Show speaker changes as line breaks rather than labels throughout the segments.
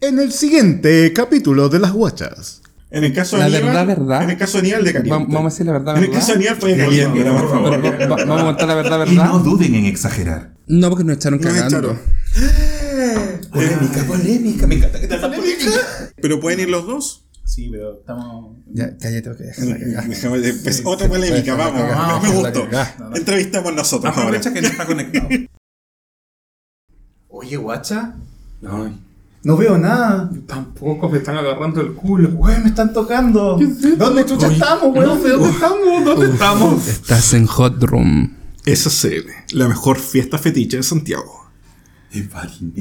en el siguiente capítulo de Las Guachas.
En el caso
La
de Aníbal.
verdad, verdad.
En el caso de Aníbal de
Va-
caliente.
vamos a decir la verdad,
En el
verdad.
caso de Aníbal fue de
Caliente,
caliente,
por
por
favor.
favor.
Va- vamos a contar la verdad,
Y no
¿verdad?
duden en exagerar.
No, porque nos echaron
Nos
cagando.
echaron.
Polémica, polémica. Me encanta
Ah,
que te polémica.
Pero pueden ir los dos.
Sí, pero estamos.
Ya, cállate, ok.
Déjame de- pues, otra polémica, vamos.
cagada,
me
la
gustó.
cagada.
No, no.
Entrevistamos nosotros ahora.
Aprovecha que no está conectado. Oye, guacha.
Ay.
No veo nada.
Tampoco me están agarrando el culo.
Güey, me están tocando. ¿Dónde chucha estamos, güey? ¿Dónde estamos? ¿Dónde estamos?
Estás en Hot Room.
SCL, la mejor fiesta fetiche de Santiago.
Cuando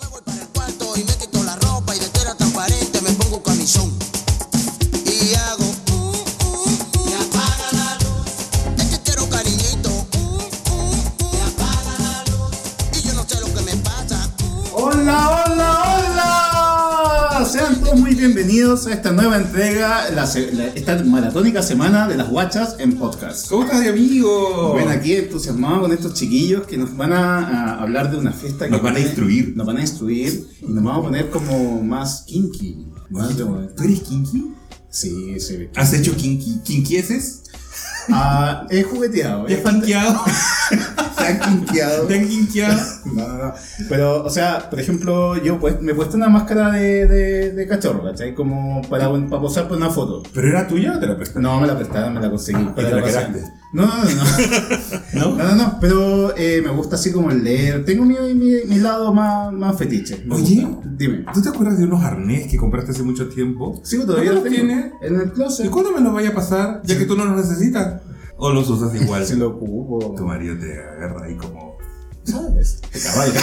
me voy para el cuarto y me quito la ropa y de que era transparente me pongo un camisón. Y hago mm, mm, mm, y apaga la luz. Es que quiero cariñito. mm, mm, mm, y apaga la luz. Y yo no sé lo que me pasa. mm.
Hola, hola, hola. Sean todos muy bienvenidos a esta nueva entrega, la se- la- esta maratónica semana de las guachas en podcast.
¿Cómo estás, amigo?
Ven aquí entusiasmados con estos chiquillos que nos van a, a hablar de una fiesta que
Nos van a
tiene-
instruir.
Nos van a instruir y nos vamos a poner como más kinky. Más de-
¿Tú eres kinky?
Sí, sí.
¿Has hecho kinky? ¿Kinkieses?
Ah, he jugueteado.
¿Te
He
has kinkeado?
tan kinkeado.
¿Te has kinkeado?
No, no, no. Pero, o sea, por ejemplo, yo pues, me he puesto una máscara de, de, de cachorro, ¿cachai? Como para, para posar para una foto.
¿Pero era tuya o te la prestaste?
No, me la prestaron, me la conseguí.
¿Y te la
ocasión.
quedaste?
No, no, no. No,
¿No?
no, no, no, pero eh, me gusta así como el leer. Tengo mi, mi, mi lado más, más fetiche. me
Oye.
gusta. Dime.
¿Tú te acuerdas de unos arnés que compraste hace mucho tiempo?
Sí, todavía
¿No
lo
los
tengo.
tienes?
En el
¿Y
closet.
cuándo me los vaya a pasar? Ya que tú no los necesitas. ¿O los usas igual?
Se lo ocupo.
Tu marido te agarra ahí como...
¿Sabes?
Te cabalga.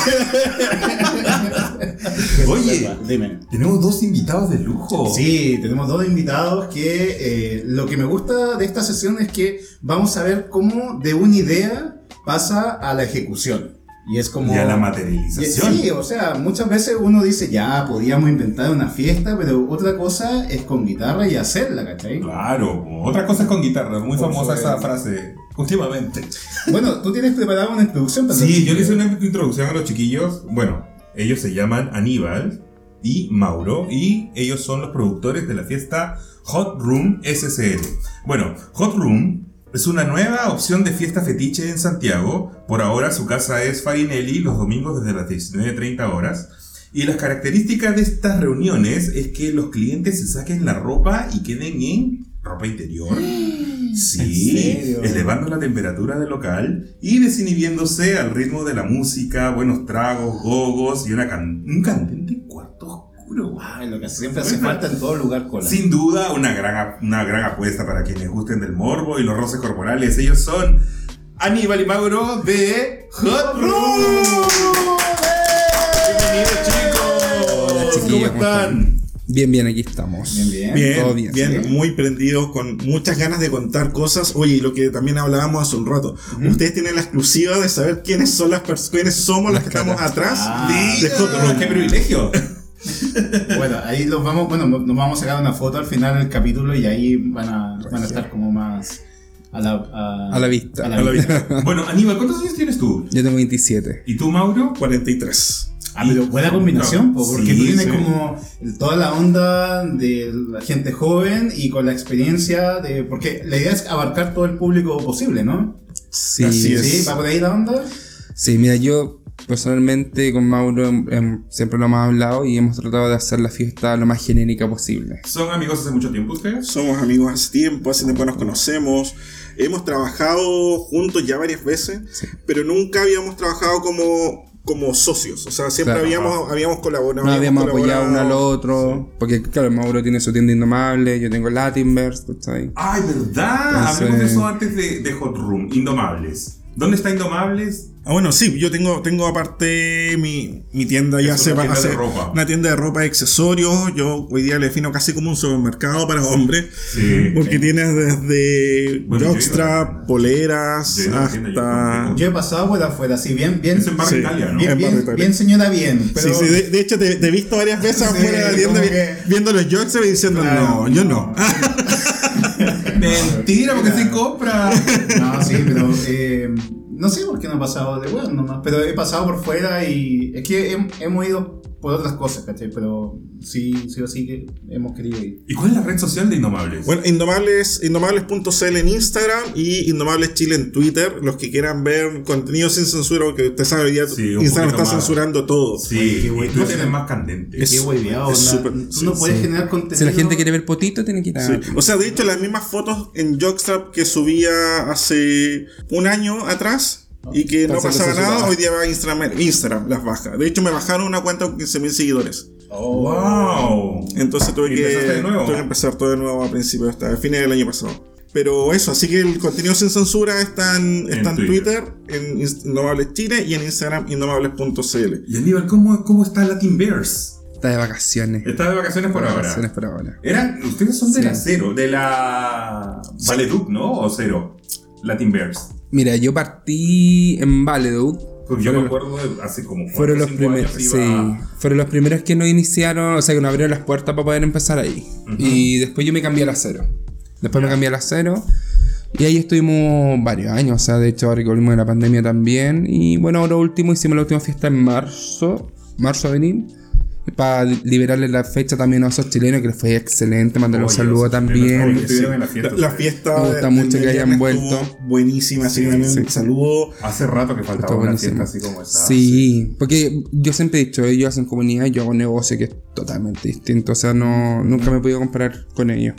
Oye,
Dime.
tenemos dos invitados de lujo.
Sí, tenemos dos invitados que eh, lo que me gusta de esta sesión es que vamos a ver cómo de una idea pasa a la ejecución. Y es como...
Y a la
Y- eh,
materialización.
Sí, o sea, muchas veces uno dice, ya, podíamos inventar una fiesta, pero otra cosa es con guitarra y hacerla, ¿cachai?
Claro, po. otra cosa es con guitarra, muy
Por
famosa esa
supuesto.
frase últimamente.
Bueno, tú tienes preparada una introducción para
Sí,
nosotros?
yo le hice una introducción a los chiquillos. Bueno, ellos se llaman Aníbal y Mauro y ellos son los productores de la fiesta Hot Room SCL. Bueno, Hot Room es una nueva opción de fiesta fetiche en Santiago. Por ahora su casa es Farinelli los domingos desde las 19.30 horas. Y las características de estas reuniones es que los clientes se saquen la ropa y queden en ropa interior.
¿En
Sí,
serio?
elevando la temperatura del local y desinhibiéndose al ritmo de la música, buenos tragos, gogos y una can- un candente cuarto oscuro. guau.
Ay, Ah, lo que siempre hace falta en todo lugar cola.
Sin duda, una gran, ap- una gran apuesta para quienes gusten del morbo y los roces corporales. Ellos son Aníbal y Mauro de Hot Room. Bienvenidos,
Hola,
chicos. ¿Cómo
chiquillos, ¿cómo
están?
Bien, bien, aquí estamos.
Bien, bien.
Bien,
Todo
bien,
bien,
sí.
muy prendido, con muchas ganas de contar cosas. Oye, y lo que también hablábamos hace un rato, ustedes tienen la exclusiva de saber quiénes son las personas, quiénes somos las, que estamos atrás
Ah,
de Hot Room.
¡Qué privilegio!
Bueno, ahí los vamos, bueno, nos vamos a sacar una foto al final del capítulo y ahí van a, van a estar como más a la, a,
A la vista.
a la
A la
vista.
Bueno, Aníbal, ¿cuántos años tienes tú?
Yo tengo 27.
¿Y tú, Mauro?
43.
Ah, pero buena combinación, po, porque
Sí,
tú tienes
sí.
como toda la onda de la gente joven y con la experiencia de. Porque la idea es abarcar todo el público posible, ¿no?
Sí,
Así es.
Sí, va por ahí la onda.
Sí, mira, yo personalmente con Mauro em- em, siempre lo hemos hablado y hemos tratado de hacer la fiesta lo más genérica posible.
¿Son amigos hace mucho tiempo ustedes?
Somos amigos hace tiempo, hace tiempo nos conocemos. Hemos trabajado juntos ya varias veces,
Sí.
pero nunca habíamos trabajado como, como socios. O sea, siempre
Claro.
habíamos, habíamos colaborado.
Nos habíamos apoyado
colaborado.
uno al otro, porque claro, Mauro tiene su tienda indomable, yo tengo Latinverse, ¿cachai?
¡Ay, verdad!
Entonces-
Hablemos de eso antes de, de Hot Room, Indomables. ¿Dónde está Indomables?
Ah, bueno, sí, yo tengo, tengo aparte mi, mi tienda ya
Es
hace,
una tienda
hace-
de ropa.
una tienda de ropa y accesorios. Yo hoy día le defino casi como un supermercado para hombres.
Sí.
Porque tienes desde
Bueno, yo
jockstrap,
iba a-
poleras,
yo iba a la tienda, yo
hasta...
Yo he pasado por afuera, así bien, bien.
Es en Barra
Sí.
Italia,
Bien.
¿no?
Bien,
en
bien,
Barra
bien, señora, bien. Pero,
Sí, sí, de, de hecho te, te he visto varias veces
Sí,
afuera de la tienda
como
vi-
que- Ah.
viendo los jockstraps y diciendo, no, yo no.
Mentira, porque se compra.
No, sí, pero eh, No sé por qué no he pasado de weón nomás, pero he pasado por fuera y es que hem- hemos ido por otras cosas, ¿cachai? Pero sí, sí o sí que hemos querido ir.
¿Y cuál es la red social de Indomables?
Bueno, indomables, indomables.cl en Instagram y Indomables Chile en Twitter. Los que quieran ver contenido sin censura, porque usted sabe, ya
Sí, un
Instagram
poquito
está
más.
censurando todo.
sí,
Oye, qué
y
bueno.
Twitter es más candente.
Es-
qué hueveado,
es
onda.
súper-
Tú
sí,
no puedes
sí.
generar contenido.
Si la gente quiere ver potito, tienen que ir a.
Sí. O sea, de hecho, las mismas fotos en Jockstrap que subía hace un año atrás y que no
Están
pasaba
siendo
nada,
censuradas.
hoy día va a Instagram, Instagram las baja. De hecho, me bajaron una cuenta con 15.000 seguidores.
¡Wow!
Entonces tuve
¿Y
que,
empezaste de nuevo?
tuve que empezar todo de nuevo a principios, hasta fines del año pasado. Pero eso, así que el contenido sin censura está en, está en Twitter,
Twitter.
en Inst- Indomables Chile y en Instagram indomables.cl.
Y Aníbal, ¿cómo, cómo está Latin Bears?
Está de vacaciones.
Está de vacaciones por
De
ahora.
vacaciones por ahora.
Eran, ustedes son de
Sí.
la cero, de la Valeduc, ¿no? O cero. Latin Bears.
Mira, yo partí en Valedut.
Porque yo me acuerdo de hace como cuatro,
Fueron los
cinco años
primeros,
iba-
sí, fueron los primeros que nos iniciaron, o sea, que nos abrieron las puertas para poder empezar ahí. Y después yo me cambié al acero. Después me cambié al acero. Y ahí estuvimos varios años, o sea, de hecho ahora que volvimos de la pandemia también. Y bueno, ahora último hicimos la última fiesta en marzo, marzo abril, para liberarle la fecha también a esos chilenos, que les fue excelente, mandarle un
Oye,
saludo
esos
también.
chilenos, estuvieron en la fiesta.
La, la fiesta
Me gusta
del-
mucho
del
que hayan
viernes
vuelto.
estuvo Buenísima, así que también
sí.
un saludo.
Hace rato que faltaba
Está
una
buenísimo.
fiesta así como esa.
Sí, porque yo siempre he dicho, ellos hacen comunidad, yo hago negocio que es totalmente distinto, o sea, no, nunca me he podido comparar con ellos.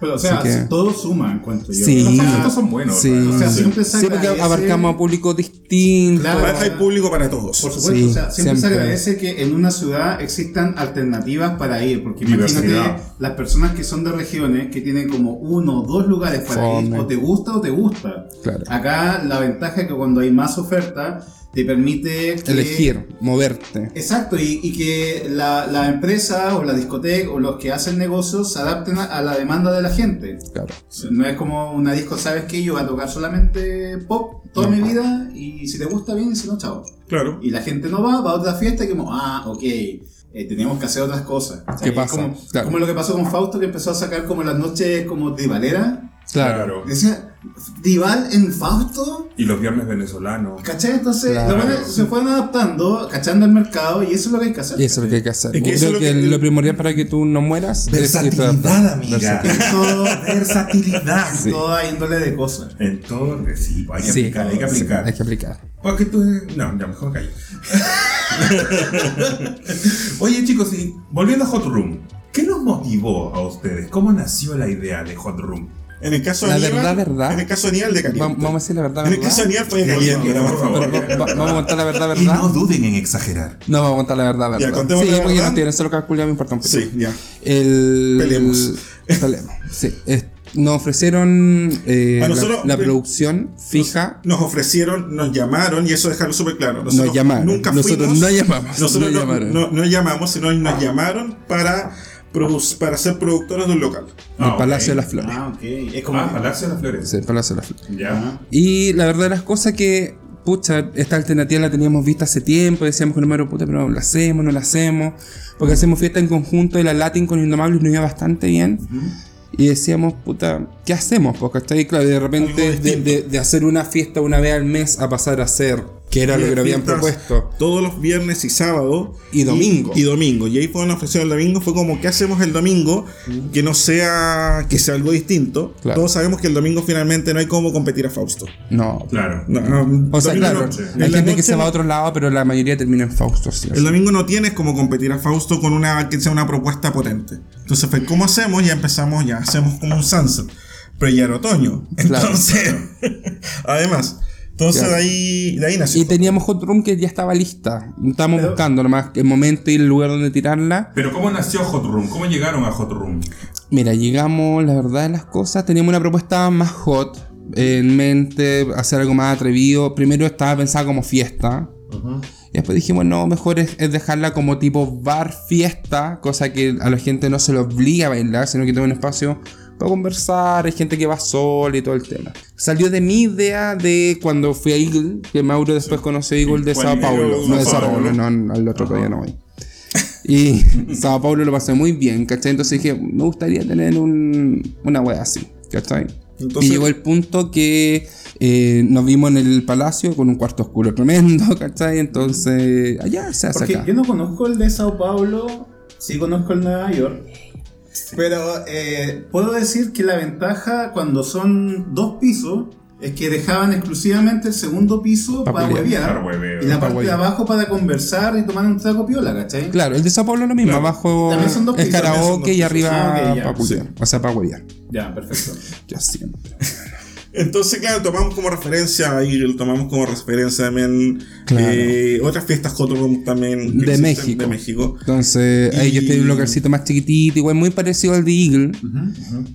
Pero, o sea,
Así que-
todo suma en cuanto yo.
Sí.
Los
O sea,
conciertos son buenos.
Sí.
¿verdad?
o sea, siempre se
Sí, porque
agradece-
abarcamos a público distinto.
Claro.
Hay- Hay público para todos.
Por supuesto,
Sí,
o sea, siempre, se
siempre.
agradece que en una ciudad existan alternativas para ir, porque
Diversidad.
imagínate las personas que son de regiones que tienen como uno o dos lugares para ir,
Fome.
o te gusta o te gusta.
Claro.
Acá la ventaja es que cuando hay más oferta te permite que-
Elegir, moverte.
Exacto, y, y que la, la empresa o la discoteca o los que hacen negocios se adapten a, a la demanda de la gente.
Claro.
No es como una disco, sabes que yo voy a tocar solamente pop toda mi vida y si te gusta bien y si no, chao.
Claro.
Y la gente no va, va a otra fiesta y como, ah, ok, eh, tenemos que hacer otras cosas. O sea,
¿Qué
es
pasa?
Como,
Claro.
como lo que pasó con Fausto que empezó a sacar como las noches como de Valera.
Claro.
Decía, Dival en Fausto.
Y los viernes venezolanos.
¿Cachai? Entonces,
Claro.
los buenos se fueron adaptando, cachando el mercado y eso es lo que hay que hacer.
Y eso es lo que hay que hacer.
Es que
Yo
eso
creo
es lo
que,
que-
lo primordial para que tú no mueras es que tú-
Versatilidad, amiga.
Todo,
Versatilidad.
Sí.
Toda índole de cosas.
En todo recibo. Hay que
Sí,
aplicar, hay que
sí,
aplicar.
hay que aplicar.
Porque tú. No, ya mejor callo. Oye, chicos, y volviendo a Hot Room, ¿qué nos motivó a ustedes? ¿Cómo nació la idea de Hot Room?
En el caso
La
de Aníbal,
verdad, verdad.
En el caso de Aníbal de
Va-
Caliente.
vamos a decir la verdad,
en el
¿verdad?
caso de Aníbal fue de Caliente.
Pero,
¿no?
por favor.
Pero va- vamos a contar la verdad,
Y no
¿verdad?
duden en exagerar.
No, vamos a contar la verdad, ¿verdad?
Ya, contemos
sí,
la
porque
verdad.
no tienen solo calculo, me importa un poco.
Sí, ya.
El,
Peleemos.
Peleemos, sí. Es- nos ofrecieron eh,
A
la-
nosotros-
la, producción fija.
Nos ofrecieron, nos llamaron y eso dejarlo súper claro.
Nos llamaron.
Nunca
Nosotros
fuimos,
no llamamos,
Nosotros no,
no llamaron.
no- no llamamos, sino nos llamaron para, produc- para ser productores de un local.
del
Ah, ok.
Palacio de las Flores.
Ah, ok. Es como.
Ah, Palacio de las Flores.
Sí, el Palacio de las Flores.
Ya.
Y la verdad de las cosas que, pucha, esta alternativa la teníamos vista hace tiempo, decíamos con número puta, pero la hacemos, no la hacemos, porque hacemos fiesta en conjunto y la Latin con Indomables nos iba bastante bien. Y decíamos, puta, ¿qué hacemos? Porque está ahí, claro, de repente de, de- de hacer una fiesta una vez al mes a pasar a hacer, que era lo que nos habían
Fiestas
propuesto.
Todos los viernes y sábado.
Y domingo.
Y, y domingo. Y ahí fue una ofrecida el domingo. Fue como, ¿qué hacemos el domingo? Que no sea, que sea algo distinto.
Mm. Claro.
Todos sabemos que el domingo finalmente no hay cómo competir a Fausto.
No.
Claro.
No, no,
O sea,
domingo
claro,
no. En
hay
la
gente que
noche
se va a otro lado, pero la mayoría termina en Fausto, sí.
El domingo no tienes como competir a Fausto con una que sea una propuesta potente. Entonces fue, ¿cómo hacemos? Ya empezamos, ya hacemos como un sunset. Pero ya era otoño.
Claro.
Entonces, además. Entonces
Claro.
de ahí, de ahí nació.
Y teníamos Hot Room que ya estaba lista. Estábamos
Pero-
buscando nomás el momento y el lugar donde tirarla.
Pero ¿cómo nació Hot Room? ¿Cómo llegaron a Hot Room?
Mira, llegamos, la verdad de las cosas, teníamos una propuesta más hot en mente, hacer algo más atrevido. Primero estaba pensada como fiesta. Y después dijimos, no, mejor es, es dejarla como tipo bar fiesta, cosa que a la gente no se le obliga a bailar, sino que tenga un espacio para conversar, hay gente que va sola y todo el tema. Salió de mi idea de cuando fui a Eagle, que Mauro después conoció a Eagle de
¿Cuál
Sao
Eagle?
Paulo. No de
Sao
Sao Paulo,
Paulo.
no, al otro todavía no voy. Y Sao Paulo lo pasé muy bien, ¿cachai? Entonces dije, me gustaría tener un, una wea así, ¿cachai?
Entonces-
y llegó el punto que Eh, nos vimos en el palacio con un cuarto oscuro tremendo, ¿cachai? Entonces, allá se hace
Porque
acá.
yo no conozco el de Sao Paulo, sí conozco el de Nueva York. Pero eh, puedo decir que la ventaja cuando son dos pisos es que dejaban exclusivamente el segundo piso
Pa'
para
huevear.
Para
huevear
hueveo.
y la parte de
huevear.
abajo para conversar y tomar un trago piola, ¿cachai?
Claro, el de Sao Paulo es lo mismo,
Claro.
abajo
También son dos
es
pisos,
karaoke
también son dos
y
pisos.
arriba
Ah, ok, ya,
para culiar, o sea, para huevear.
Ya, perfecto.
Ya siempre.
Entonces, claro, tomamos como referencia y lo tomamos como referencia también
Claro.
eh, otras fiestas Hot Room también que
De
existen
México.
de México.
Entonces, ahí yo estoy en un localcito más chiquitito, igual muy parecido al de Eagle.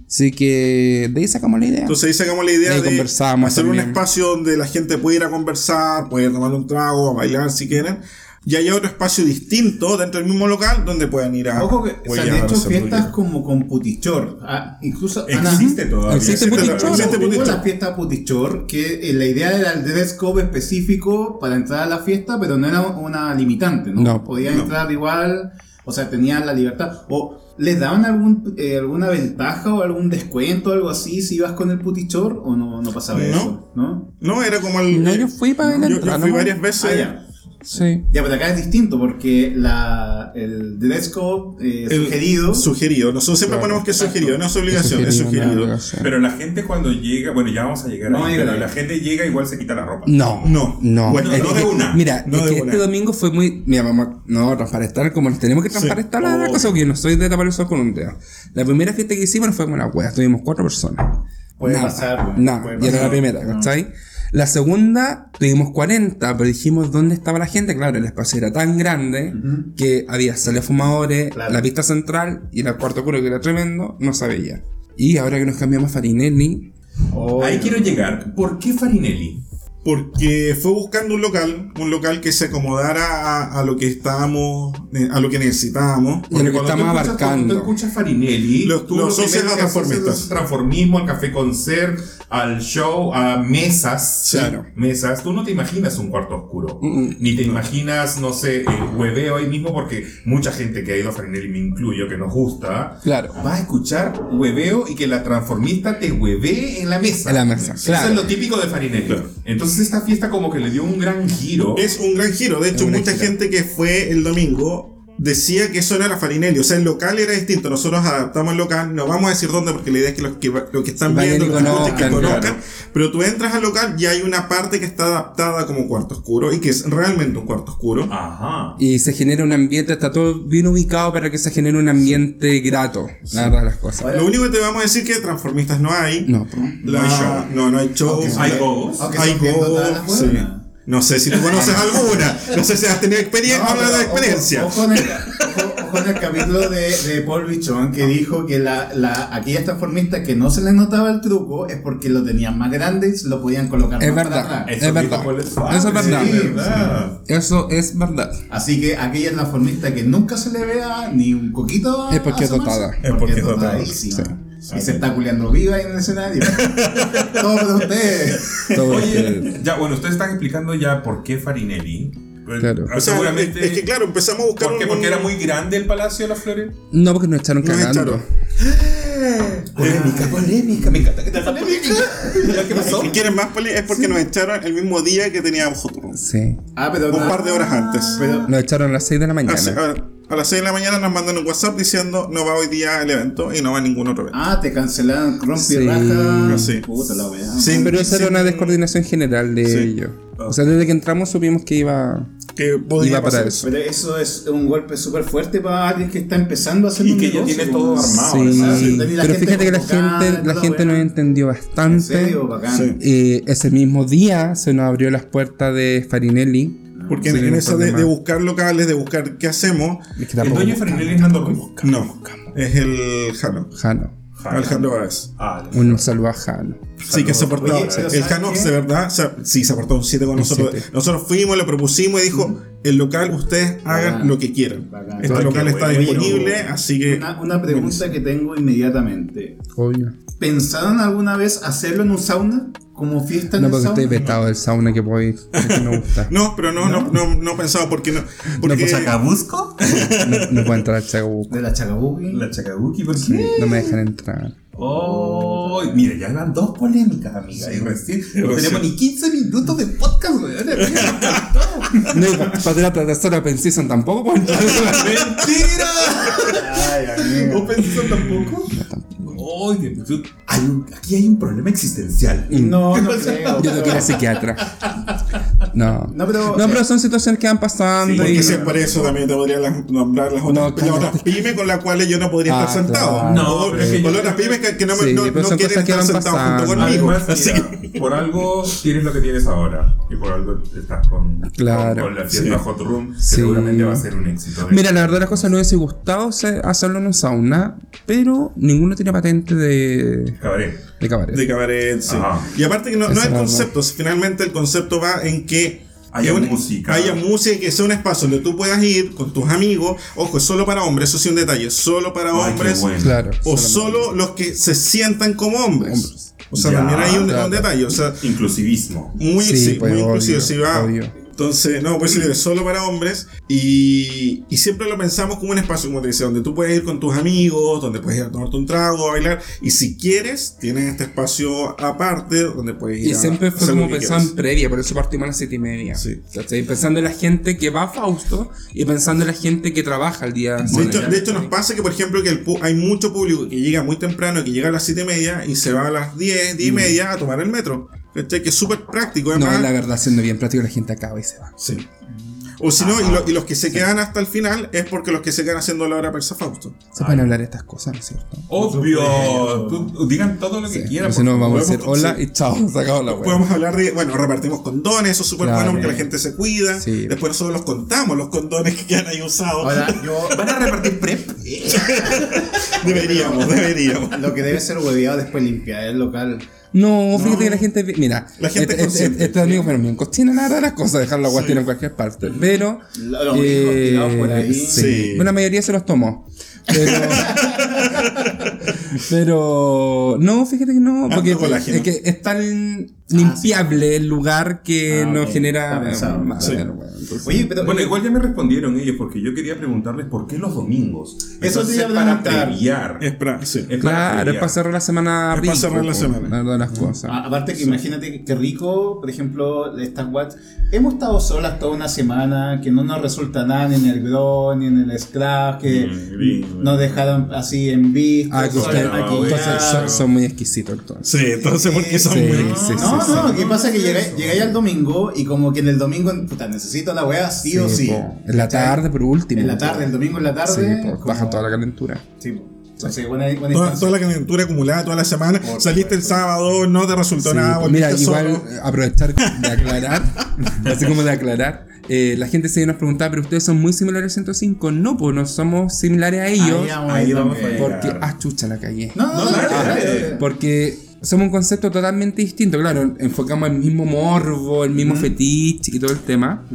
Así que de ahí sacamos la idea.
Entonces ahí sacamos la idea
Ahí
de
conversamos
hacer un
también.
espacio donde la gente puede ir a conversar, puede ir a tomar un trago, a bailar si quieren. Y hay otro espacio distinto dentro del mismo local donde puedan ir
Ah,
a.
Ojo que se
huellar,
han hecho
hacer
fiestas
ruido.
como con putichor. Ah, incluso ah, han-
Existe todavía.
Existe
Existe
Putichor.
todavía.
Existe
Hubo
Putichor.
la fiesta Putichor, que eh, la idea era el dress code específico para entrar a la fiesta, pero no era una limitante, ¿no?
No,
Podían
no.
entrar igual, o sea, tenían la libertad. O les daban algún, eh, alguna ventaja o algún descuento o algo así si ibas con el Putichor o no, no pasaba
No.
eso, ¿no?
No, era como el.
No, yo fui para
yo,
adelante.
yo
ah,
fui
no.
varias veces.
Ah, ya.
Sí.
Ya, pero acá es distinto porque la, el dress code eh,
El-
sugerido...
Sugerido. Nosotros siempre
Claro,
ponemos que es sugerido, no es obligación,
Eso
es
quería,
sugerido.
no, no sé.
Pero la gente cuando llega, bueno, ya vamos a llegar
Vamos
ahí,
a llegar
pero
ahí.
la gente llega igual se quita la ropa.
No,
No.
no.
Bueno,
Es
no de
que-
una,
Mira,
no
es
de
que
una.
este domingo fue muy. Mira, vamos. a- No, transparentar como nos tenemos que transparentar la
obvio.
cosa, porque yo no soy de tapar el sol con un dedo. La primera fiesta que hicimos fue con la wea, tuvimos cuatro personas.
Puede
nada,
pasar, güey,
Nada,
puede
y era
pasar.
la primera, ¿cachai? La segunda tuvimos 40, pero dijimos dónde estaba la gente. Claro, el espacio era tan grande
Ujú.
que había salido fumadores,
Claro.
la pista central y el cuarto oscuro que era tremendo, no se veía. Y ahora que nos cambiamos a Farinelli,
Oh,
Ahí quiero llegar. ¿Por qué Farinelli?
porque fue buscando un local, un local que se acomodara a, a lo que estábamos, eh, a lo que necesitábamos.
y a lo que
Cuando
estamos
tú escuchas- Tú
abarcando.
escuchas Farinelli,
Los-
tú
los
lo
socios
primero
no
que haces
transformistas.
es transformismo, al café concert, al show, a mesas.
Sí. Claro.
Mesas. Tú no te imaginas un cuarto oscuro.
Mm.
Ni te imaginas, no sé, el hueveo ahí mismo, porque mucha gente que ha ido a Farinelli, me incluyo, que nos gusta,
Claro.
vas a escuchar hueveo y que la transformista te huevee en la mesa.
En la mesa, claro.
Eso es lo típico de Farinelli.
Claro.
Entonces esta fiesta como que le dio un gran giro.
Es un gran giro. De hecho,
un gran
mucha
giro.
gente que fue el domingo decía que eso no era Farinelli. O sea, el local era distinto. Nosotros adaptamos el local. No vamos a decir dónde porque la idea es que los que, los que están
Vayan
viendo,
y
los que escuchan, que
conozcan,
conozcan.
claro.
Pero tú entras al local y hay una parte que está adaptada como cuarto oscuro y que es realmente un cuarto oscuro.
Ah. Ajá.
Y se genera un ambiente, está todo bien ubicado para que se genere un ambiente grato, la verdad, las cosas.
Lo único que te vamos a decir que transformistas no hay.
No, po.
La-
No hay show.
No, no hay show.
Aunque
Hay
No-
gogos.
Aunque
hay
son bien
gogos,
dotadas las
sí.
hueonas.
No sé si tú conoces alguna. No sé si has tenido experiencia.
No,
habla de
pero
experiencia.
Ojo, ojo en el, ojo- ojo en el capítulo de, de Paul Bichon que dijo que la, la, aquellas transformistas que no se les notaba el truco es porque lo tenían más grande y se lo podían colocar
Es
más para
verdad.
atrás.
Eso
Es verdad.
mismo, ¿cuál
Eso es verdad.
Sí, verdad.
Eso es verdad.
Así que aquella transformista que nunca se le vea ni un coquito. a-
Es porque es
asomarse,
dotada.
Es porque es dotada.
dotadísima. Y se está culeando viva ahí en el escenario. Todo por ustedes.
Todo
Oye,
este-
ya, bueno, ustedes están explicando ya por qué Farinelli. Pero,
Claro.
ah,
O sea,
seguramente.
es que claro, empezamos a buscar
¿Por qué?
un-
Porque era muy grande el Palacio de las Flores.
No, porque nos echaron
Nos
cagando.
echaron.
Polémica, polémica. Me encanta que te polémica. ¿Qué pasó?
Si quieren más peli, es porque nos echaron el mismo día que teníamos Hot Room.
Sí.
Ah, pero
Un par de horas antes.
Pero
Nos echaron a las 6 de la
Así-
mañana.
a, a las 6 de la mañana nos mandan un WhatsApp diciendo no va hoy día el evento y no va ningún otro evento.
Ah, te cancelaron rompi
Sí.
raja.
Ah, Sí.
Puta la wea.
Sin-
Pero esa era
sin-
una descoordinación general de
Sí.
ellos. O sea, desde que entramos supimos que iba,
Que podía
iba para
pasar.
eso.
Pero eso es un golpe súper fuerte para alguien que está empezando a hacer
Y
un
que ya
negocio, pues,
tiene
po.
todo armado.
Sí.
¿verdad?
Sí. Tenía la
Pero
gente
fíjate que la
convocada,
gente, la
toda
gente
buena.
nos entendió bastante.
En serio, bacán.
Sí.
Eh, ese mismo día se nos abrió las puertas de Farinelli.
Porque
Sí,
en, en
no
eso de,
problema.
de buscar locales, de buscar qué hacemos,
Es que
El
tampoco-
dueño de Farinelli es Nando Ruiz.
no. Es el Jano.
Jano.
Alejandro Báez.
Ah,
Un saludo a Jano.
Sí, que se portó.
Oye, pero
el
¿sabes
Jano,
qué?
de verdad, o sea, sí, se portó un 7 con
Un
nosotros.
siete.
Nosotros fuimos, le propusimos y dijo: el local, ustedes hagan
Bacán.
lo que quieran.
Bacán.
Este
Ay,
local
qué
está
bueno.
disponible, así que.
Una, una pregunta que tengo inmediatamente.
Obvio.
¿Pensaron alguna vez hacerlo en un sauna? ¿Como fiesta en
No,
el
porque
sauna?
estoy vetado del sauna que puedo ir. porque me gusta. no,
No, pero no, no, no, no pensaba porque no. Porque
¿La Chacabuco?
no puedo entrar al Chacabuco.
¿De la Chacabuque?
¿La Chacabuki? ¿Por qué?
Sí, No me dejan entrar.
Oh, hoy. Mira, ya van dos polémicas, amiga. y recién no tenemos ni 15 minutos de podcast, weón.
No, y pa- para la tercera pensión tampoco, pues.
¡Mentira!
Ay, amigo.
¿No pensaste tampoco? Ay, Dios mío. Hay un- aquí hay un problema existencial.
No, no creo.
Yo no quiero psiquiatra. No.
No, pero-
No, pero son situaciones que van pasando
Porque
y.
si es por eso también te podría las- nombrar las
No,
otras, las
claro.
otras pymes con las cuales yo no podría
Ah,
estar sentado.
claro.
No,
o,
pero es que
o
yo-
las otras pymes que, que no, me-
Sí,
no,
pero
no
son
quieren
cosas que
estar
van
sentados junto
pasando.
conmigo.
Además,
Así
mira, por algo tienes lo que tienes ahora. Y por algo estás con,
Claro.
con, con la fiesta Hot Room. Que
Sí.
seguramente va a ser un éxito.
Mira, la verdad, las cosas no hubiese gustado se- hacerlo en un sauna, pero ninguno tiene patente de,
Cabaret.
de cabaret.
De cabaret, sí.
Ajá.
Y aparte que no,
Esa
no hay
era
conceptos. Finalmente el concepto va en que
Haya
que un-
música.
Haya música y que sea un espacio donde tú puedas ir con tus amigos. Ojo, es solo para hombres, eso sí un detalle. Solo para
Ay, qué
hombres.
bueno.
Claro.
O
solamente.
solo los que se sientan como hombres. O sea,
Ya,
también hay un,
claro.
un detalle. O sea,
Inclusivismo.
muy,
Sí,
sí,
pues,
muy
obvio,
inclusivo. sí va.
obvio.
Entonces, no, pues es solo para hombres. Y, y siempre lo pensamos como un espacio, como te decía, donde tú puedes ir con tus amigos, donde puedes ir a tomarte un trago, a bailar. Y si quieres, tienes este espacio aparte donde puedes ir
Y
a
siempre fue
hacer lo
como
que
pensado en
quieras.
previa, por eso partimos a las siete y media.
Sí.
¿Cachai? Pensando en la gente que va a Fausto y pensando en la gente que trabaja el día.
De hecho, de hecho, nos pasa que, por ejemplo, que el pu- hay mucho público que llega muy temprano, que llega a las 7 y media y se va a las 10, 10 y media a tomar el metro. ¿Cachai? Que es súper práctico,
No,
además.
la verdad, siendo bien práctico, la gente acaba y se va.
Sí. O si no, y, lo- y los
Ah,
que se quedan hasta el final es porque los que se quedan haciendo la hora persa Fausto.
Se pueden hablar estas cosas, ¿no es cierto?
Obvio. Tú- digan todo lo que
Sí,
quieran.
si no,
por
vamos a
favor.
decir hola y chao, se acabó la web.
Podemos hablar de, bueno, repartimos condones, eso es súper
Claro.
bueno porque la gente se cuida.
Sí.
Después nosotros los contamos, los condones que quedan ahí usados.
Ahora, yo
favor. Van a repartir prep.
Deberíamos, deberíamos.
lo que debe ser hueveado después limpiar el local.
No, fíjate que la gente. Mira,
La gente
este, este,
consciente.
este amigo pero me encostina nada de las cosas, dejar la guatina en cualquier parte. Pero. eh,
Los amigos tirados por ahí.
sí.
Sí.
Bueno, la mayoría se los tomó. Pero. pero. No, fíjate que no.
Harto
Porque
colágeno.
es, que es tan limpiable el lugar que
Ah,
no
ok,
genera.
está pensado.
más
Sí.
bueno, entonces-
Oye, pero.
Bueno, igual ya me respondieron ellos porque yo quería preguntarles por qué los domingos.
Eso
Entonces,
te iba a
es para
preguntar.
previar.
Es pra- sí.
Es para
Claro, es
previar.
para cerrar la semana
Es para
rico,
cerrar la
po,
semana.
La verdad, de las cosas.
Ah,
A- Aparte que imagínate que- que rico, por ejemplo, estas watts. Hemos estado solas toda una semana, que no nos resulta nada ni en el grow, ni en el scrap, que
Mm, bien.
nos dejaron así en vista.
Ah, que
solas,
ustedes-
no,
maquilladas.
entonces son, son muy exquisitos, entonces.
Sí, entonces porque son
Sí,
muy
sí, sí,
No,
sí.
no, ¿qué pasa? Que llegáis llegáis al domingo y como que en el domingo, puta, necesito la weá sí, o sí.
po. En la
¿Cachai?
tarde, por último.
En la tarde, el domingo en la tarde.
Sí, po,
como-
baja toda la calentura.
Sí, po. Entonces, buena, buena
Toda,
instancia.
toda la calentura acumulada toda la semana.
Por
Saliste el sábado, no te resultó
Sí,
nada.
pues, mira,
volviste
igual
solo.
eh, aprovechar de aclarar, así como de aclarar. eh, la gente se nos preguntaba, pero ustedes son muy similares a 105. No, pues no somos similares a ellos.
Ahí vamos,
Ahí vamos a
también.
llegar.
porque. Ah, chucha la calle.
No, no, no,
No,
no,
dale,
dale,
dale.
dale.
Porque somos un concepto totalmente distinto. Claro, enfocamos el mismo morbo, el mismo fetiche y todo el tema.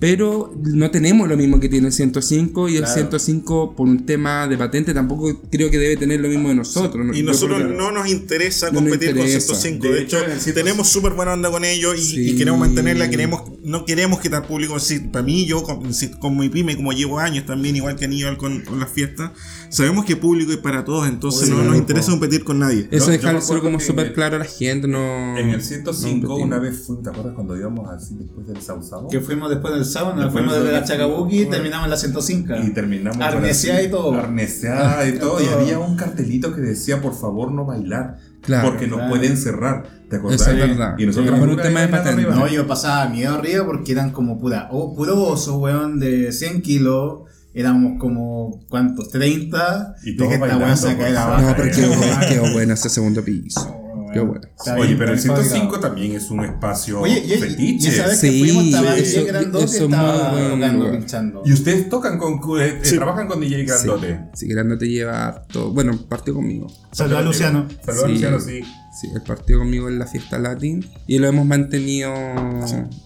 Pero no tenemos lo mismo que tiene el 105 y el
Claro.
105 por un tema de patente tampoco creo que debe tener lo mismo de nosotros.
Y
Yo
nosotros
creo que-
no nos interesa
No nos
competir
interesa.
con 105. De,
De
hecho,
hecho, en 105.
tenemos súper buena onda con ellos y, y
Sí.
queremos mantenerla. queremos No queremos quitar público. Sí, para mí, yo con, sí, con mi pyme, como llevo años también, igual que Aníbal con, con las fiestas, sabemos que público es para todos. Entonces, no nos interesa competir con nadie.
Eso
Yo- yo me
dejarlo
acuerdo
solo como
que en
súper
el-
claro a la gente, no.
En el 105,
no
una vez fue, ¿te acuerdas cuando íbamos así después del Sausao?
Que fuimos después del sauna,
Después
fuimos
del
desde la
sauna.
Chacabuki y terminamos en la 105.
Y terminamos.
Arnesiada
por así,
y todo.
Arnesiada y todo. Y
todo.
había un cartelito que decía, por favor, no bailar.
Claro.
porque nos
Claro.
pueden cerrar. ¿Te acordás?
Eso es verdad.
Y nosotros
Por un
nunca
tema de
bailamos
patente.
arriba.
No, yo pasaba miedo arriba porque eran como pura, oh, puro oso, weón, de 100 kilos. Éramos como, ¿cuántos? 30.
Y
de
todos
que esta
bailando, pues".
weón se
por
cae la
favor.
baja.
No, pero qué bueno, qué bueno ese segundo piso. Qué bueno.
Oye, pero el 105 también es un espacio
Oye, y, y, y
fetiche.
esa vez que
Sí,
fuimos estaba
eso-
DJ Grandote
eso es
estaba
muy buen
tocando,
lugar.
pinchando.
Y ustedes tocan con. cu- eh, eh, Trabajan con DJ
Sí,
Grandote.
sí, que no te lleva todo. Bueno, partió conmigo.
Saludos a Luciano.
Saludos a
Sí.
Luciano, sí.
Sí, él partió conmigo en la fiesta latín y lo hemos mantenido.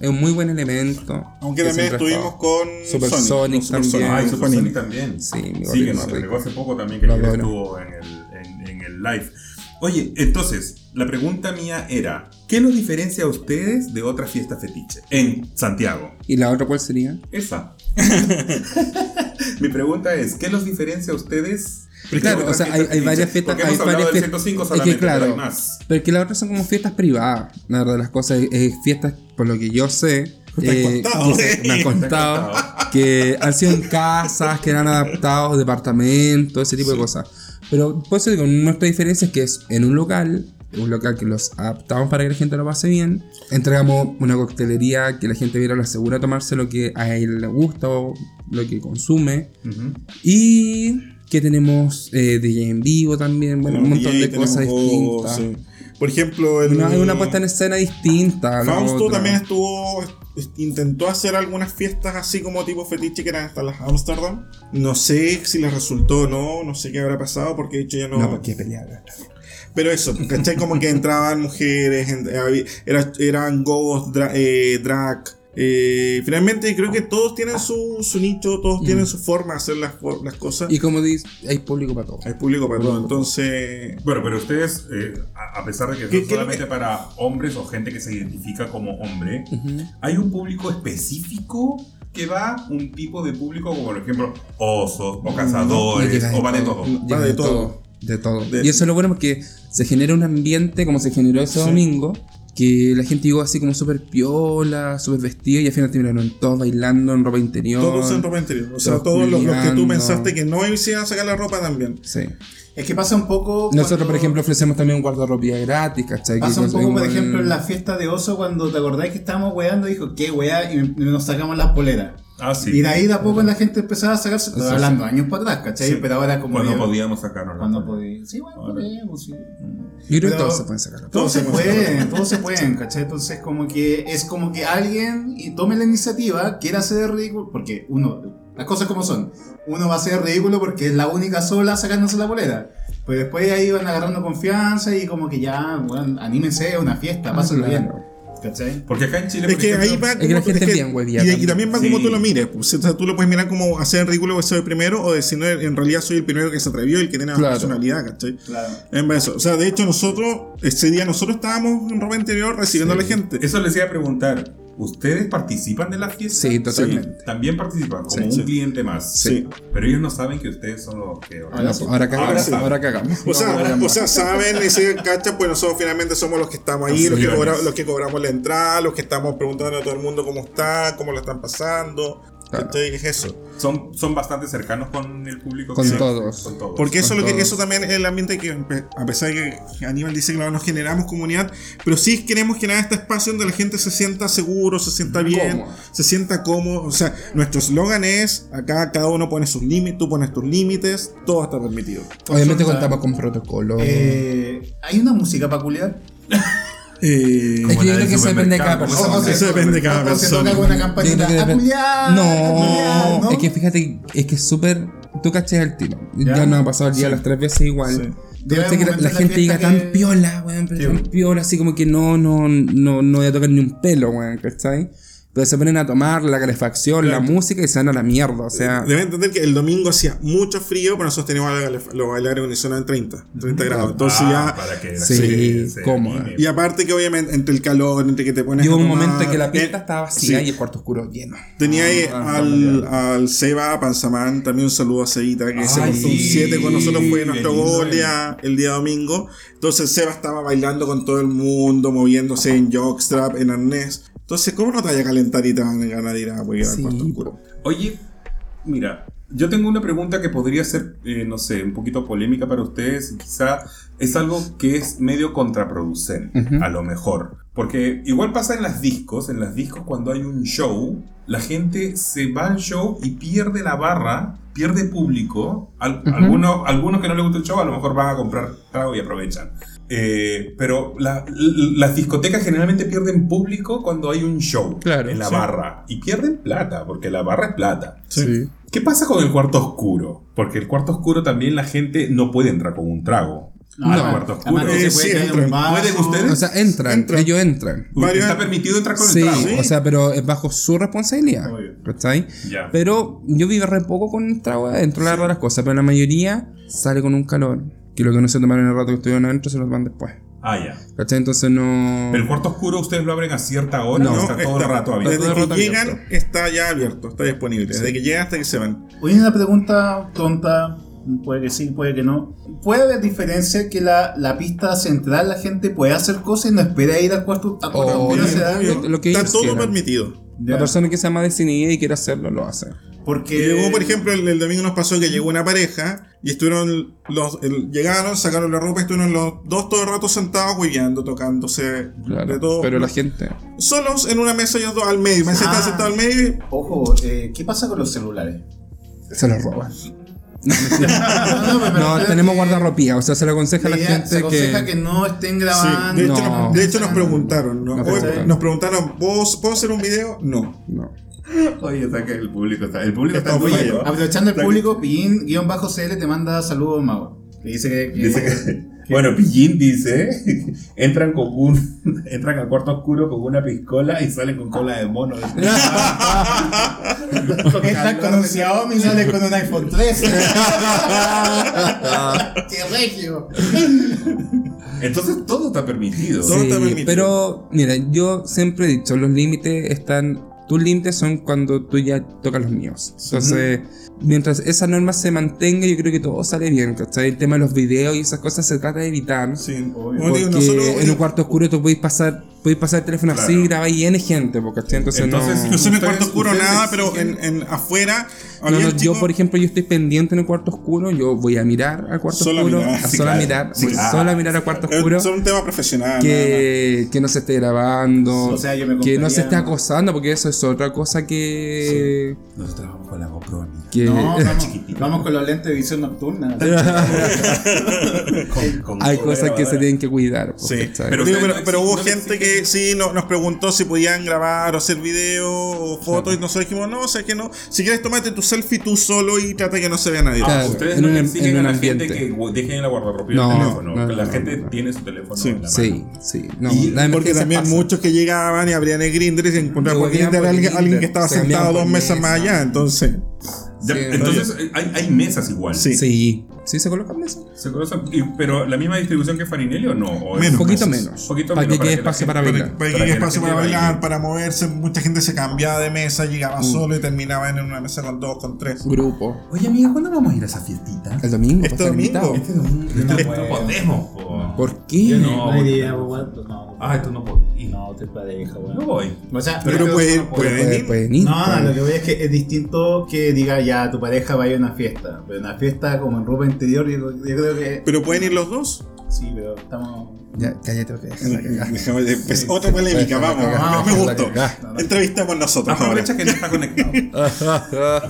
Es un muy buen elemento.
Aunque
que
también
siempre ha
estuvimos
estado.
con
Super
Sonic,
Sonic
con Super
también.
Ah,
Sonic, Super
Ay,
y Super Sonic
Sonic.
también.
Sí, mi
sí que
gordito
nos
rico.
pegó hace poco también que
Lo
ayer
adoro.
estuvo en el, en, en el live. Oye, entonces, la pregunta mía era, ¿qué los diferencia a ustedes de otra fiesta fetiche en Santiago?
¿Y la otra cuál sería?
Esa. Mi pregunta es, ¿qué los diferencia a ustedes Pero es que
Claro,
hay
o sea,
otras
hay, hay
fiestas
varias
que-
fiestas.
porque hemos
hay
hablado
varias
del
fiestas-
105
es que,
solamente, pero
claro,
hay más.
Pero que las otras son como fiestas privadas, la verdad, las cosas. eh, fiestas, por lo que yo sé. eh,
contado.
que se- me han contado que han sido en casas, que eran adaptados, departamentos, ese tipo de cosas. Pero por eso digo, nuestra diferencia es que es en un local, un local que los adaptamos para que la gente lo pase bien. Entregamos una coctelería que la gente viera la segura tomarse lo que a él le gusta o lo que consume. Y que tenemos eh, DJ en vivo también, bueno, un montón de
Tenemos
cosas
voz,
distintas.
sí. Por ejemplo, el,
Una, una puesta en escena distinta. a la
Mm. Fausto
otra.
también estuvo. Intentó hacer algunas fiestas así como tipo fetiche que eran hasta las Amsterdam. No sé si les resultó o no, no sé qué habrá pasado porque de hecho ya no. pues,
No, porque pelear.
Pero eso, ¿cachai? Como que entraban mujeres, en- había- era- eran gogos, dra- eh, drag. eh, finalmente creo que todos tienen su, su nicho, todos tienen su forma de hacer las, for- las cosas.
Y como dices, hay público para todo.
Hay público para todo, entonces...
Bueno, pero ustedes, eh, a a pesar de que
¿Qué- qué
es
es lo
solamente
que-
para hombres o gente que se identifica como hombre, hay un público específico que va, un tipo de público como por ejemplo osos o cazadores
Llega
o van de todo.
llega
Va de
de
todo.
todo. De todo.
De-
Y eso es lo bueno porque se genera un ambiente como se generó ese domingo. Que la gente llegó así como súper piola, súper vestida y al final terminaron todos bailando en ropa interior.
Todos en ropa interior. O sea,
todos
todos los, los que tú
culiando.
pensaste que no hicieran sacar la ropa también.
Sí.
Es que pasa un poco.
Nosotros,
cuando-
por ejemplo, ofrecemos también un guardarropía gratis, ¿cachai?
Pasa
Que
un poco, por
igual-
ejemplo, en la fiesta de oso cuando te acordáis que estábamos weando, dijo, qué wea, y nos sacamos las poleras.
Ah, sí.
Y de ahí de a poco la gente empezaba a sacarse. Estaba
sí.
hablando años para atrás, ¿cachai?
Sí.
Pero ahora como.
Cuando
ya-
podíamos sacarnos la
Cuando
foto.
podía. Sí, bueno,
Ahora.
podemos, sí.
Yo creo que
Pero-
todos se pueden sacar.
Todos se
Todos hemos
pueden, todos se pueden, ¿cachai? Entonces como que es como que alguien y tome la iniciativa, quiera hacer ridículo, porque uno, las cosas como son, uno va a ser ridículo porque es la única sola sacándose la bolera. Pero después ahí van agarrando confianza y como que ya, bueno, anímense a una fiesta, pásenlo bien,
Claro.
¿cachai?
Porque acá en Chile,
Es
por
que ahí
ejemplo,
va
que la gente es bien
y,
huevía
y también va
también.
como tú lo
Sí.
mires. pues, o sea, tú lo puedes mirar como hacer el ridículo que soy el primero o decir, no, en realidad soy el primero que se atrevió y el que tiene
Claro.
la personalidad, ¿cachai?
Claro.
En vez de eso. O sea, de hecho, nosotros, ese día nosotros estábamos en ropa interior recibiendo a la gente.
Eso les iba a preguntar. ¿Ustedes participan de la fiesta?
Sí, totalmente.
También participan, como
Sí,
un
sí.
cliente más.
Sí.
Pero ellos no saben que ustedes son los que
Ahora,
organizan.
ahora cagamos.
Ahora
Ahora,
sí.
cagamos.
O sea, o sea, saben, y se cachan, pues nosotros finalmente somos los que estamos ahí, los que,
señores.
cobra- los que cobramos la entrada, los que estamos preguntando a todo el mundo cómo está, cómo lo están pasando.
Claro.
¿Cachai? Es eso.
Son, son bastante cercanos con el público.
Con
que-
todos.
Con todos. Ah,
Porque eso,
Con
lo que,
todos.
eso también es el ambiente que, empe- a pesar de que Aníbal dice que no nos generamos comunidad, pero sí queremos generar este espacio donde la gente se sienta seguro, se sienta bien,
Cómodo.
se sienta cómodo. O sea, nuestro eslogan es, acá cada uno pone sus límites, tú pones tus límites, todo está permitido.
Obviamente contamos con protocolo.
Eh, ¿Hay una música peculiar?
Eh,
Es que yo
la
creo
del
que eso depende de cada
supermercado,
persona.
como esa
Eso depende de cada
¿O se toca
persona.
alguna
Yo creo
campanita?
que depende-
"Aculiar,
no,
aculiar", ¿no?
es que fíjate, es que es súper. Tú caché el tiro. Ya, nos ha pasado el día las tres veces igual. Tú
Llega
caché
un
que la,
momento
la
en la
gente llega
fiesta
tan
que-
piola, weón, pero
Sí,
tan
weón.
piola, así como que no, no, no, no voy a tocar ni un pelo, weón, ¿cachai? Pero se ponen a tomar la calefacción, la música y se van a la mierda, o sea.
Deben entender que el domingo hacía mucho frío, pero nosotros teníamos la calef- los bailarines unisonos en 30,
Mm,
30 grados. Entonces
Ah,
ya...
para que la
Sí,
gente se
cómoda.
anime.
Y aparte que obviamente entre el calor, entre que te pones...
Llegó
a
un
tomar,
momento en que la pista
eh,
estaba vacía
sí.
y el cuarto oscuro lleno.
Tenía ahí
Ah,
al, al Seba Panzamán, también un saludo a Sebita, que se puso un
sí,
7 con nosotros, fue nuestro
lindo
gol
él.
ya el día domingo. Entonces Seba estaba bailando con todo el mundo, moviéndose en jockstrap, en arnés. Entonces, ¿cómo no te vaya a calentar y te van a ganar de ir a huevear al
Sí,
cuarto
po.
oscuro?
Oye, mira, yo tengo una pregunta que podría ser, eh, no sé, un poquito polémica para ustedes. y Quizá es algo que es medio contraproducente,
Ujú.
a lo mejor. Porque igual pasa en las discos, en las discos cuando hay un show, la gente se va al show y pierde la barra, pierde público. Al-
Ujú.
algunos, algunos que no les gusta el show a lo mejor van a comprar trago y aprovechan. Eh, pero la- l- las discotecas generalmente pierden público cuando hay un show
Claro,
en la
sí.
barra. Y pierden plata, porque la barra es plata.
Sí.
¿Qué pasa con el cuarto oscuro? Porque el cuarto oscuro también la gente no puede entrar con un trago.
No,
al
no.
cuarto oscuro.
Además, no se
Eh,
puede
sí,
caer
entran.
un vaso.
¿Pueden ustedes?
O sea, entran,
Entran.
ellos entran.
Varios-
Está permitido entrar con
Sí,
el trago.
o sea, pero es bajo su responsabilidad.
Obvio.
¿Cachai?
Ya.
Pero yo vivo re poco con el trago adentro, la verdad, las cosas. Pero la mayoría sale con un calor. Que lo que no se tomaron en el rato que estuvieron adentro se los van después.
Ah, ya.
¿Cachai? Entonces no.
Pero el cuarto oscuro ustedes lo abren a cierta hora
No,
o está todo el
está-
rato abierto.
Desde
Todo el rato
que llegan,
abierto.
está ya abierto, está disponible. Desde que llegan hasta que se van.
Oye, una pregunta tonta, Puede que sí, puede que no. Puede haber diferencia que la, la pista central la gente puede hacer cosas y no espera ir al cuarto. A cuarto
Oh,
oscuro,
bien,
se da-
bien. lo- lo que
está
ellos
todo
quieran.
permitido.
Ya.
La persona que se llama desinhibida y quiere hacerlo, lo hace.
Porque
Y
Eh,
llegó, por ejemplo, el, el domingo nos pasó que llegó una pareja y estuvieron los el- llegaron, sacaron la ropa y estuvieron los dos todo el rato sentados hueveando, tocándose
Claro.
de todo.
Pero la gente.
Solos en una mesa ellos dos al medio. Me
Ah.
está sentado al medio y
Ojo, eh, ¿qué pasa con los celulares?
Se lo roban.
no,
No,
me refiero
tenemos
que
guardarropía. O sea, se le aconseja a la
la idea- se
gente
aconseja
que.
que no estén
Sí,
grabando.
de, hecho,
No.
nos, de hecho nos preguntaron, ¿no?
Nos
Hoy
preguntaron.
nos preguntaron, ¿puedo, puedo hacer un video? No.
No.
Oye, está que el público está. El público
Está
está, en
muy
fallo.
lleno.
Aprovechando el pues, público, Pin-CL te manda saludos, Mago. Le dice que. que-
Dice que- bueno, Pillín dice: entran con un. entran al cuarto oscuro con una piscola y salen con cola de mono.
Estás con un Xiaomi sale con un iPhone 13. ¡Qué regio!
Entonces todo está permitido.
Todo está permitido.
pero, mira, yo siempre he dicho, los límites están... Tus límites son cuando tú ya tocas los míos. Entonces, mientras esa norma se mantenga, yo creo que todo sale bien, ¿cachai? El tema de los videos y esas cosas se trata de evitar.
Sí, como
Porque
digo, nosotros-
en un cuarto oscuro tú podéis pasar, podéis pasar el teléfono así
Claro.
y grabar y N gente, po, ¿cachai? Entonces,
Entonces,
no...
No sé en el cuarto
Ustedes-
oscuro
ustedes
nada,
exigen-
pero en, en afuera
No,
había
no,
un chico- eh,
yo por ejemplo, yo estoy pendiente en el cuarto oscuro, yo voy a mirar al cuarto
Solo a
oscuro,
mirar,
a
sí,
solo a
claro.
mirar,
Sí,
voy
claro.
solo a mirar al cuarto
eh,
oscuro.
son un tema profesional. nada
que, que no se esté grabando,
O sea, yo me
que no se
compraría-
esté acosando, porque eso es otra cosa que.
Nosotros vamos con la GoPro, amiga.
que-
No, vamos, vamos con los lentes de visión nocturna.
Con- con
hay
GoPro
cosas que se
grabadora.
tienen que cuidar. pues,
más. Sí.
¿cachai?
Pero,
Pero
digo,
ustedes
pero-
no
pero hubo
exigen-
gente que sí no- nos preguntó si podían grabar o hacer video o fotos y nosotros dijimos, no, o sea que no. Si quieres tomate tu selfie tú solo y trata que no se vea nadie.
Ah, Claro,
pues, Ustedes
en
no
un-
le exigen
en
a
un
la
ambiente.
gente que gu- dejen en la guardarropía
No,
el teléfono.
no,
que la
no,
gente
no.
tiene su teléfono
Sí,
en la mano.
sí, sí. No, la
Y-
Porque
emergencia
también
pasa.
muchos que llegaban y abrían el Grindr y se encontraban por
Lo veían
Grindr
por
alguien,
Grindr,
alguien que estaba
se cambiaban
sentado dos
por
mesas más
mesa.
allá, entonces.
Ya,
Sí,
entonces hay, hay mesas igual.
Sí.
Sí, sí, se colocan mesas. pues,
¿Se conocen? Y- pero la misma distribución que Farinelli o no? ¿O
Menos
es-
Un poquito
mesas.
menos.
Poquito
para que quede
menos, para que la
espacio
gente-
para
Para que
bailar.
Para
haya
que la
espacio
gente
para
baile.
bailar, para moverse, mucha gente se cambiaba de mesa, llegaba solo y terminaba en una mesa con dos, con tres.
Mm. Grupo.
Oye, amiga, ¿cuándo vamos a ir a esa fiestita?
El domingo. pues,
Este
para estar
domingo.
invitado.
Este domingo.
No
Esto
puedo.
no podemos. po.
¿Por qué?
no.
No iría, weón. No,
Ah, esto no puedo. ir.
no, te puedes dejar,
No
weón.
voy.
O sea,
Pero,
yo creo-
puede-
no puede-
pueden
Pues,
ir.
pueden ir,
No,
pues.
no, lo que voy a es que es distinto que diga ya tu pareja va a ir a una fiesta. Pero una fiesta como en ropa interior, yo, yo creo que.
Pero pueden ir los dos.
Sí, pero estamos.
Ya, cállate, ok.
Déjame- pues, otra polémica, vamos.
cagada,
me
la
gustó.
No, no.
Entrevistamos nosotros ahora.
Aprovecha que no está conectado.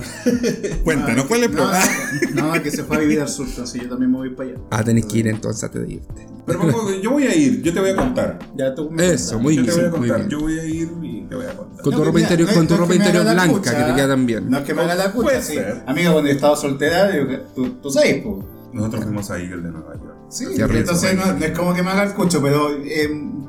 Cuéntanos, ¿cuál es el
No,
problema?
no, que se fue a vivir al sur, entonces yo también me voy para allá.
Ah, tenés que ir entonces antes de irte.
Pero vamos, yo voy a ir, yo te voy a contar.
Ya tú me
Eso, muy
yo
bien.
te voy a
muy
contar.
bien.
Yo voy a ir y te voy a contar.
Con tu
No,
ropa
mira,
interior,
no
con
es-
tu
no es
ropa
que me haga
interior
la
blanca,
cucha,
que te queda tan bien.
No es que me haga la cucha,
Puede
sí.
ser.
Amiga, cuando yo estaba soltera, yo- tú, tú sabes, pues.
Nosotros fuimos a Eagle de Nueva York.
Sí,
Qué rico,
entonces
güey.
no, no es como que me haga el cucho, pero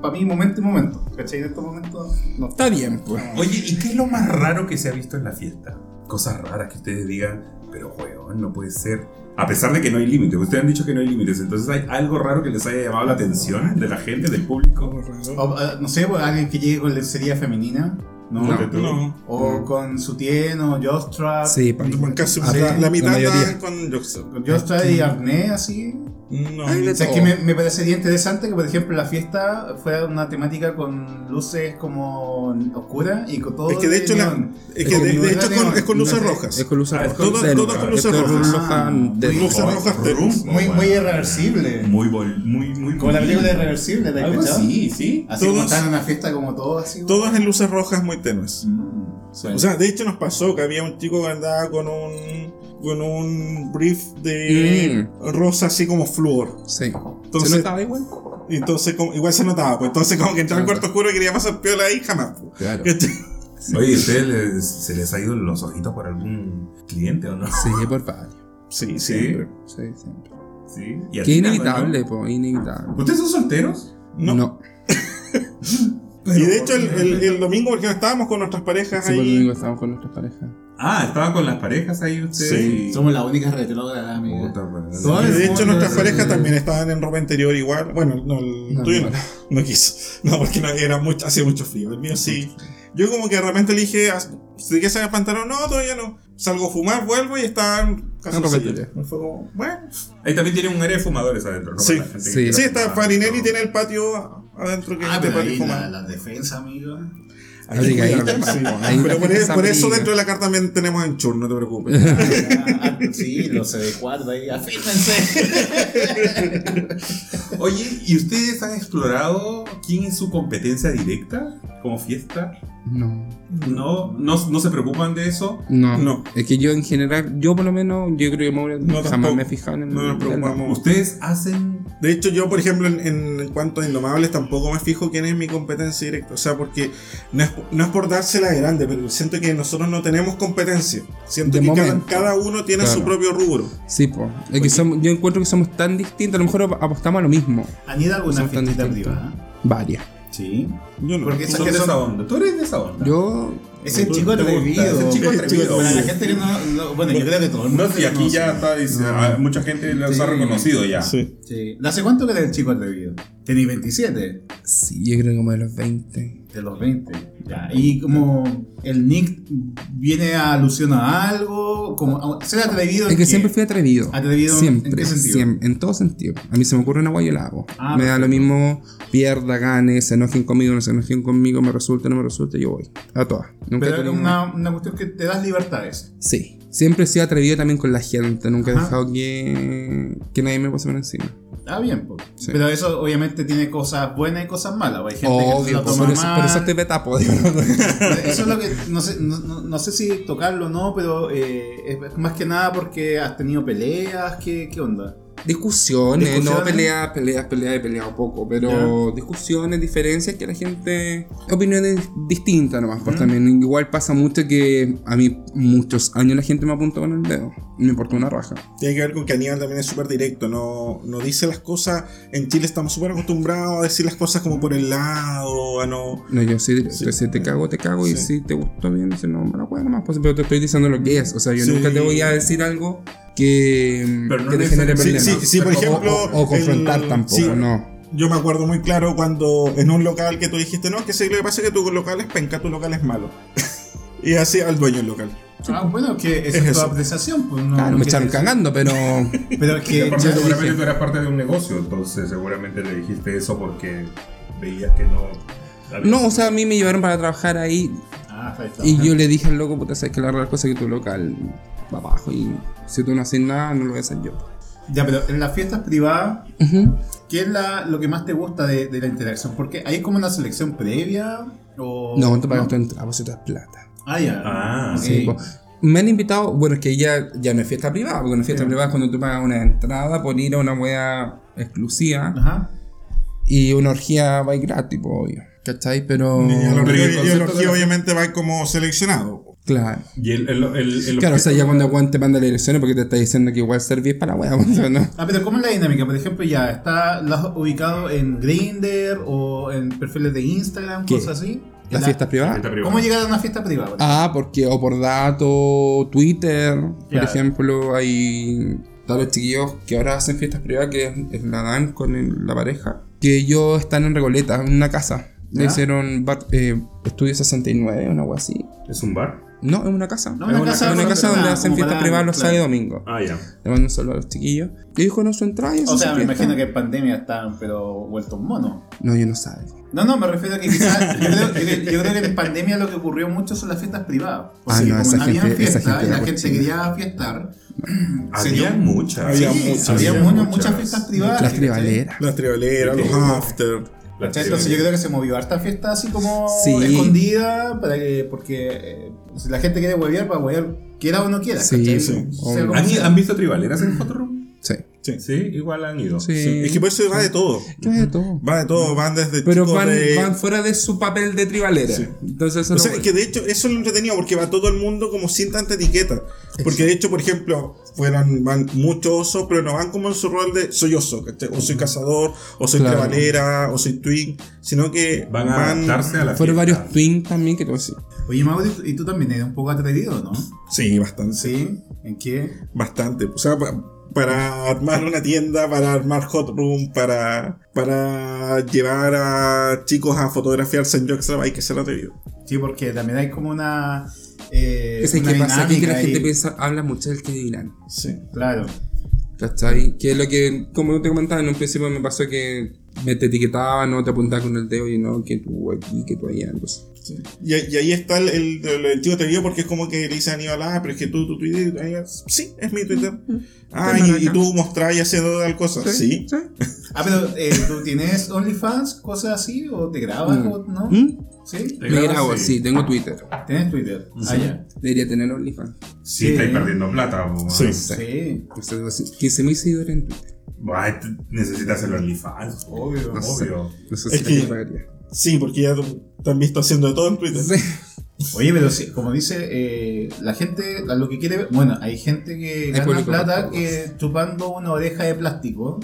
para mí momento y momento. ¿Cachai? En estos momentos no
Está bien, pues.
Oye, ¿y qué es lo más raro que se ha visto en la fiesta? Cosas raras que ustedes digan, pero weón, no puede ser. A pesar de que no hay límites, ustedes han dicho que no hay límites, entonces hay algo raro que les haya llamado la atención de la gente, del público.
O, eh, no sé, pues, alguien que llegue con lencería femenina, ¿no?
Ponte tú.
No.
O con sutién o jostrap.
Sí, pa-
Bueno, casi
Ah,
la,
la
la mitad
mayoría.
estaban con Joxer.
Con jostrap y arnés, así.
No.
Ay, de
O sea, es
todo.
que me, me parecería interesante que, por ejemplo, la fiesta fuera una temática con luces como oscuras y con todo.
Es que de hecho, la-
neón.
es
que
que
de-
de,
no
de hecho
era
con-
neón,
es con luces
no era-
rojas.
Es con luces
Ah, es
rojas.
con-
todo-
del-
todo con
claro.
luces
Esto es
rojas.
roja
Ah,
del-
luces
Oh,
rojas
Room,
terribles.
Muy,
weón.
muy irreversible.
Muy, vol- muy, muy.
como la película
de Ah,
irreversible, ¿te has
Algo
cachado?
así, sí.
Así como
Todos-
están en una fiesta como todo, así. güey.
Todas en luces rojas muy tenues.
Mm, sí.
O sea, de hecho nos pasó que había un chico que andaba con un con un brief de
Mm.
rosa así como flúor.
Sí.
Entonces-
¿Se notaba igual?
Y Entonces, como- igual se notaba, pues entonces como que entraba en
Claro.
cuarto oscuro y quería pasar piola ahí jamás. pues.
Claro.
Oye, ¿y ¿ustedes les- se les ha ido los ojitos por algún cliente o no?
Sí, por varios.
Sí,
Sí.
siempre.
Sí, siempre.
Sí. ¿Y a
Que
ti,
inevitable,
Nando,
po,
no?
inevitable.
¿Ustedes son solteros?
No.
No.
y de hecho el, el- el domingo, porque estábamos con nuestras parejas
Sí, pues, por
ahí.
domingo estamos con nuestras parejas.
Ah, estaban con las parejas ahí ustedes.
Sí.
y-
Somos la única retrógrada, amiga.
Puta, weón.
Todo
Y
el
de hecho
mundo
nuestras
es-
parejas también estaban en ropa interior igual. Bueno, no, el
No,
tuyo no,
no.
no quiso. No, porque no, era mucho, hacía mucho frío. El mío sí. Yo como que de repente le dije, "Ah, ¿te quieres sacar pantalón? No, todavía no. Salgo a fumar, vuelvo y estaban calzoncillo.
papelera.
Fue como, bueno.
Ahí también tienen un área de fumadores adentro, ¿no?
Sí.
Para la gente que
Sí.
quiera
Sí, está
fumar,
Farinelli,
¿no?
tiene el patio adentro que
Ah,
es de
pero
patio
ahí la,
fumar.
la defensa, amigo.
Hay que
Así que ahí-
cuidar, sí.
ahí la
Pero por,
gente
es-
se
por eso
abriga.
dentro de la carta también tenemos Anchor, no te preocupes.
Ah, sí, los CD4 ahí, afírmense.
Oye, ¿y ustedes han explorado quién es su competencia directa como fiesta?
No.
¿No, no, no se preocupan de eso?
No.
No.
Es que yo en general, yo por lo menos, yo creo que Mauro
No,
jamás
tampoco.
me he fijado en el.
No nos preocupamos.
¿Ustedes hacen
De hecho, yo, por ejemplo, en, en- en cuanto a Indomables, tampoco me fijo quién es mi competencia directa. O sea, porque no es, no es por dársela de grande, pero siento que nosotros no tenemos competencia. Siento
De
que cada,
momento.
cada uno tiene
Claro.
su propio rubro.
Sí, po. Es que somos- yo encuentro que somos tan distintos, a lo mejor ap- apostamos a lo mismo.
¿Han ido a alguna
Son tan
fiestita
distintos.
privada?
Varias.
Sí.
Yo no.
¿Tú
Porque esas
son
que
de esa
son.
onda? ¿Tú eres de esa onda?
Yo.
Ese
¿Tú-
chico
te gusta?
atrevido.
Ese chico atrevido.
Para la gente que no, no- Bueno, yo creo que todo el mundo.
No, si aquí
conoce.
ya está, dice, ah, mucha gente los
Sí.
ha reconocido ya.
Sí.
Sí. ¿De ¿Hace cuánto que eres el chico atrevido? Tenéis 27,
Sí, yo creo que como de los 20.
de los 20. Ya. Y como el Nick viene a alusión a algo, como ah, a- ser atrevido.
Es
en
que
qué?
siempre fui atrevido.
¿Atrevido en
Siempre.
qué sentido?
Siempre, en todo sentido. A mí se me ocurre una guay y la hago.
Ah,
me da lo mismo, pierda, gane, se enojen conmigo, no se enojen conmigo, me resulta, no me resulta, yo voy. A todas. Nunca he
Pero es
tenido-
una, una cuestión que te das libertades.
Sí. Siempre he sido atrevido también con la gente. Nunca he
Ajá.
dejado que, que nadie me pase por encima.
Está bien, po.
Sí.
pero eso obviamente tiene cosas buenas y cosas malas. po. Hay gente que se
Obvio,
la
por,
toma
eso,
mal.
por eso este estoy beta, po, digo, ¿no?
Eso es lo que. No sé, no, no- no sé si tocarlo o no, pero eh, es más que nada porque has tenido peleas. ¿Qué, qué onda?
Discusiones,
Discusiones.
no peleas, peleas, peleas, he peleado poco, pero discusiones, diferencias que la gente. Opiniones distintas nomás,
Mm.
pues también. Igual pasa mucho que a mí, muchos años la gente me apuntó con el dedo. Me importó una raja.
Tiene que ver con que Aníbal también es súper directo, no, no dice las cosas. En Chile estamos súper acostumbrados a decir las cosas como por el lado, a no.
No, yo sí, directo,
Sí.
si te cago, te cago, y
Sí.
si te gustó bien, si no, me la juego nomás, pues, pero te estoy diciendo lo que es. O sea, yo
Sí.
nunca te voy a decir algo que,
Pero no
que te genere
necesariamente-
Sí,
problemas.
sí, sí, por
O-
ejemplo.
o, o confrontar
el-
tampoco,
sí,
no.
Yo me acuerdo muy claro cuando en un local que tú dijiste, no, que sé lo que pasa es que tu local es penca, tu local es malo. y así al dueño del local.
Ah, bueno, que esa
Es
es, tu
eso.
apreciación. Pues, no,
Claro,
no
me
que-
echaron cagando, pero.
Pero es
Y
que.
aparte,
ya lo
seguramente
dije.
tú eras parte de un negocio, entonces seguramente le dijiste eso porque veías que no.
No, o sea, a mí me llevaron para trabajar ahí
Ah, ahí está.
Y yo le dije al loco, puta, sabes que la real cosa es que tu local va abajo y si tú no haces nada, no lo voy a hacer yo.
Ya, pero en las fiestas privadas,
Ujú.
¿qué es la, lo que más te gusta de, de la interacción? Porque hay como una selección previa. O...
No, te pagas tu entrada, pues eso te das plata.
Ah, ya.
Ah,
Ok.
Sí, po. Me han invitado, bueno, es que ya, ya no es fiesta privada, porque en fiesta privada es cuando tú pagas una entrada por ir a una wea exclusiva
Ajá.
y una orgía va y gratis, po, obvio. ¿Cachai? Pero.
Y a
Oh, pero
la- y
el
a la
concepto
orgía
de la-
obviamente va como seleccionado.
Claro.
Y el, el, el- el
Claro, o sea, ya
objeto-
cuando aguante manda las elecciones porque te está diciendo que igual servís para la wea, ¿no?
Ah, pero ¿cómo es la dinámica? Por ejemplo, ya, ¿está lo has ubicado en Grindr o en perfiles de Instagram,
¿Qué?
cosas así?
Las
La-
fiestas privadas.
Fiesta privada.
¿Cómo llegar a una fiesta privada?
Ah, porque o por dato, Twitter, por
Claro.
ejemplo, hay tales chiquillos que ahora hacen fiestas privadas que es- es la dan con el- la pareja, que ellos están en Recoleta, en una casa. Le
¿Ya?
hicieron bar- eh, Estudio 69, una algo así.
¿Es un bar?
No, es una casa.
No,
es
una
una
casa
casa, una
donde-
casa donde
ah,
hacen
como
fiestas
para-
privadas los
claro.
sábados y domingos.
Ah, ya.
Le mando un saludo a los chiquillos. Y ellos con su entrada y hacen
O sea,
su
me
fiesta.
imagino que en pandemia están, pero vueltos monos.
No, yo no sabía.
No, no, me refiero a que quizás. yo, creo, yo- yo creo que en pandemia lo que ocurrió mucho son las fiestas privadas. O
Ah,
sea,
no,
como
esa
no habían
gente- esa
fiestas
gente
y la
era
gente
cochina.
quería fiestar, se
Había
dio-
muchas.
Había
Sí,
muchas.
había
había
muchas, muchas fiestas privadas.
Las
¿cachai?
tribaleras.
Las tribaleras, los after.
Las
¿Cachai? Entonces yo creo que se movió harta fiesta así como
Sí.
escondida para que, porque eh, si la gente quiere huevear, para huevear, quiera o no quiera.
Sí,
¿cachai?
sí.
Sea como
¿Han,
sea.
han visto tribaleras en Hot Room?
Sí.
Sí, igual han ido.
Sí.
Es
pues-
que por eso va de todo.
¿Qué es de todo?
Va de todo, van desde
Pero
chicos
van,
de-
van fuera de su papel de tribalera. Entonces eso
O
no
sea,
voy.
que de hecho eso es lo entretenido porque va todo el mundo como sin tanta etiqueta. Porque de hecho, por ejemplo, fueron, van muchos osos, pero no van como en su rol de soy oso, ¿cachai? o soy cazador, o soy
Claro.
trabalera, o soy twin, sino que
Van a adaptarse a la
Fueron
fiesta.
varios twin también que pues, todo así.
Oye, Mauro, ¿y tú- y tú también eres un poco atrevido, ¿no?
Sí, bastante.
Sí. ¿En qué?
Bastante. O sea, pa- para armar una tienda, para armar hot room, para, para llevar a chicos a fotografiarse en Jockstrap hay que ser atrevido.
Sí, porque también hay como una. eh,
Es que
una
pasa aquí que la
dinámica
gente
ahí.
piensa, habla mucho del que dirán.
Sí.
Claro.
¿Cachai? Que es lo que, como te comentaba, en un principio me pasó que me te etiquetaban, no te apuntaban con el dedo y no, que tú aquí, que tú allá. Entonces,
Sí. Y, y ahí está el, el, el- el tío te vio porque es como que le dice a Aníbal, ah, pero es que tú, tu Twitter, Aníbal, sí, es mi Twitter. Ah,
Pero no
y, y
acá.
tú mostrás y haciendo tal cosa. Sí.
Ah, pero eh, ¿tú tienes OnlyFans, cosas así? ¿O te grabas?
Mm.
o ¿No?
¿Mm?
¿Sí?
Me grabo, sí, tengo Twitter.
¿Tienes Twitter? Ah, ya.
Debería tener OnlyFans.
Sí, estáis perdiendo plata. po,
Sí.
weón.
Sí.
O sea, tengo así 15.000 seguidores en Twitter.
Ay, t- necesitas el OnlyFans, obvio,
No sé.
obvio.
No sé
Es
si
que-
la pagaría.
Sí, porque ya tú- te han visto haciendo de todo en Twitter.
Sí.
Oye, pero sí, como dice, eh, la gente, la- lo que quiere ver- bueno, hay gente que gana
público para
plata
todo.
que chupando una oreja de plástico.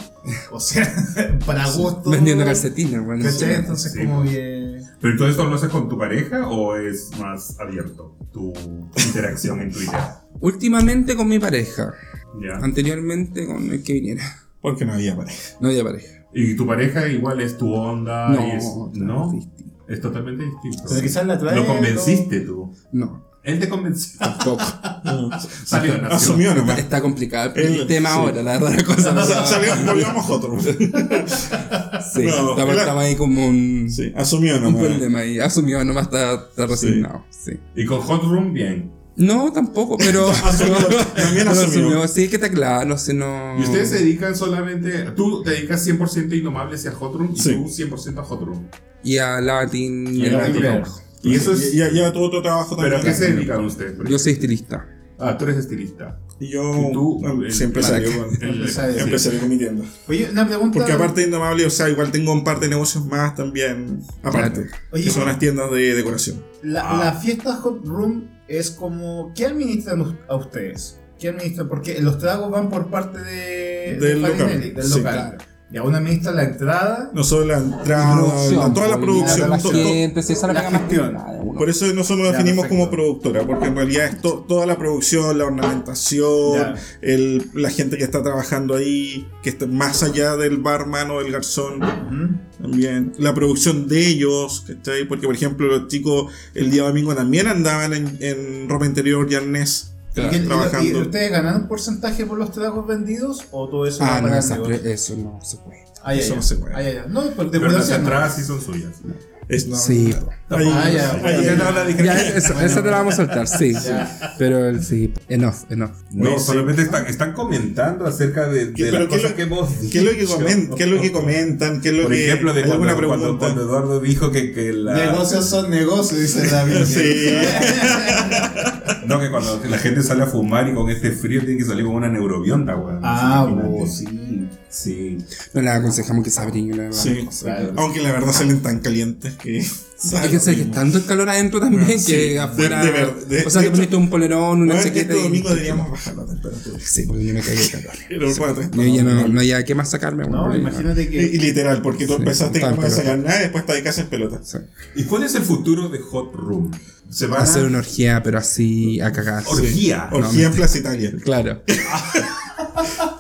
O sea, para gusto.
Vendiendo calcetines, bueno.
¿Cachai? Entonces,
Sí,
como
pues.
que.
Pero todo esto lo haces con tu pareja o es más abierto tu interacción en Twitter.
Últimamente con mi pareja.
¿Ya?
Anteriormente con el que viniera.
Porque no había pareja.
No había pareja.
Y tu pareja igual es tu onda,
No,
y es,
no.
¿no? es totalmente distinto.
Pero quizás la trae,
Lo convenciste tú.
No,
Él te convenció.
tampoco.
Salió, nació.
Asumió
Está,
nomás.
está complicado el,
El-
tema
sí.
ahora, la verdad. La cosa no,
Sa- Salió, volvamos a otro.
sí,
no,
estamos,
la-
estamos ahí como un,
Sí, asumió
un
nomás.
problema ahí. Asumió, nomás está, está resignado. Sí.
Y con Hot Room, bien.
No, tampoco, pero.
Asumió, también
pero
asumió.
Sí, que está claro, si no.
Mm.
Y ustedes se dedican solamente. Tú te dedicas 100% indomables y a Hot Room y
Sí.
tú 100% a Hot Room.
Y a Latin.
Y
el-
a Latin Lounge. Y eso es.
Ya, ya tuvo otro trabajo
¿Pero a qué
también.
se dedican ustedes? por
Yo
ejemplo?
soy estilista.
Ah, tú eres estilista.
Y yo
Y tú,
em-
el-
sí, empresario. bueno,
el-
Empresario,
sí.
empresario con mi tienda.
Oye, una pregunta.
Porque aparte de Indomable, o sea, igual tengo un par de negocios más también. Aparte.
Claro.
Oye,
que son las tiendas de decoración.
La, la fiesta Hot Room es como. ¿Qué administran us- a ustedes? ¿Qué administran? Porque los tragos van por parte de,
Del local.
Farinelli, del
Sí,
local. Y a uno administra la entrada.
Nosotros la entrada, Ah, la- toda la
pues,
producción.
la
to- to-
gente, sí, esa es la
la
pega más
gestión.
pesada de uno.
por eso nosotros nos
Ya,
definimos
perfecto.
como productora, porque en realidad es to- toda la producción, la ornamentación,
Ya.
el- la gente que está trabajando ahí, que está más allá del barman o del garzón,
Ujú.
también. La producción de ellos, ¿cachai? Porque, por ejemplo, los chicos el día domingo también andaban en, en ropa interior y arnés
¿Y, y-
trabajando.
y ustedes ganan un porcentaje por los tragos vendidos o todo eso va
Ah, no,
para el
esa
negocio?
pre- eso no se puede.
Ah, ya,
eso
ya.
no se puede.
Ah, ya, ya. No, por
Pero las
depuración,
entradas sí son suyas.
Es- no,
Sí. pues.
ahí-
Ah, ya.
ahí-
Ya no la dije.
Ya, eso, eso te la vamos a soltar, sí. Pero el sí. Enough, enough.
No,
No, sí.
solamente están, están comentando acerca de,
¿Qué-
de
pero
las
qué es
cosas
lo-
que hemos dicho.
¿Qué es lo que comentan? ¿Qué es lo que comentan? ¿Qué es lo
Por
que-
ejemplo, de
alguna
cuando, cuando,
pregunta?
cuando Eduardo dijo que, que
¿no?
la,
Negocios son negocios, dice David.
Sí.
no, que cuando la gente sale a fumar y con este frío tiene que salir con una neurobionta, weón.
Ah,
Imagínate.
vos, sí.
Sí.
No le aconsejamos que se abrigue, la verdad.
Sí,
claro.
aunque la verdad salen tan calientes que.
Hay que sé que es tanto el calor adentro también
Bueno, Ah, sí,
que
de-
afuera.
de ver- de-
o sea,
de
te poniste
hecho-
un polerón, una
Bueno,
chaqueta.
este
y-
domingo deberíamos bajar la temperatura.
Sí, porque yo me caí de calor.
Pero, bueno,
Yo ya no, no había qué más sacarme, bueno,
No,
ya-
imagínate
Y,
que.
y literal, porque tú
Sí,
empezaste que no
tan
vas a
pelota.
sacar nada y después estás de casa en pelota.
sí.
¿Y cuál es el futuro de Hot Room? ¿Se
Va
va
a ser una orgía, pero así a cagar. Ah,
orgía?
Orgía en Plaza Italia.
Claro.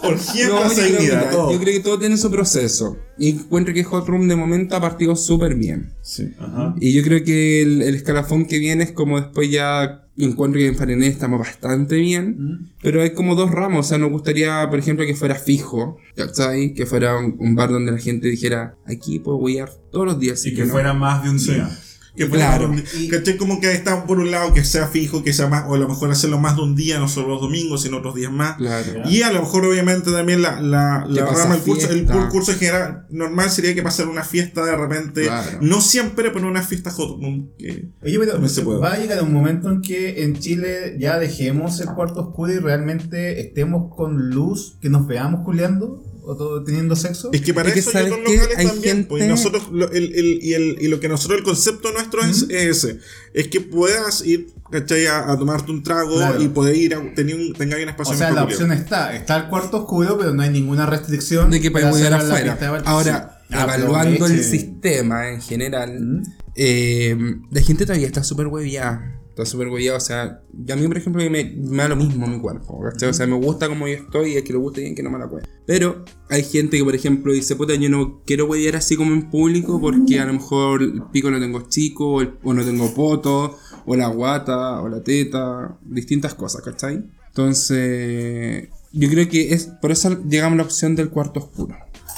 Orgía en
No, yo,
Plaza
creo,
Dignidad,
mira,
todo.
yo creo que todo tiene su proceso. Y encuentro que Hot Room de momento ha partido súper bien.
Sí.
Ajá.
Y yo creo que el, el escalafón que viene es como después ya encuentro que en Farené estamos bastante bien. Pero hay como dos ramos. O sea, nos gustaría, por ejemplo, que fuera fijo. ¿Cachai? Que fuera un, un bar donde la gente dijera, aquí puedo guiar todos los días.
Y que fuera más de un
Sí.
día.
Que por ejemplo,
Claro.
un- ¿cachai? Como que está por un lado que sea fijo, que sea más, o a lo mejor hacerlo más de un día, no solo los domingos, sino otros días más.
Claro.
Y a lo mejor, obviamente, también la, la, la
pasa
rama, el curso, el
fiesta.
cur- curso en general normal sería que pasar una fiesta de repente.
Claro.
No siempre, pero una fiesta hot. mm, que-
Oye, pero
No se puede.
va a llegar un momento en que en Chile ya dejemos el cuarto oscuro y realmente estemos con luz, que nos veamos culeando o todo- teniendo sexo.
Es que para
Es que
eso hay
¿sabes
otros
qué?
locales
Hay
también.
gente-
pues, nosotros, lo- el, el- y, el- y lo que nosotros, el concepto nuestro es, es ese: es que puedas ir, ¿cachai? A, a tomarte un trago
Claro.
y poder ir a tener un, tenga ahí un espacio
O sea, la
más peculiar.
opción está, está el cuarto oscuro, pero no hay ninguna restricción
De que
para
podemos llegar
cerrar la pista de
afuera.
baile.
Ahora,
Sí. Ah,
evaluando el
aprovechen.
sistema en general,
Mm.
eh, la gente todavía está súper hueviada. Está súper hueviada. O sea, y a mí, por ejemplo, me, me da lo mismo mi cuerpo. ¿cachai? O sea, me gusta como yo estoy y el que le guste bien que no me la cuente. Pero hay gente que, por ejemplo, dice, puta, yo no quiero hueviar así como en público porque a lo mejor el pico no tengo chico o, el- o no tengo poto. o la guata, o la teta, distintas cosas, ¿cachai? Entonces, yo creo que es por eso llegamos a la opción del cuarto oscuro.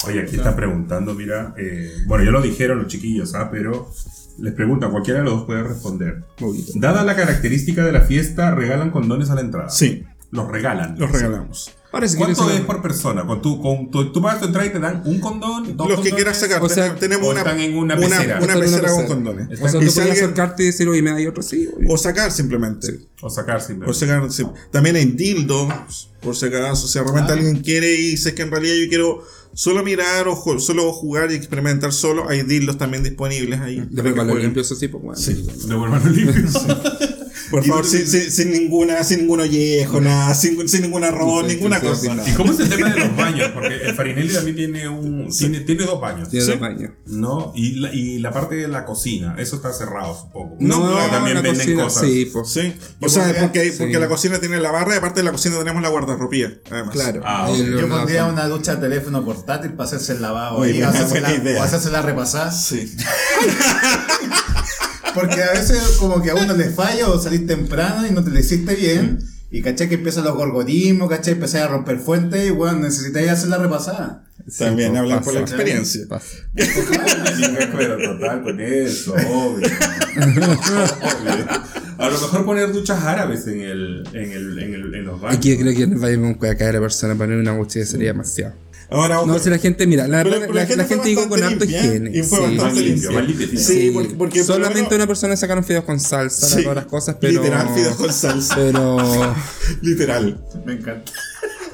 Oye, aquí están preguntando, mira. eh, bueno, ya lo dijeron los chiquillos, ¿ah? Pero les pregunta, cualquiera de los dos puede responder.
Paulito.
Dada la característica de la fiesta, regalan condones a la entrada.
Sí,
Los regalan.
los regalamos.
Ahora si quieres
¿Cuánto es
hacer-
por persona? Con tu, con tu, tú pagas tu entrada y te dan un
Los
condón, dos
que
condones?
quieras sacar.
o sea,
tenemos
o
una,
están en una pecera.
una
Están en una
pecera con
pecera.
condones.
O sea,
Y
tú
si
puedes
alguien-
acercarte de cero y media y otro sí. obvio.
O sacar simplemente.
O sacar simplemente.
Por si acaso, sí. También hay dildos, por si acaso. Si de repente alguien quiere y dice que en realidad yo quiero solo mirar o ju- solo jugar y experimentar solo, hay dildos también disponibles ahí.
De
para que
regalo
jueguen.
limpio, eso sí, pues bueno.
Devuélvanlo limpio.
Por favor, sin, sin- sin ninguna, sin ningún ollejo, nada, sin, sin ningún arroz,
Sí,
ninguna
sí, sí,
cosa.
sí,
¿Y cómo es el tema de los baños? Porque el Farinelli también tiene un tiene, tiene dos baños.
Tiene dos baños.
No, y la, y la parte de la cocina, eso está cerrado, supongo.
No,
Pero
no,
también
la
venden
cocina,
cosas.
sí, pues.
Sí, o sea,
pondría-
porque, hay-
sí.
porque la cocina tiene la barra y aparte de la cocina tenemos la guardarropía, además.
Claro.
Ah,
Ahí
ok.
lo
Yo pondría
natan.
una ducha de teléfono portátil para hacerse el lavado
Oye,
ahí,
buena-
hacerse
buena
la-
idea.
o hacerse la repasada.
Sí.
Porque a veces como que a uno le falla o salís temprano y no te le hiciste bien. Y caché que empiezan los gorgorismos, caché, empecé a romper fuentes y bueno, necesitáis hacer la repasada.
También
pues,
hablan
pasa.
por la experiencia.
Pasa.
Sí, pero total con eso, obvio. Obvio. A lo mejor poner duchas árabes en, el, en, el, en, el, en los baños.
Aquí yo creo que nos va a ir un cueca de la persona poner una mochila sería demasiado.
Ahora, ojo.
No, si la gente, mira, la,
Pero-
verdad,
pero
la, la gente
fue
dijo con harto
bastante limpia,
higiene.
Y fue
sí.
bastante
Más limpio,
limpio.
más limpio.
Sí, porque, porque por lo
Solamente
menos-
una persona sacaron fideos con salsa,
Sí.
todas las cosas, pero.
Literal, fideos con salsa.
Pero.
Literal.
Me encanta.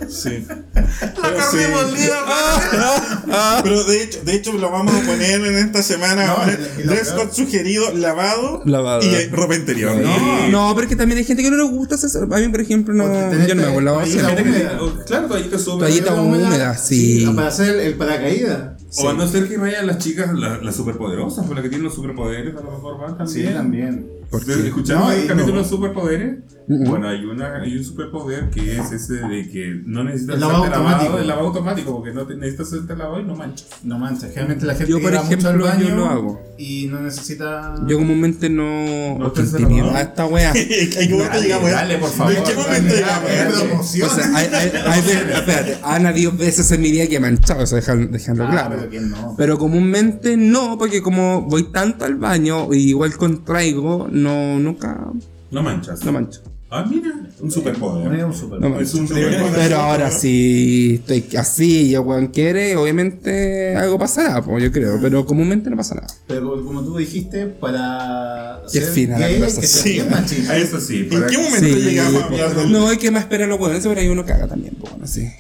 Sí. Pero, sí. Pero de hecho, de hecho lo vamos a poner en esta semana.
No,
¿vale?
y lo
Dress
peor.
code sugerido, lavado,
Lavado.
y eh, ropa interior.
No.
No, porque también hay gente que no le gusta hacer. A mí, por ejemplo, no.
Porque
Yo no me hago la
tenés-
vacía.
Gente que le- Claro, ahí te sube.
Toallita húmeda, sí.
Para hacer el paracaídas.
O a no ser que vayan las chicas, la- las superpoderosas, por las que tienen los superpoderes, a lo mejor van también.
también.
¿Ustedes escucharon
No,
el
y
capítulo
no.
de superpoderes?
Mm.
Bueno, hay, una, hay un superpoder que es ese de que no necesitas
El lavado
hacerte
automático.
el lavado automático, porque no te, necesitas hacerte lavado y no manchas.
No manches, generalmente la gente
Yo, por
que va mucho
ejemplo,
al baño
yo lo hago.
y no necesita...
Yo comúnmente no.
No
Oh,
te
qué
haces la
mierda,
mamá.
esta wea.
¿En qué momento
Dale,
llegamos?
dale, por favor,
¿En qué
dale,
momento llegamos?
Es
dale.
promoción.
O sea, hay, hay, hay veces- espérate, han habido veces en mi vida que he manchado, o sea, dejan- dejando
Ah,
claro.
pero quién no.
Pero comúnmente no, porque como voy tanto al baño y igual contraigo, no, nunca,
No manchas.
no mancho.
Ah, mira, un
No es
superpoder.
un super. pues,
No
Es
mancho.
un superpoder.
Pero ahora si estoy así y el weón quiere, obviamente algo pasará, pues yo creo, pero comúnmente no pasa nada.
Pero como- como tú dijiste, para
Qué fina la
gay hay que
conversación.
ser bien machista.
Ah, Eso sí.
¿En
para-
qué momento
Sí,
llegamos a
pues,
hablar del-
No, hay que más esperar los weones, pero ahí uno caga también, pues bueno, sí.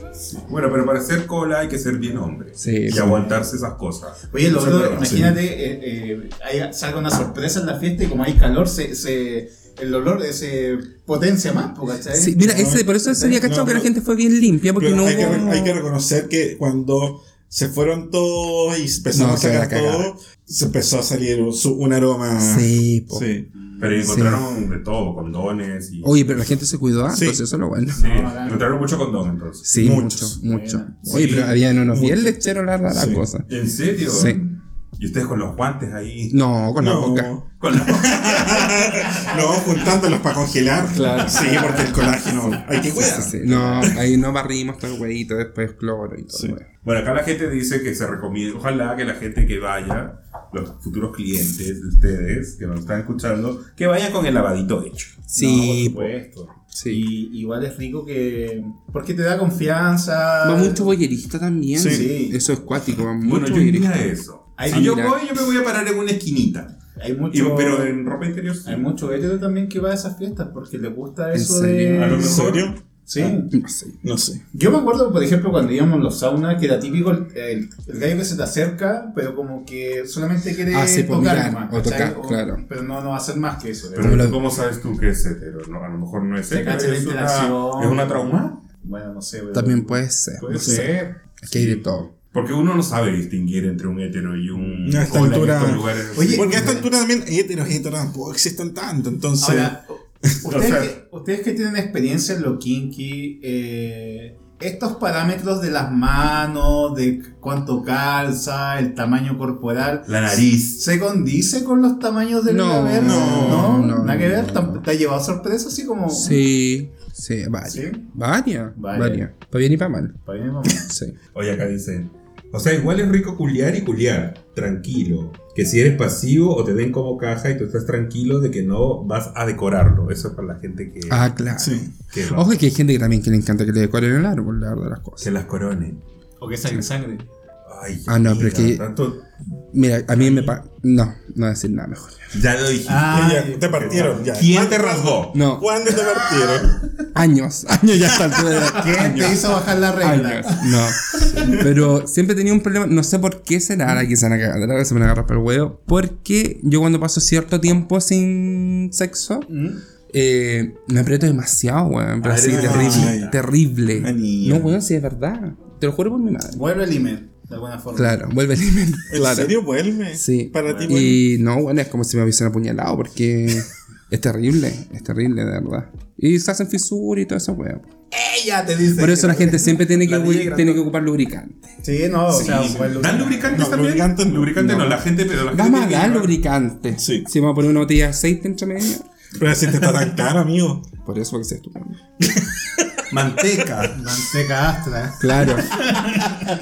Bueno, pero para ser cola hay que ser bien hombre.
Sí,
Y
sí.
aguantarse esas cosas.
pues. Oye, lo
Eso
otro,
es verdad, sí.
imagínate, eh, eh, hay- salga una sorpresa en la fiesta y como hay calor, se, se- el olor eh, se potencia más, po, ¿cachai?
Sí, mira, ese, por eso sería
¿Eh?
cachado
no,
que la
no.
gente fue bien limpia, porque
Pero
no
hay, que, re-
hubo...
hay que reconocer que cuando se fueron todos y empezamos
No,
a
se
sacar
la cagada.
todo, se empezó a salir un, su- un aroma.
Sí, po.
Sí.
Pero encontraron de todo, condones y.
Oye, pero la gente se cuidó harto,
Sí.
eso es lo bueno.
Sí,
No, no, no.
encontraron mucho condón entonces.
Sí,
Muchos.
mucho, mucho.
Buena.
Oye,
Sí,
pero habían unos bien
muchos.
lecheros la rara
Sí.
cosa.
¿En serio?
Sí.
Y ustedes con los guantes ahí.
No, con la
No.
boca.
Con la
No, juntándolos para congelar. Claro. Sí, porque el colágeno hay que
Sí,
cuidar.
sí, sí. No, ahí no barrimos todo el huevito, después cloro y todo.
Sí.
el huevo.
Bueno, acá la gente dice que se recomienda, ojalá que la gente que vaya, los futuros clientes de ustedes que nos están escuchando, que vayan con el lavadito hecho.
Sí,
No, por supuesto.
sí.
Y igual es rico que. Porque te da confianza.
Va mucho boyerista también.
Sí.
Sí.
Eso es cuático, va mucho
Bueno, yo
boyerista.
iría a eso.
Ahí
si yo
mira.
voy, yo me voy a parar en una esquinita.
Hay
Y-
mucho.
pero en ropa interior sí.
Hay mucho hétero también que va a esas fiestas porque le gusta
¿En
eso
serio?
de.
A lo
¿En
mejor.
serio?
Sí.
No sé.
No sé.
Yo me acuerdo, por ejemplo, cuando íbamos a los saunas, que era típico el, el- el gallo que se te acerca, pero como que solamente quiere
Ah, sí, pues,
tocar
mirar,
nomás,
o
¿cachai?
tocar, claro.
Pero no, no va a hacer más que eso.
Pero
Como la-
¿cómo sabes tú que es hetero? No, a lo mejor no es
Se
hetero.
cacha la
Es una,
interacción.
es una trauma.
Bueno, no sé. pero-
También puede ser.
Puede
no sé.
ser.
Es que hay de todo.
Porque uno no sabe distinguir entre un hetero y un
No, a esta
cola en
altura-
estos lugares.
Oye,
Porque a esta altura también eh, héteros y heteros tampoco existen tanto. Entonces,
Ahora, ustedes,
O sea-
que, ustedes que tienen experiencia en lo kinky, eh, estos parámetros de las manos, de cuánto calza, el tamaño corporal,
La nariz.
¿se condice con los tamaños del
No,
universo?
no,
No,
no,
nada que
no.
ver. ¿Te- ¿Te ha llevado sorpresa así como.?
Sí, sí, varias.
¿Sí?
Varias,
Varias.
varias. Para bien y para mal.
Para mí, mamá.
Sí.
Oye, acá dicen. O sea, igual es rico culiar y culiar. Tranquilo. Que si eres pasivo o te den como caja y tú estás tranquilo de que no vas a decorarlo. Eso es para la gente que,
Ah, claro.
Sí.
que, va-
Ojo que hay gente que también que le encanta que le decoren el árbol, la verdad de las cosas.
que las coronen.
O que sale sangre.
Ay,
Ah, no, pero es que-
tanto-
Mira, a mí me pa... No, no voy a decir nada mejor.
ya lo dijiste.
Ah,
Ya, ya, te partieron, ya.
¿Quién te rasgó?
No,
¿Cuándo te partieron?
años, años ya está altura de la-
¿Quién te hizo bajar la regla?
Años, no. Pero siempre tenía un problema, no sé por qué será, ahora que se van a cagar, ahora se van a agarrar para el huevo. Porque yo cuando paso cierto tiempo sin sexo, eh, me aprieto demasiado, weón. Pero
¿Mm? Ah,
así,
eres
terrible,
machista.
terrible.
Manía.
No, weón, sí, es verdad. Te lo juro por mi madre.
Vuelve el email, de alguna forma.
Claro, vuelve el email.
¿En
claro.
serio vuelve?
Sí.
Para ti vuelve.
y no, bueno, es como si me hubiesen apuñalado porque es terrible, es terrible, de verdad. Y se hacen fisuras y todo eso, weón.
Ella te dice.
Por eso
que-
la gente siempre tiene
La
que,
DJ grandota.
tiene que ocupar lubricante.
Sí, no, o sea, fue el-
¿Dan lubricantes
No,
también?
lubricantes no.
Lubricante no. la gente, pero la gente.
Vamos a
tiene que
dar
llevar-
lubricante.
Sí.
Si vamos a poner una botella de aceite entre medio.
Pero si te está tan caro, amigo.
Por eso que se estupendo.
Manteca.
Manteca astra.
Claro.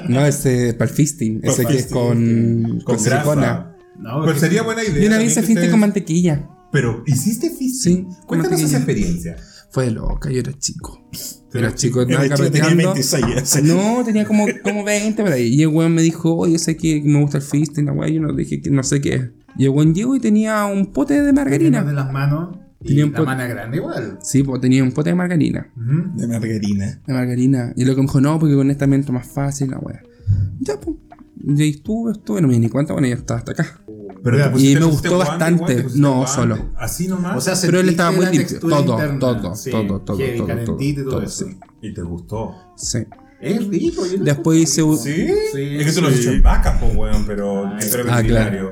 no, ese para el fisting. Ese que es con,
Con grasa.
No,
Pues
que-
sería buena idea.
Y una
también
vez se
que
fiste
ustedes-
con mantequilla.
Pero, ¿hiciste
Sí,
fisting?
con
Cuéntanos esa
mantequilla.
experiencia.
Fue loca, yo era chico. Era chico,
El
andaba
hecho de tener
Pues carreteando. Ah,
26 ese.
No, tenía como, como 20 por ahí. Y el weón me dijo, oye, sé que me gusta el fisting, la weá. Yo no dije que no sé qué es. Y el weón llegó y tenía un pote de
Una de
margarina.
las manos. Y
Tenía un
la
po-
mano grande igual.
Sí, pues tenía un pote de margarina.
Ujú.
De margarina.
La margarina. Y luego me dijo, no, porque con esta me entra más fácil, la weá. Ya, pues. Y ahí estuve, estuve, no me di ni cuenta, bueno, ya estaba hasta acá.
Pero te
Y
pusiste-
me
pues, te
gustó
pusiste guante,
bastante.
guante, te pusiste
No,
guante.
solo.
Así nomás.
O sea,
Ah, Pero él estaba
sentiste
muy
la
limpio.
textura
Todo,
interna.
todo,
Sí,
todo, todo,
heavy,
todo,
calentito y todo
todo,
eso.
sí.
y te gustó.
Sí.
Es rico. yo lo
Después hice un-
¿Sí?
Sí,
es que tú lo has
sí.
hecho en vacas, pues, weón, pero en suero
ah,
veterinario.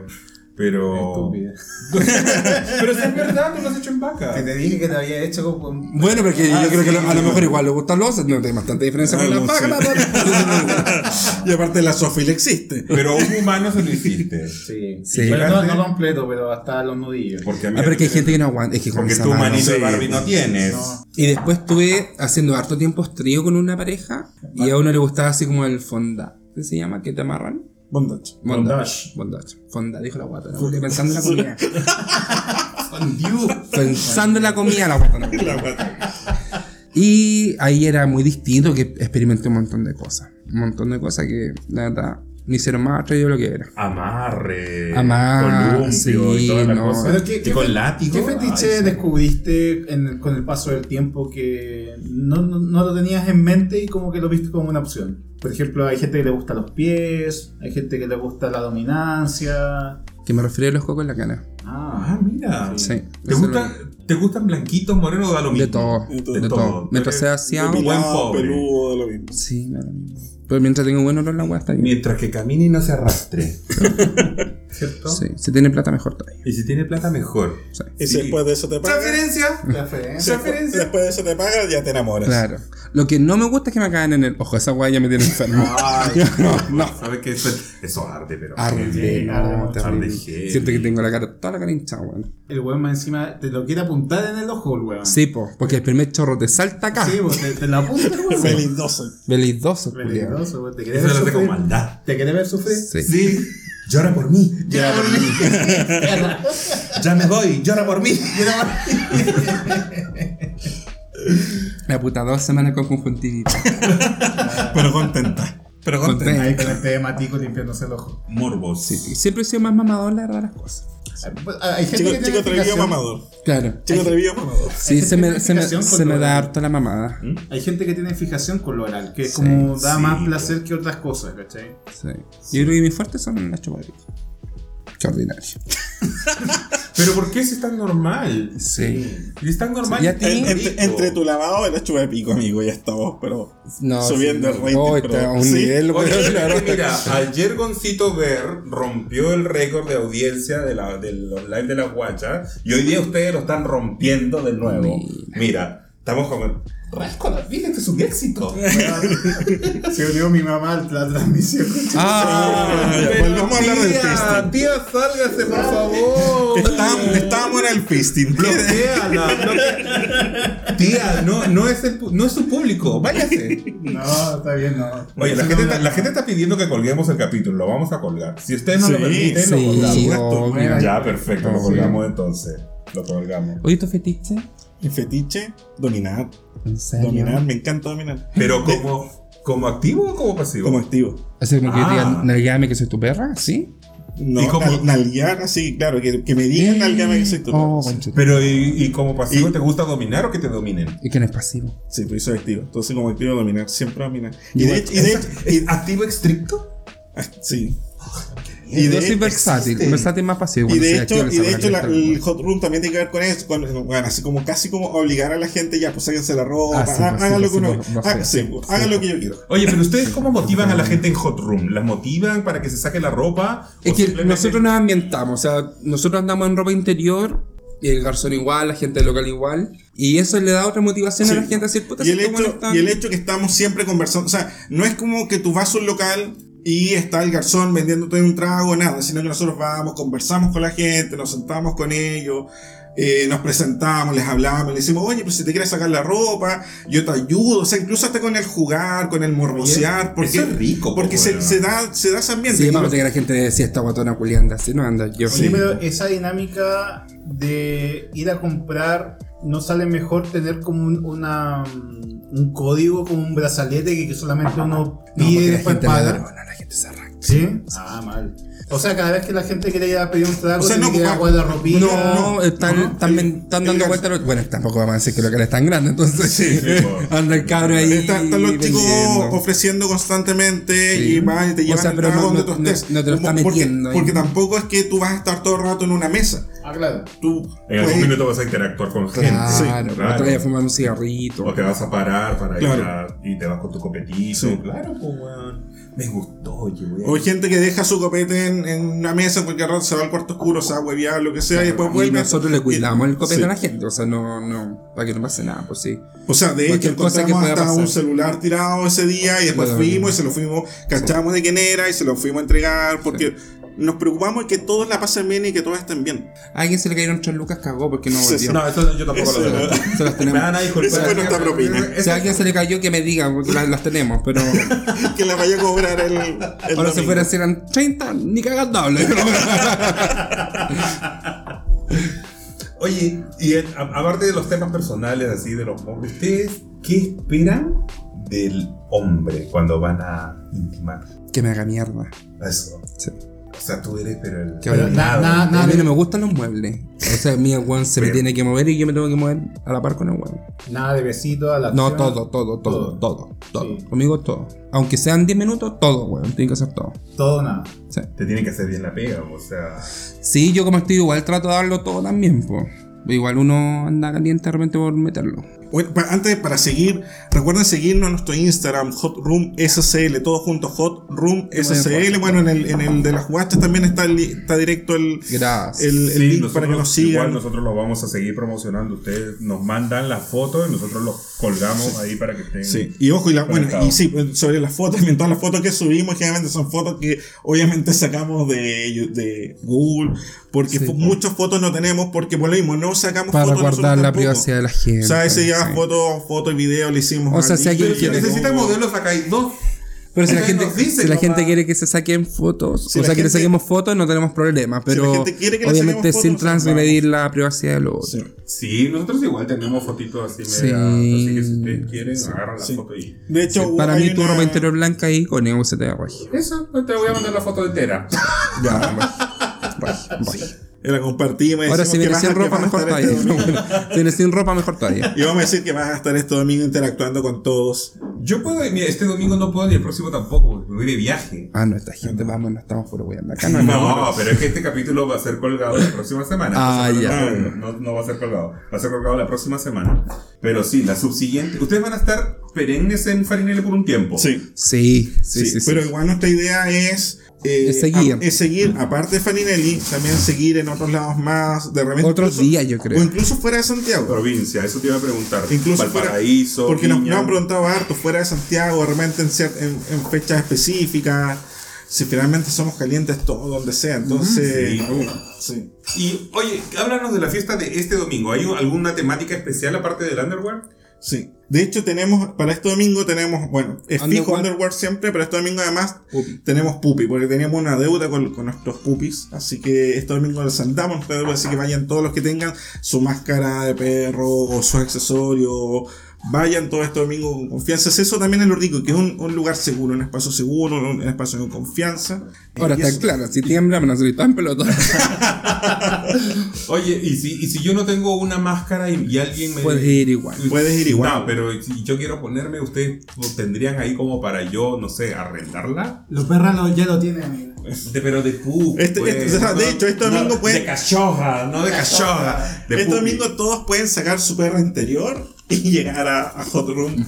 Pero.
Estúpido.
pero si es verdad, tú lo has hecho en
Que
vacas.
te dije que te había hecho con- con.
Bueno, porque
Ah,
yo creo
sí,
que lo- a lo
sí.
mejor igual le gustan los, no tiene bastante diferencia con
Ah,
las
no,
vacas.
sí.
la verdad.
Y aparte la sofila existe.
Pero a un humano se lo hiciste.
Sí.
Sí.
Pero no, no completo, pero hasta los nudillos.
Porque a mí
Ah, pero que hay gente que no aguanta. Es que con
Porque
esa
tu
mano-
manito de Barbie no tienes.
Y después estuve haciendo harto tiempo trío con una pareja y a uno le gustaba así como el fonda. ¿Qué se llama? ¿Qué te amarran?
Bondage.
Bondage. Bondage. Fonda, dijo la guata. la guata, Pensando en la comida. Pensando en la comida, la guata. la guata. Y ahí era muy distinto que experimenté un montón de cosas. Un montón de cosas que, la verdad, me hicieron más atraído de lo que era.
Amarre.
Amarre,
Columpio y
sí,
toda la
no.
cosa.
Pero ¿qué-
y
qué
con
fe-
látigo.
¿Qué
Ay,
fetiche
sí.
descubriste en- con el paso del tiempo que no, no- no lo tenías en mente y como que lo viste como una opción? Por ejemplo, hay gente que le gusta los pies, hay gente que le gusta la dominancia.
Que me refería a los cocos en la cana.
Ah,
Ah,
mira.
Sí.
¿Te,
Eso
gustan, ¿Te gustan blanquitos, morenos o da lo mismo?
De todo, de todo. Mientras sea aseado,
buen
Depilado,
pobre.
peludo, lo mismo.
lo- Sí, me da lo mismo. Pero mientras tengo buen olor, la guata está bien.
Mientras que camine y no se arrastre.
¿cierto?
Sí, si tiene plata, mejor todavía.
Y si tiene plata, mejor.
Sí.
Y
Sí.
si después de eso te pagan.
¿Transferencia?
Preferencia.
Después,
Transferencia.
después de eso te pagan, ya te enamoras.
Claro. Lo que no me gusta es que me caen en el ojo. Esa guay ya me tiene enfermo. no, no.
¿Sabes qué? Eso, eso arde, pero.
Arde,
heavy,
no,
arde
terrible.
heavy.
Siento que tengo la cara, toda la cara hinchada, weón.
El weón más encima te lo quiere apuntar en el ojo, el weón.
Sí, po, porque el primer chorro te salta acá.
Ah. Sí, pues, te, te lo apunta el weón.
Feliz 12.
Belidoso, culiao.
Peligroso, weón. Te quiere
Eso
ver
lo hace con
sufrir.
maldad.
¿Te quiere ver sufrir?
Sí.
Sí. Llora por mí. Llora por mí. ya me voy. Llora por mí.
La puta dos semanas con conjuntivitis.
Pero contenta. Pero contenta.
Contento.
Ahí con el té de matico limpiándose el ojo.
Morbos.
Sí, siempre he sido más mamador, la verdad, las cosas.
Hay gente
Chico,
que tiene
chico atrevido
fijación-
mamador.
Claro.
Chico atrevido mamador.
Sí, se me, se me,
Explicación
se me da
controvertida.
harto la mamada.
Hay gente que tiene fijación con lo oral, que es
Sí,
como da
sí,
más
po.
placer que otras cosas, ¿cachai?
Sí. Yo creo que mis fuertes son las chupadillas. Qué ordinario.
Pero ¿por qué si es tan normal?
Sí.
Si es tan normal.
¿Y a ti?
tan
Entre,
rico.
entre tu lavado y la chupa de pico, amigo, ya estamos, pero.
No,
Subiendo
sí,
el rating,
oh, está
pero-
a un
Sí.
nivel,
Oye,
weón, la
es que
verdad.
mira, ayer Goncito Ver rompió el récord de audiencia de, la, de los live de las guachas y hoy día ustedes lo están rompiendo de nuevo. Mira, estamos como Rasco la pila, este es un éxito.
Se unió mi mamá a la transmisión.
Ah,
Ah, ya,
Pero
volvamos a hablar del
tía,
fisting.
tía, sálgase, por favor.
Estábamos, estábamos en el fisting.
Bloquéala, bloque- Tía, no, no, es el, pu- no es su público, váyase.
No, está bien, no.
Oye, la gente, está, la gente está pidiendo que colguemos el capítulo, lo vamos a colgar. Si ustedes no lo
Sí,
permiten,
sí,
lo colgamos.
obvio.
Ya, perfecto, lo
Sí.
colgamos entonces. Lo colgamos.
Oye, ¿tu fetiche?
El fetiche, dominar.
¿En serio?
Dominar, me encanta dominar.
Pero como, como activo o como pasivo?
Eh, Como activo.
Así como que
Ah.
yo diga, nalgueame que soy tu perra, ¿sí?
No,
¿Y cómo?
nal- nalguear así, claro, que, que me digan nalgueame que soy tú.
Oh, conchita.
Pero y, y como pasivo
Y-
te gusta dominar o que te dominen?
Y que no es pasivo.
Sí, pues soy activo. Entonces, como activo, dominar, siempre dominar. Y
Igual,
de hecho, y de hecho, y-
¿Activo estricto?
ah, sí.
Y yo soy versátil.
existe.
Versátil más pasivo.
Y
Bueno,
de
sí, activo
hecho,
que
y de
saca
hecho la-
cresta,
el hot room también tiene que ver con eso, con, bueno, así como casi como obligar a la gente ya, pues sáquense la ropa,
Ah, sí,
ha-
pues, sí,
hagan lo
pues,
que uno,
sí, pues,
haga-
pues,
sí,
sí,
pues,
sí.
hagan lo que yo quiero.
Oye, pero ustedes cómo motivan a la gente en Hot Room? ¿Las motivan para que se saque la ropa?
Es
¿O
que
simplemente-
nosotros nos ambientamos, o sea, nosotros andamos en ropa interior, y el garzón igual, la gente del local igual, y eso le da otra motivación a la
Sí.
gente a decir, puta,
Y el,
estos buenos
hecho,
están-
y el hecho que estamos siempre conversando, o sea, no es como que tú vas a un local y está el garzón vendiéndote un trago, nada, sino que nosotros vamos, conversamos con la gente, nos sentamos con ellos, eh, nos presentamos, les hablamos, les decimos, oye, pues si te quieres sacar la ropa, yo te ayudo, o sea, incluso hasta con el jugar, con el morbosear, porque
Eso es rico,
porque
po,
se,
weón.
se da, se da ese ambiente.
Sí,
Y
vamos a
lo-
tener a gente de si esta guatona culianda, así no anda yo.
Oye, pero esa dinámica de ir a comprar, ¿no sale mejor tener como un, una, mm, un código, como un brazalete que, que solamente uno
No,
pide y
porque la
después
gente
paga?
ladrona, la gente se arranca.
¿Sí? Ah, mal. O sea, cada vez que la gente quiere ir a pedir un trago,
O sea,
tiene
no,
que ir a
no,
jugar la ropilla.
No, están, están,
el-
están
el
dando
gar-
vuelta a los- Bueno, tampoco vamos a decir que el local es tan grande, entonces anda el cabro ahí.
Está- Están los chicos
vendiendo.
ofreciendo constantemente
Sí.
y van y te
O
llevan
sea,
el
pero
trago
no-
donde
no-
tú
no-
estés.
no te lo está
Como- porque-
metiendo ahí.
Porque tampoco es que tú vas a estar todo el rato en una mesa.
Ah, claro.
Tú
En
puedes
algún
ir-
minuto vas a interactuar con gente.
Claro,
claro.
otra vez a fumar un cigarrito.
O te vas a parar para
Claro.
ir a- y te vas con tu copetito.
Sí.
Claro, pues, weón. Me gustó, oye, weón.
O hay gente que deja su copete en, en una mesa porque rato se va al cuarto oscuro, se va a huevear, lo que sea, y después
Y
Pues vuelve. eh,
nosotros le cuidamos el copete
Sí.
a la gente, o sea, no, no, para que no pase nada, pues sí.
O sea, de hecho,
Cualquier cosa que
encontramos
pueda
hasta
pasar.
un celular tirado ese día y después
Bueno,
fuimos y
sí.
se lo fuimos, cachamos de quién era y se lo fuimos a entregar porque nos preocupamos de que todos la pasen bien y que todos estén bien.
A alguien se le cayeron tres lucas, cagó porque no
Sí,
volvió.
No, eso yo tampoco lo veo.
Se las
Me
tenemos.
van a
Eso fue
disculpar.
nuestra propina.
Si a alguien se le cayó, que me diga, porque las, las tenemos, pero
que la vaya a cobrar el. el
ahora si
domingo.
fuera si eran 30, ni cagando hablo.
Oye, y en- a- aparte de los temas personales, así de los hombres, ¿ustedes qué esperan del hombre cuando van a intimar?
que me haga mierda.
Eso.
Sí.
O sea, tú eres, pero el.
Que
Pero
me-
na- na-
a
nada,
mí no
de,
me gustan los muebles. O sea, a mí el weón se me
Pero-
tiene que mover y yo me tengo que mover a la par con el weón.
nada de besito a la
No,
acción.
todo, todo, todo, todo, todo.
Sí.
Conmigo todo. Aunque sean 10 minutos, todo, weón. Tiene que hacer todo.
Todo nada.
Sí.
Te tienen que hacer bien la pega, o sea.
Sí, yo como estoy igual trato de darlo todo también, pues. Igual uno anda caliente de repente por meterlo.
Bueno, pa- antes, para seguir, recuerden seguirnos en nuestro Instagram, Hot Room SCL, todo junto, Hot Room SCL. Bueno, en el, en el de las guachas también está, el li- está directo el,
Gracias.
el, el
Sí,
link
nosotros-
para que nos
Igual
sigan.
nosotros los vamos a seguir promocionando. Ustedes nos mandan las fotos y nosotros los colgamos ahí para que estén.
Sí, y ojo, y, la, bueno,
Conectado.
y sí, pues, sobre las fotos, también todas las fotos que subimos, generalmente son fotos que obviamente sacamos de, de Google, porque
Sí,
fo-
po.
muchas fotos no tenemos, porque por lo mismo no sacamos
Para
fotos. nosotros
guardar la
tampoco.
privacidad de la
O
gente.
sea, ese ya
sí.
fotos, fotos y videos le hicimos.
O sea,
al
si alguien
Instagram.
quiere-
Necesitan modelos acá hay dos.
Pero si la,
Entonces
gente,
nos dicen
si la
nomás.
gente quiere que se saquen fotos,
Si
o
la
sea, que le
gente-
saquemos fotos, no tenemos problema. Pero
gente quiere que le
obviamente
saquemos
sin
fotos, nos
transgredir la privacidad de los otros.
Sí.
Sí, nosotros igual tenemos fotitos así.
Sí.
media- Así que si ustedes quieren, agarran la
Sí.
foto y.
De hecho, hubo-
Para
hay
mí, tu
una-
ropa interior blanca ahí con el UCT regio.
Eso, pues, te voy a mandar la foto entera.
Ya, regio, regio, regio.
Y la compartimos. y
Ahora,
decimos
si
que
viene
vas a-
sin
que
ropa,
vas a
mejor
estar
talla.
este domingo.
Si viene sin ropa, mejor talla.
Y vamos a decir que vas a estar este domingo interactuando con todos.
Yo puedo, mira, este domingo no puedo ni el próximo tampoco, porque me voy de viaje.
Ah, no, esta gente, vamos, no estamos fuera weando. Acá no,
No,
hay nada.
pero es que este capítulo va a ser colgado la próxima semana.
Ah,
Entonces,
ya.
no, No, no va a ser colgado. Va a ser colgado la próxima semana. Pero sí, la subsiguiente. Ustedes van a estar perennes en Farinelli por un tiempo.
Sí.
Sí, sí, sí.
Sí,
sí,
pero igual nuestra idea es eh,
Es seguir.
a- es seguir, aparte de Faninelli, también seguir en otros lados más, de repente.
Otros días, yo creo.
O incluso fuera de Santiago.
Provincia, eso te iba a preguntar.
Incluso fuera.
Valparaíso,
Porque nos,
Viña.
nos han preguntado harto, fuera de Santiago, de repente en, cier- en- en fechas específicas. Si finalmente somos calientes todo donde sea, entonces. uh, sí.
Y oye, háblanos de la fiesta de este domingo. ¿Hay alguna temática especial aparte del underwear?
Sí. De hecho, tenemos, para este domingo tenemos, bueno, es fijo
Underworld.
Underworld siempre, pero este domingo además
Pupi.
tenemos pupi, porque teníamos una deuda con, con nuestros pupis. Así que este domingo les andamos, pero así que vayan todos los que tengan su máscara de perro o sus accesorios. Vayan todo este domingo con confianza. Es Eso también es lo rico, que es un, un lugar seguro, un espacio seguro, un, un espacio con confianza.
Ahora
Y
está
eso-
claro, si tiemblan, nos gritan pelotón.
Oye, ¿y si, y si yo no tengo una máscara y, y alguien me.
Puedes ir igual.
Puedes ir igual.
No, pero si yo quiero ponerme, ¿ustedes tendrían ahí como para yo, no sé, arrendarla?
Los perras lo- ya lo tienen, amigo.
De- pero de pup.
Este- este- de hecho, este domingo puede-
De cachorra, no de cachorra. De
este
pupi.
domingo todos pueden sacar su perro interior y llegar a, a Hot Room.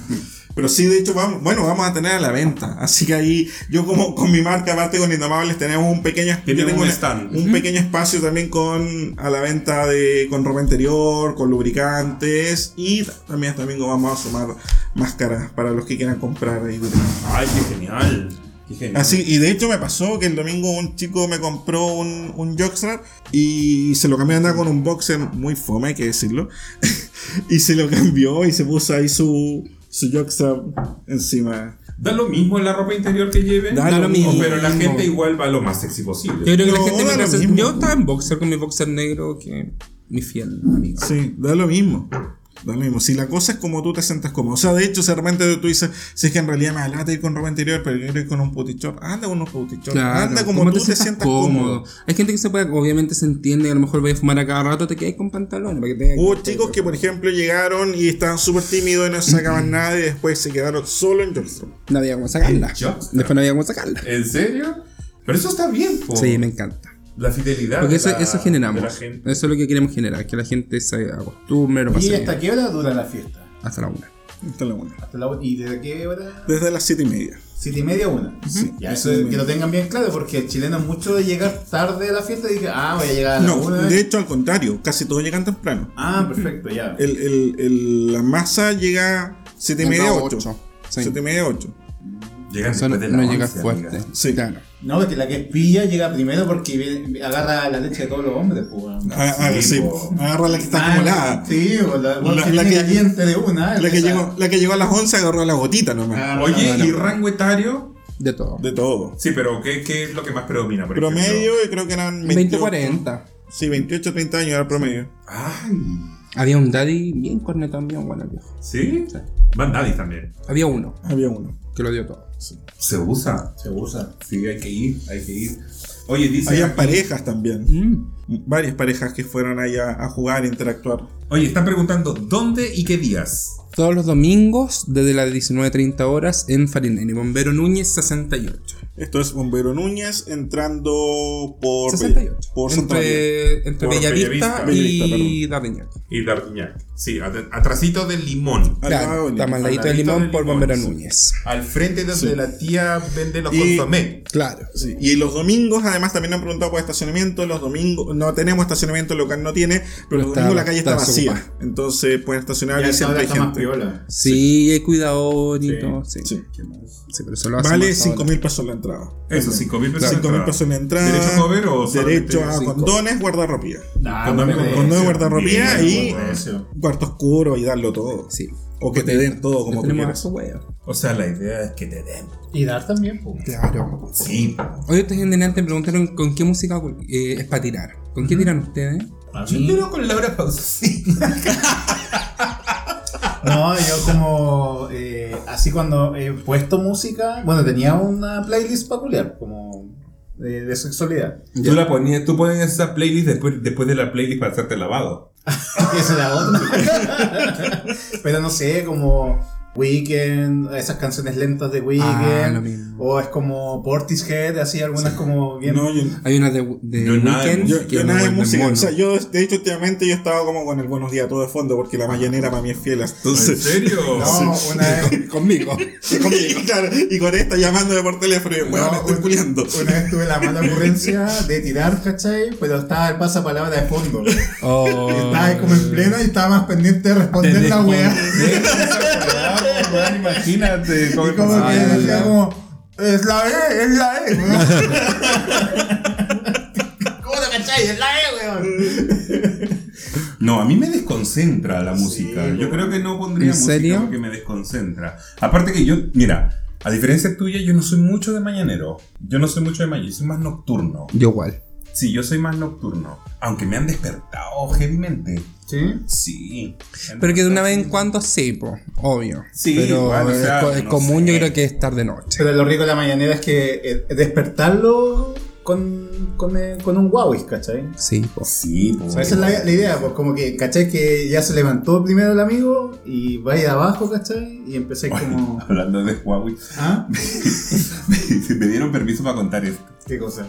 Pero sí, de hecho, vamos, bueno, vamos a tener a la venta. Así que ahí, yo como con mi marca, aparte con Indomables, tenemos un pequeño yo
Tienen
tengo
un
una-
stand.
un pequeño espacio también con a la venta de con ropa interior, con lubricantes y también este domingo vamos a sumar máscaras para los que quieran comprar ahí directamente.
Ay, qué genial. Qué genial.
Así, Ah, y de hecho me pasó que el domingo un chico me compró un, un jockstrap y se lo cambió a andar con un boxer muy fome, hay que decirlo. y se lo cambió y se puso ahí su, su jockstrap encima.
Da lo mismo la ropa interior que lleven.
Da lo mismo.
Pero la gente
Yo
igual va lo más sexy posible.
creo que la
No,
gente
da
me
lo
hace-
mismo.
Yo estaba en boxer con mi boxer negro que mi fiel amigo.
Sí, da lo mismo. Da lo mismo. Si la cosa es como tú te sientas cómodo. O sea, de hecho, si de repente tú dices, si es que en realidad me alata ir con ropa interior, pero yo quiero ir con un putichor. Anda con unos putichor.
Claro,
Anda como
¿cómo
tú te, sientas cómodo.
Hay gente que se puede, obviamente se entiende, a lo mejor voy a fumar a cada rato, te quedas con pantalones. Para que te
Hubo chicos que, por ejemplo, llegaron y estaban súper tímidos y no sacaban nada y después se quedaron solo en jockstrap.
No había cómo sacarla.
Yo-
Después no había cómo sacarla.
¿En serio? Pero eso está bien, po.
Sí, me encanta.
La fidelidad.
Porque
Oh. Ah, de
eso,
la-
eso
de la
generamos. Eso
gente.
es lo que queremos generar, que la gente se acostumbre, lo pase
¿Y
bien.
hasta qué hora dura la fiesta?
Hasta la una.
Esta es la buena.
Hasta la- ¿Y desde qué hora?
Desde las 7 y media.
Siete y media, una.
Sí.
Ya, eso es- que lo tengan bien claro, porque el chileno es mucho de llegar tarde a la fiesta y dice, ah, voy a llegar a la
No,
una.
de hecho, eh, al contrario, casi todos llegan temprano.
Ah, perfecto, ya.
El, el- el- la masa llega 7 y media, 8.
Sí.
7 y media, 8.
Llegan
Eso no,
después de la
no llega
once,
fuerte.
amiga.
Sí.
Claro.
No, porque la que es pilla llega primero porque viene- agarra la leche de todos los hombres, pues. weón.
sí,
sí,
po.
agarra la que Ah, está
Ah,
acumulada.
Sí, pues, la,
La-
la,
la
que
que-
caliente de una.
La que,
esa.
llegó, la que llegó a las 11 agarró la gotita nomás.
Agarra
Oye,
la-
¿y rango etario?
De todo.
De todo.
Sí, pero ¿qué, qué es lo que más predomina? Por ejemplo?
Promedio, yo creo que eran 28.
20-40.
Sí, 28, 30 años era el promedio.
Ay,
Había un daddy bien cornetón, bien bueno el viejo.
¿sí?
Sí.
Van Daddy también.
Había uno
Había uno.
que lo dio todo.
Se usa.
Se usa.
Sí, hay que ir, hay que ir. Oye, dice.
Habían parejas también.
Mm.
Varias parejas que fueron ahí a, a jugar, a interactuar.
Oye, están preguntando dónde y qué días.
Todos los domingos, desde las 19.30 horas, en Farinelli, Bombero Núñez 68.
Esto es Bombero Núñez entrando por,
68.
por Santa María.
entre entre
Por
Bellavista,
Bellavista.
y Dardiñac.
Y Dardiñac. Sí, at- atrasito del limón.
Al lado
Claro,
del
está
Limón.
más ladito
Al
de
ladito
limón
de
por
Limón,
Bombero
sí.
Núñez.
Al frente donde
Sí.
la tía vende los
Y-
consomé.
Claro.
Sí, Y los domingos, además, también han preguntado por estacionamiento. Los domingos no tenemos estacionamiento, el local no tiene, pero los
Está-
domingos la calle está,
está
vacía.
desocupada.
Entonces pueden estacionar
Ya
y
esa
siempre
hora
hay
está más
gente.
piola.
Sí, hay cuidador y
Sí.
todo. Sí.
Sí.
Sí, pero solo hace
Vale
más ahora.
5 mil pesos la entrada.
Eso, 5 mil pesos.
5 mil pesos la entrada.
¿Derecho a comer
Derecho
o
a
solamente cinco? Ah,
condones, guardarropía.
Nah,
Cuando me-
Ah, no merece.
cuando
Condones,
sí,
guardarropía
bien,
y
bueno.
Precio.
cuarto oscuro y darlo todo.
Sí.
O que te den todo como
Nos
tú
tenemos
quieras.
harto huevo.
O sea, la idea es que te den.
Y dar también, pues.
Claro.
Sí.
Hoy ustedes en delante me preguntaron con qué música eh, es para tirar. ¿Con qué tiran ustedes?
A
Yo
mí-
quiero con Laura Pausini.
No, yo como eh, así cuando he puesto música, bueno, tenía una playlist peculiar, como de, de sexualidad.
Tú la ponías, tú pones esa playlist después, después de la playlist para hacerte lavado.
Y esa era otra. Pero no sé, como Weekend, esas canciones lentas de
Ah, lo
Weekend.
mismo.
o es como Portishead, así algunas como bien.
No, yo,
Hay una de, de
Yo nada de
Weeknd
música,
yo-
que
yo
me
nada de
vuelve
música.
mono.
O sea, yo, de hecho, últimamente yo estaba como con el buenos días todo de fondo porque la mañanera para mí es fiel.
¿En
Entonces,
serio?
No, una vez.
Conmigo.
Y con, y claro, y con esta llamándome por teléfono y yo, weón,
No,
estoy
un-
culiando.
Una vez tuve la mala ocurrencia de tirar, ¿cachai? Pero estaba el pasapalabra de fondo.
Oh.
Estaba ahí como en pleno y estaba más pendiente de responder
Te
la
responde.
weá.
Weón, Imagínate.
Y
cómo-
como que
Ay,
decía
ya.
como. Es la E, es la E, weón.
¿Cómo te cachai? Es la E, weón.
No, a mí me desconcentra la música. yo creo que no pondría
¿En serio?
música porque me desconcentra. Aparte que yo, mira, a diferencia tuya, yo no soy mucho de mañanero. Yo no soy mucho de mañanero, yo soy más nocturno.
Yo igual.
Sí, yo soy más nocturno. Aunque me han despertado heavymente. ¿Sí? Sí. Me han
Pero que de una
despertado
vez en
heavy.
cuando sí, po, obvio.
Sí,
pero
igual, o
es
sea,
co- es
no
común
sé.
yo creo que es tarde noche.
Pero lo rico de la mañanera es que eh, despertarlo con, con, eh, con un Huawei, ¿cachai?
Sí, po.
Sí, pues.
Esa es la, la idea, pues como que, ¿cachai? Que ya se levantó primero el amigo y vaya abajo, ¿cachai? Y empecé como...
Hablando de Huawei,
¿Ah?
me dieron permiso para contar esto.
¿Qué cosa?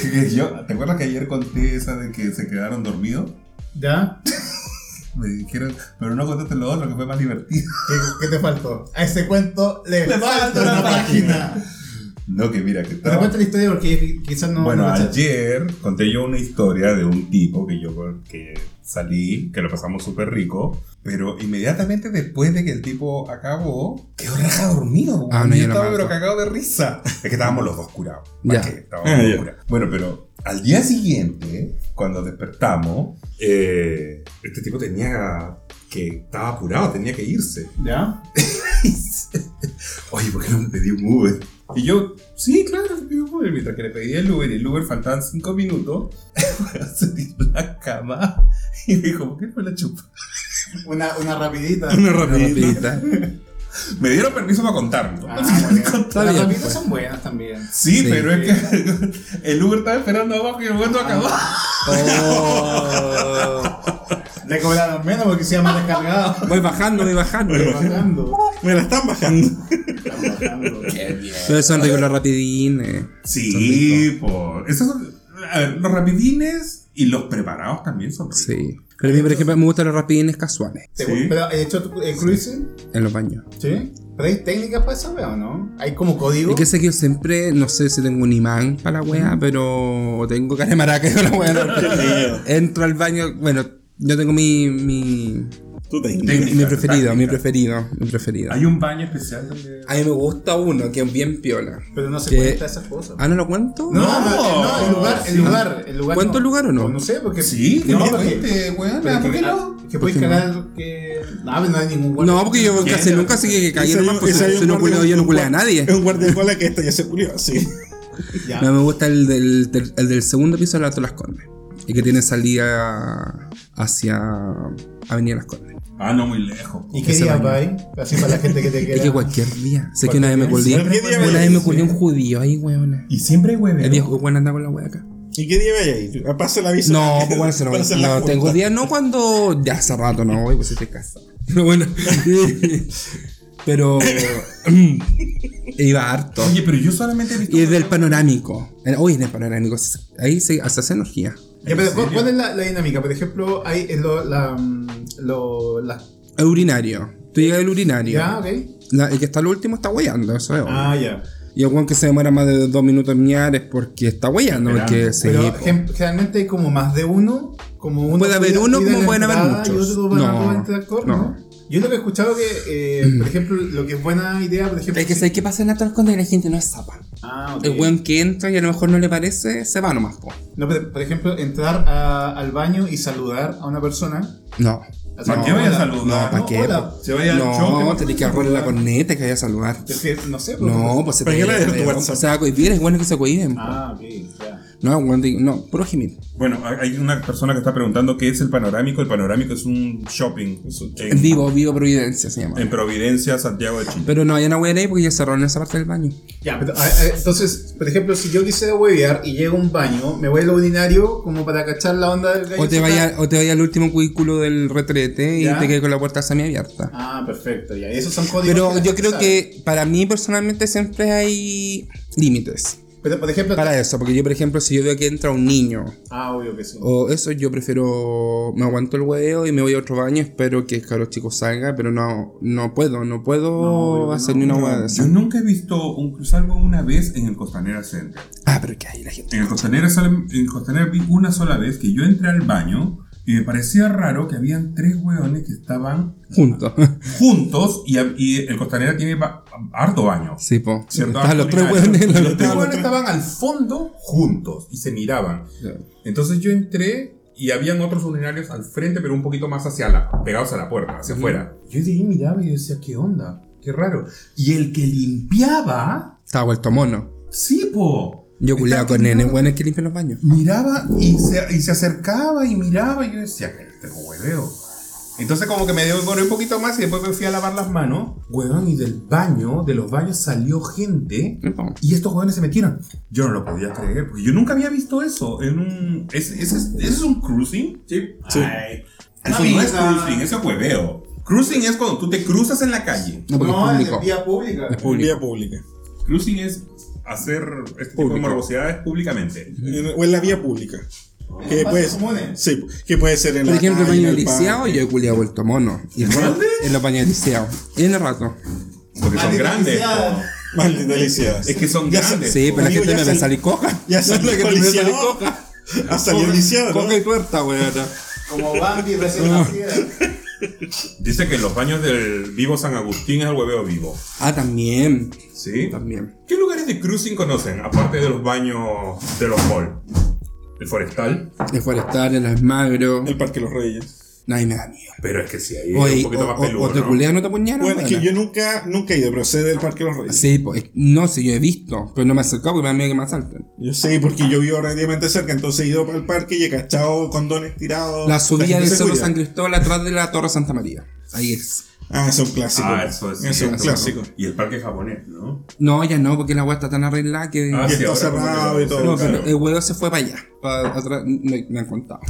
Que Yo, ¿Te acuerdas que ayer conté esa de que se quedaron dormidos?
¿Ya?
Me dijeron, pero no contaste lo otro que fue más divertido.
¿Qué, qué te faltó? A ese cuento le,
Le
falta, una página.
No, que mira, que
Pero
estaba.
cuenta la historia porque quizás no...
bueno,
no cachai.
ayer conté yo una historia de un tipo que yo que salí, que lo pasamos súper rico, pero inmediatamente después de que el tipo acabó, quedó raja dormido.
Ah,
güey.
no,
yo
yo no
estaba
me
pero
acuerdo.
cagado de risa. Es que estábamos los dos curados. ¿Para
Ya.
qué? Estábamos
Ah, ya.
curados. Bueno, pero al día siguiente, cuando despertamos, eh, este tipo tenía que estaba apurado, tenía que irse.
¿Ya?
Oye, ¿por qué no me pedí un Uber? Y yo, sí, claro, me pedí un Uber. Mientras que le pedí el Uber y el Uber faltaban 5 minutos, se tiró a la cama y dijo, ¿por qué no me la chupa?
Una, una rapidita.
Una
Rapidita.
Me dieron permiso para contarlo.
Ah, bueno.
Está
Las
bien,
rapiditas
pues.
son buenas también.
Sí,
Sí.
pero es que el Uber estaba esperando abajo y el Uber no acabó.
Oh.
Le cobraron menos porque se llama descargado.
Voy bajando, voy bajando.
Bajando.
Me la están bajando.
Están bajando.
Pero son ricos los rapidines.
Sí, por... Esos son- A ver, los rapidines y los preparados también son ricos.
Sí. Pero a mí, por ejemplo, me gustan los rapidines casuales
¿Te
Sí.
gu- Pero, ¿has hecho tu- el cruising?
en los baños.
¿Sí? ¿Pero hay técnicas para esa wea o no? ¿Hay como código?
Es que sé que yo siempre, no sé si tengo un imán para la wea, pero o tengo cara de maraca con la wea. no, pero entro al baño, bueno, yo tengo mi, mi,
Tú te
mi, mi preferido, mi
táctica.
preferido, mi preferido.
Hay un baño especial donde...
A mí me gusta uno que es bien piola.
Pero no se
que-
cuenta esas cosas.
Ah, ¿no lo cuento?
no, no, no, el lugar, el lugar, el lugar.
¿Cuánto
no.
lugar o no?
Pues no sé, porque.
Sí, que
no,
me
porque,
cuente, weón,
pero
¿por
que-
qué no?
Que puedes cagar que. No, pero no hay ningún lugar.
No, porque yo casi nunca sé que caí en pues si yo no culeo, yo no culeo a nadie.
Es un guardia de cola que esta ya se culió, sí.
Ya.
No, me gusta el del, ter- el del segundo piso de la Alto Las Condes. Y que tiene salida hacia Avenida Las Condes.
Ah, no, muy lejos. po.
¿Y qué
ese
día
baño.
va ahí? Así para la gente que te
Es
quiera.
que cualquier día. Sé que una vez me culié.
Cualquier
día. Cualquier día
Una vez me
sí.
culié un judío ahí, weón.
Y siempre hay hueveo.
El viejo weón anda con la wea acá.
¿Y qué día vaya ahí? Pasa la aviso.
No, pues bueno, se no,
Pasa la
no
junta.
tengo día, no cuando ya hace rato no voy, pues estoy casado. Pero bueno, pero iba harto.
Oye, pero yo solamente he visto.
Y es del panorámico. En- Uy, en el panorámico. se- Ahí se hasta hace energía.
Ya, pero ¿cu- ¿cuál es la, la dinámica? Por ejemplo, hay en lo, la, mm, lo, la-
El urinario. Tú llegas al urinario.
Ya, ok.
La- el que está al último está hueando, eso es. obvio.
Ah, ya.
Y el weón que se demora más de dos minutos en miar es porque está hueando. Porque sí,
Pero
po.
gen- generalmente hay como más de uno. Como uno
Puede haber
cuida-
uno
cuida
como
la
pueden haber
entrada Y
muchos.
otro van a
No,
todo interactuar,
no. Mm.
no. Yo lo que he escuchado que, eh, por ejemplo, lo que es buena idea, por ejemplo.
Es que
si-
¿sabes qué pasa en la Torconde? La gente no es zapa.
Ah, ok.
El weón que entra y a lo mejor no le parece, se va nomás, po.
No, pero, por ejemplo, entrar a- al baño y saludar a una persona.
No.
Así
¿Para
como,
qué voy a
hola.
No,
saludar?
¿para
no,
qué?
hola.
po?
Se vaya al show,
no, tenés que agarrarle la corneta y que vaya a saludar.
Es que, no sé. pues,
No, pues se
¿Para
te
qué le das tu
se-
WhatsApp?
Se va a cohibir, es bueno que se cohiben. po.
Ah, ok, ya.
No, weón, digo, no, puro gimit.
Bueno, hay- hay una persona que está preguntando qué es el panorámico. El panorámico es un shopping es un- en,
Vivo, vivo Providencia se llama.
en Providencia, Santiago de Chile.
Pero no, ya no voy a ir ahí porque ya cerraron esa parte del baño.
Ya, pero, a- a- entonces, por ejemplo, si yo quisiera huevear y llego a un baño, me voy al urinario como para cachar la onda del gallo.
O te vaya, o te vaya al último cubículo del retrete y
Ya.
te quedes con la puerta semiabierta.
Ah, perfecto, ya. Esos son códigos.
Pero
la
yo
gente
creo
sabe.
que para mí personalmente siempre hay límites
Pero, por ejemplo.
para eso. Porque yo, por ejemplo, si yo veo que entra un niño
Ah, obvio que sí.
o eso, yo prefiero. Me aguanto el hueveo y me voy a otro baño. Espero que los chicos salga, pero no, no puedo, no puedo hacer ni una hueá de
Yo
eso.
nunca he visto un salvo una vez en el Costanera Center.
Ah, pero que hay la gente.
En el Costanera, solo- en el Costanera vi una sola vez que yo entré al baño y me parecía raro que habían tres hueones que estaban
Juntos.
juntos y, y el Costanera tiene ba- harto baño.
sí, po.
¿Cierto?
Estaban los tres
Urinario.
hueones.
Los tres
los-
hueones estaban al fondo juntos y se miraban. Entonces yo entré y habían otros urinarios al frente, pero un poquito más hacia la, pegados a la puerta, hacia afuera. Yo de ahí miraba y decía, ¿qué onda? Qué raro. Y el que limpiaba,
Estaba vuelto mono.
sí, po.
Yo culeaba con
Estaba limpiando.
nenes buenos que limpian los baños.
Miraba y se, y se acercaba y miraba y yo decía, que este hueveo. Entonces como que me devoré un poquito más y después me fui a lavar las manos. Huevón, y del baño, de los baños salió gente.
Sí, po.
Y estos jóvenes se metieron. Yo no lo podía creer, porque yo nunca había visto eso en un... ¿Ese es, es, ese es un cruising? Sí.
Ay.
Eso no es cruising, eso es hueveo. Cruising es cuando tú te cruzas en la calle.
No, porque es
en
público.
vía pública.
Es público.
Vía pública.
Cruising es hacer este tipo de
Público.
morbosidades públicamente.
En- o en la vía pública. Que
Espacios
puede,
comunes.
sí, que puede ser en
Por
la
ejemplo, el
calle,
baño del
en el parque.
liceo, yo he culiado vuelto mono. Y ¿Dónde? En los baños del liceo. Y en el rato.
Porque son grandes.
Maldita lisiada.
Es que son
Ya
grandes.
Sí, pero la
Amigo,
gente
ya
no le
sal-
sale coja.
ya salió
la que
el
no le
lisiado.
sale coja.
Ha salido lisiado, ¿no?
Coja y tuerta, weón.
Como Bambi recién nacida.
Dice que en los baños del Vivo San Agustín es el hueveo vivo.
Ah, también.
¿Sí?
También.
¿Qué lugares de cruising conocen? Aparte de los baños de los hall. El forestal.
El forestal, el almagro.
El Parque de los Reyes.
Nadie me da miedo.
Pero es que sí, ahí es un
Oye,
poquito
o,
más
o-
peludo.
o te
¿no?
culean o te apuñalan.
Bueno, es que
weona.
yo nunca, nunca he ido, pero sé del Parque de los Reyes.
Sí, pues, no sé, yo he visto, pero no me he acercado porque me da miedo que me asalten.
Yo sé, porque yo vivo relativamente cerca, entonces he ido al parque y he cachado condones tirados.
La subida
gente
del
se
Cerro
cuida.
San Cristóbal atrás de la Torre Santa María. Ahí es.
Ah, es un clásico.
Ah, eso es.
es un
cierto,
clásico.
¿no? Y el parque japonés, ¿no?
No, ya no, porque la agua está tan arreglada que.
Ah,
Y
sí,
está
ahora
cerrado
como que
y todo,
no,
lo-
pero
claro.
el huevo se fue para allá. para atrás, me, me han contado.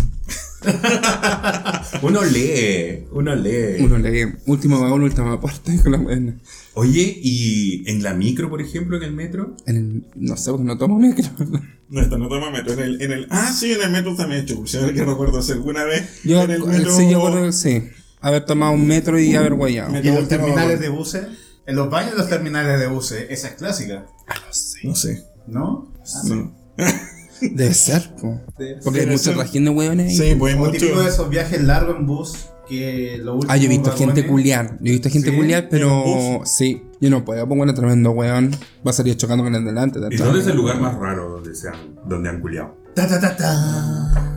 Uno lee, uno lee.
Uno lee último vagón, última puerta con la buena.
Oye, ¿y en la micro, por ejemplo, en el metro?
En el- no sé, porque no tomo micro.
No, esta no toma metro. En el, en el, ah, sí, en el metro también he hecho excursión, que recuerdo hacer alguna vez.
Yo, eh,
en el metro.
sí, yo creo que sí. Haber tomado un metro y haber guayado.
Me-
Y en los terminales de buses. En los baños de los terminales de buses. Esa es clásica.
No sé.
¿No?
No.
Debe ser, po.
Debe
Porque hay
ser.
mucha rajín de hueones ahí.
Sí, pues
O típico de
mucho.
esos viajes largos en bus que lo último.
Ah, yo he visto gente culiar. Yo he visto gente
Sí,
culiar,
en
pero sí. Yo no puedo, pongo una tremendo weón. Va a salir chocando con el delante. de
¿Y
atrás.
dónde es el lugar más raro donde, se han, donde han culiado?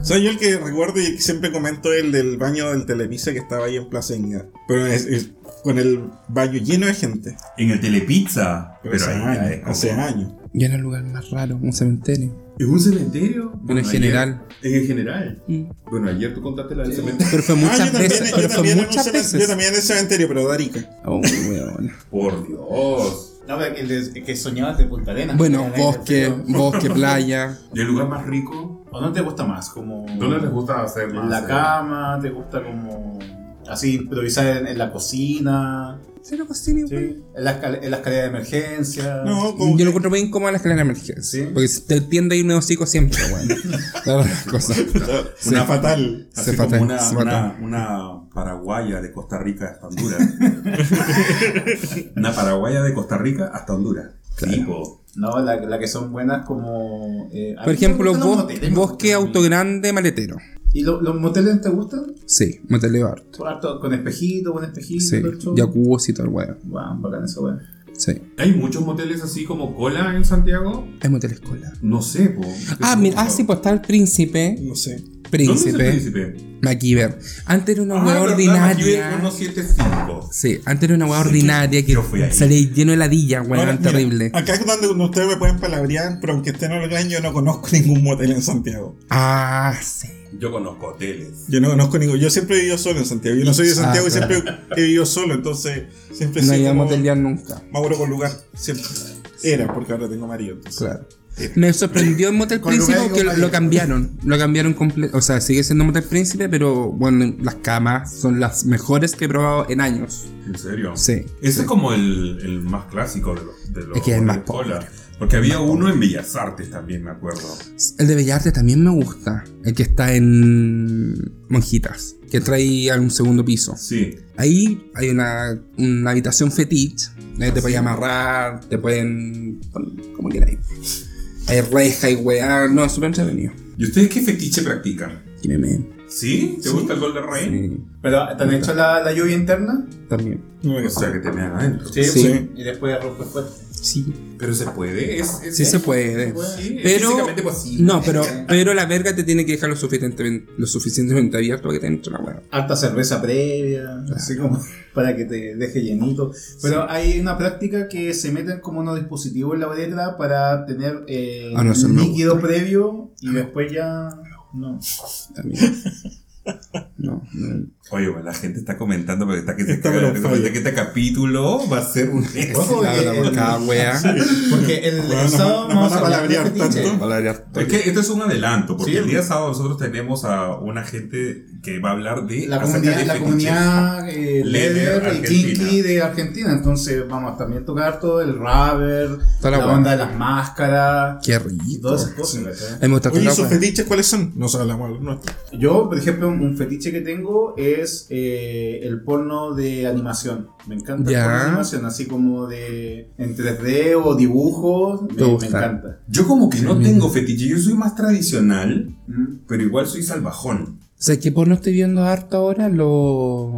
Soy yo el que recuerdo y el que siempre comento el del baño del Telepisa que estaba ahí en Plaza Inga. Pero es, es- con el baño lleno de gente.
En el Telepizza. Pero,
hace
ahí ya
años.
es como-
hace años. Ah,
Yo era el lugar más raro, un cementerio.
¿En un cementerio?
Bueno, en
ayer-
general.
En el general.
Mm.
Bueno, ayer tú contaste la del cementerio.
Pero fue
Ah,
muchas
yo también,
veces.
yo
Pero fue
también en un
muchas
cemen- yo
veces.
también en el cementerio, pero de Arica.
Oh, weón.
Por Dios.
No, pero que, de- que soñabas de Punta Arenas.
Bueno,
Era
bosque,
el frío.
bosque, playa.
¿Y el lugar más rico?
¿O no te gusta más? Como.
¿Dónde les gusta hacer más? eh?
En la cama, te gusta como. Así improvisar en, en la cocina.
Sí, lo cocina igual.
En la, escal- en la escalera de emergencia.
No, como
Yo
que-
lo encuentro bien incómodo en la escalera de emergencia.
Sí.
Porque se te tiende a ir un hocico siempre, weón. La verdad, cosa.
una fatal.
Se
Así como
fatal,
una,
se
una,
fatal.
una paraguaya de Costa Rica hasta Honduras. una paraguaya de Costa Rica hasta Honduras. Tipo.
No, la, la que son buenas como. eh, a
Por
mí me
ejemplo,
gustan los
bos-
moteles, me
bosque
gustan a mí.
autogrande maletero.
¿Y lo- los moteles te gustan?
Sí, moteleo harto.
Harto, con espejito, buen espejito.
Sí,
el show.
jacuzzi y todo el weón.
Guau, bacán eso, weón.
Sí.
¿Hay muchos moteles así como cola en Santiago?
Hay moteles cola.
No sé, po.
Ah, mira, ah, sí, pues está el príncipe.
No sé.
¿Dónde es el
príncipe.
príncipe?
MacGyver. Antes era una
Ah,
hueá
verdad, aquí
ordinaria.
es 175.
Sí, antes era una hueá ordinaria que
Yo fui ahí.
salía lleno de ladilla,
Ahora,
weón,
mira,
terrible.
acá es donde ustedes me pueden palabrear, pero aunque usted no lo crean, yo no conozco ningún motel en Santiago.
Ah, sí.
Yo conozco hoteles.
Yo no conozco ningún. Yo siempre he vivido solo en Santiago. Yo no soy de Santiago
Ah,
y siempre he vivido solo, entonces siempre he
No
sido
íbamos a
como
pelear nunca.
Mauro con lugar. Siempre. Era, porque ahora tengo marido. Entonces.
Claro. Me sorprendió en Motel
Con
Príncipe
lugar y
que lo,
compañía.
lo cambiaron. Lo cambiaron completo. O sea, sigue siendo Motel Príncipe, pero bueno, las camas son las mejores que he probado en años.
¿En serio?
Sí.
Ese es como el, el más clásico de los. De los
Es que es el más
de cola. Porque había uno en Bellas Artes también, me acuerdo.
El de Bellarte también me gusta. El que está en Monjitas, que trae a un segundo piso.
Sí.
Ahí hay una, una habitación fetiche. eh, te pueden amarrar, te pueden. bueno, como queráis. Hay reja y weá. No, es súper entretenido.
¿Y ustedes qué fetiche practican?
Tiene men.
¿Sí? ¿Te gusta el gol de rey?
Sí,
Pero, ¿te han hecho la, la lluvia interna?
también.
No me
O sea, que te mean adentro.
Sí, pues,
Sí.
Y después rompe fuerte.
Sí.
Pero se puede. Es, es-
Sí se
se
puede.
puede. Sí, es
Pero-
físicamente
pues,
posible.
No, pero, pero la verga te tiene que dejar lo suficientemente, lo suficientemente abierto para que te entre la hueá.
harta cerveza previa, así como para que te deje llenito. Pero hay una práctica que se meten como unos dispositivos en la uretra para tener eh,
Ah, no, eso no me
líquido previo y después ya. No.
También. No, no.
Oye, bueno, la gente está comentando porque está que se
Está
caga la
pero
risa,
falla.
porque este capítulo va a ser un
Ojo,
La verdad,
que
por
el-
cada hueá.
porque el, el
Bueno,
sábado
nos van
vamos
a
a hablar de
palabrear
fetiche.
tanto.
Es que esto es un adelanto, porque
Sí.
el día sábado nosotros tenemos a una gente que va a hablar de
La
acerca
comunidad,
de
la
este
fetiches.
comunidad eh,
Leather
leather y
Argentina.
kinky de Argentina, entonces vamos a también tocar todo el rubber,
Toda la
la
hueá.
onda de las máscaras
Qué
y
rico.
todas esas cosas. ¿cachai?
A mí me gusta
Oye,
toda
¿y
la
sus
hueá.
fetiches cuáles son? No hablamos los nuestros.
Yo, por ejemplo, un un fetiche que tengo es eh, el porno de animación. Me encanta
Ya.
el porno de animación, así como de en 3D o dibujos. Me,
Te
me
gusta.
encanta.
Yo como que no tengo fetiche, yo soy más tradicional,
¿Mm?
pero igual soy salvajón.
O sea, que por no estoy viendo harto ahora los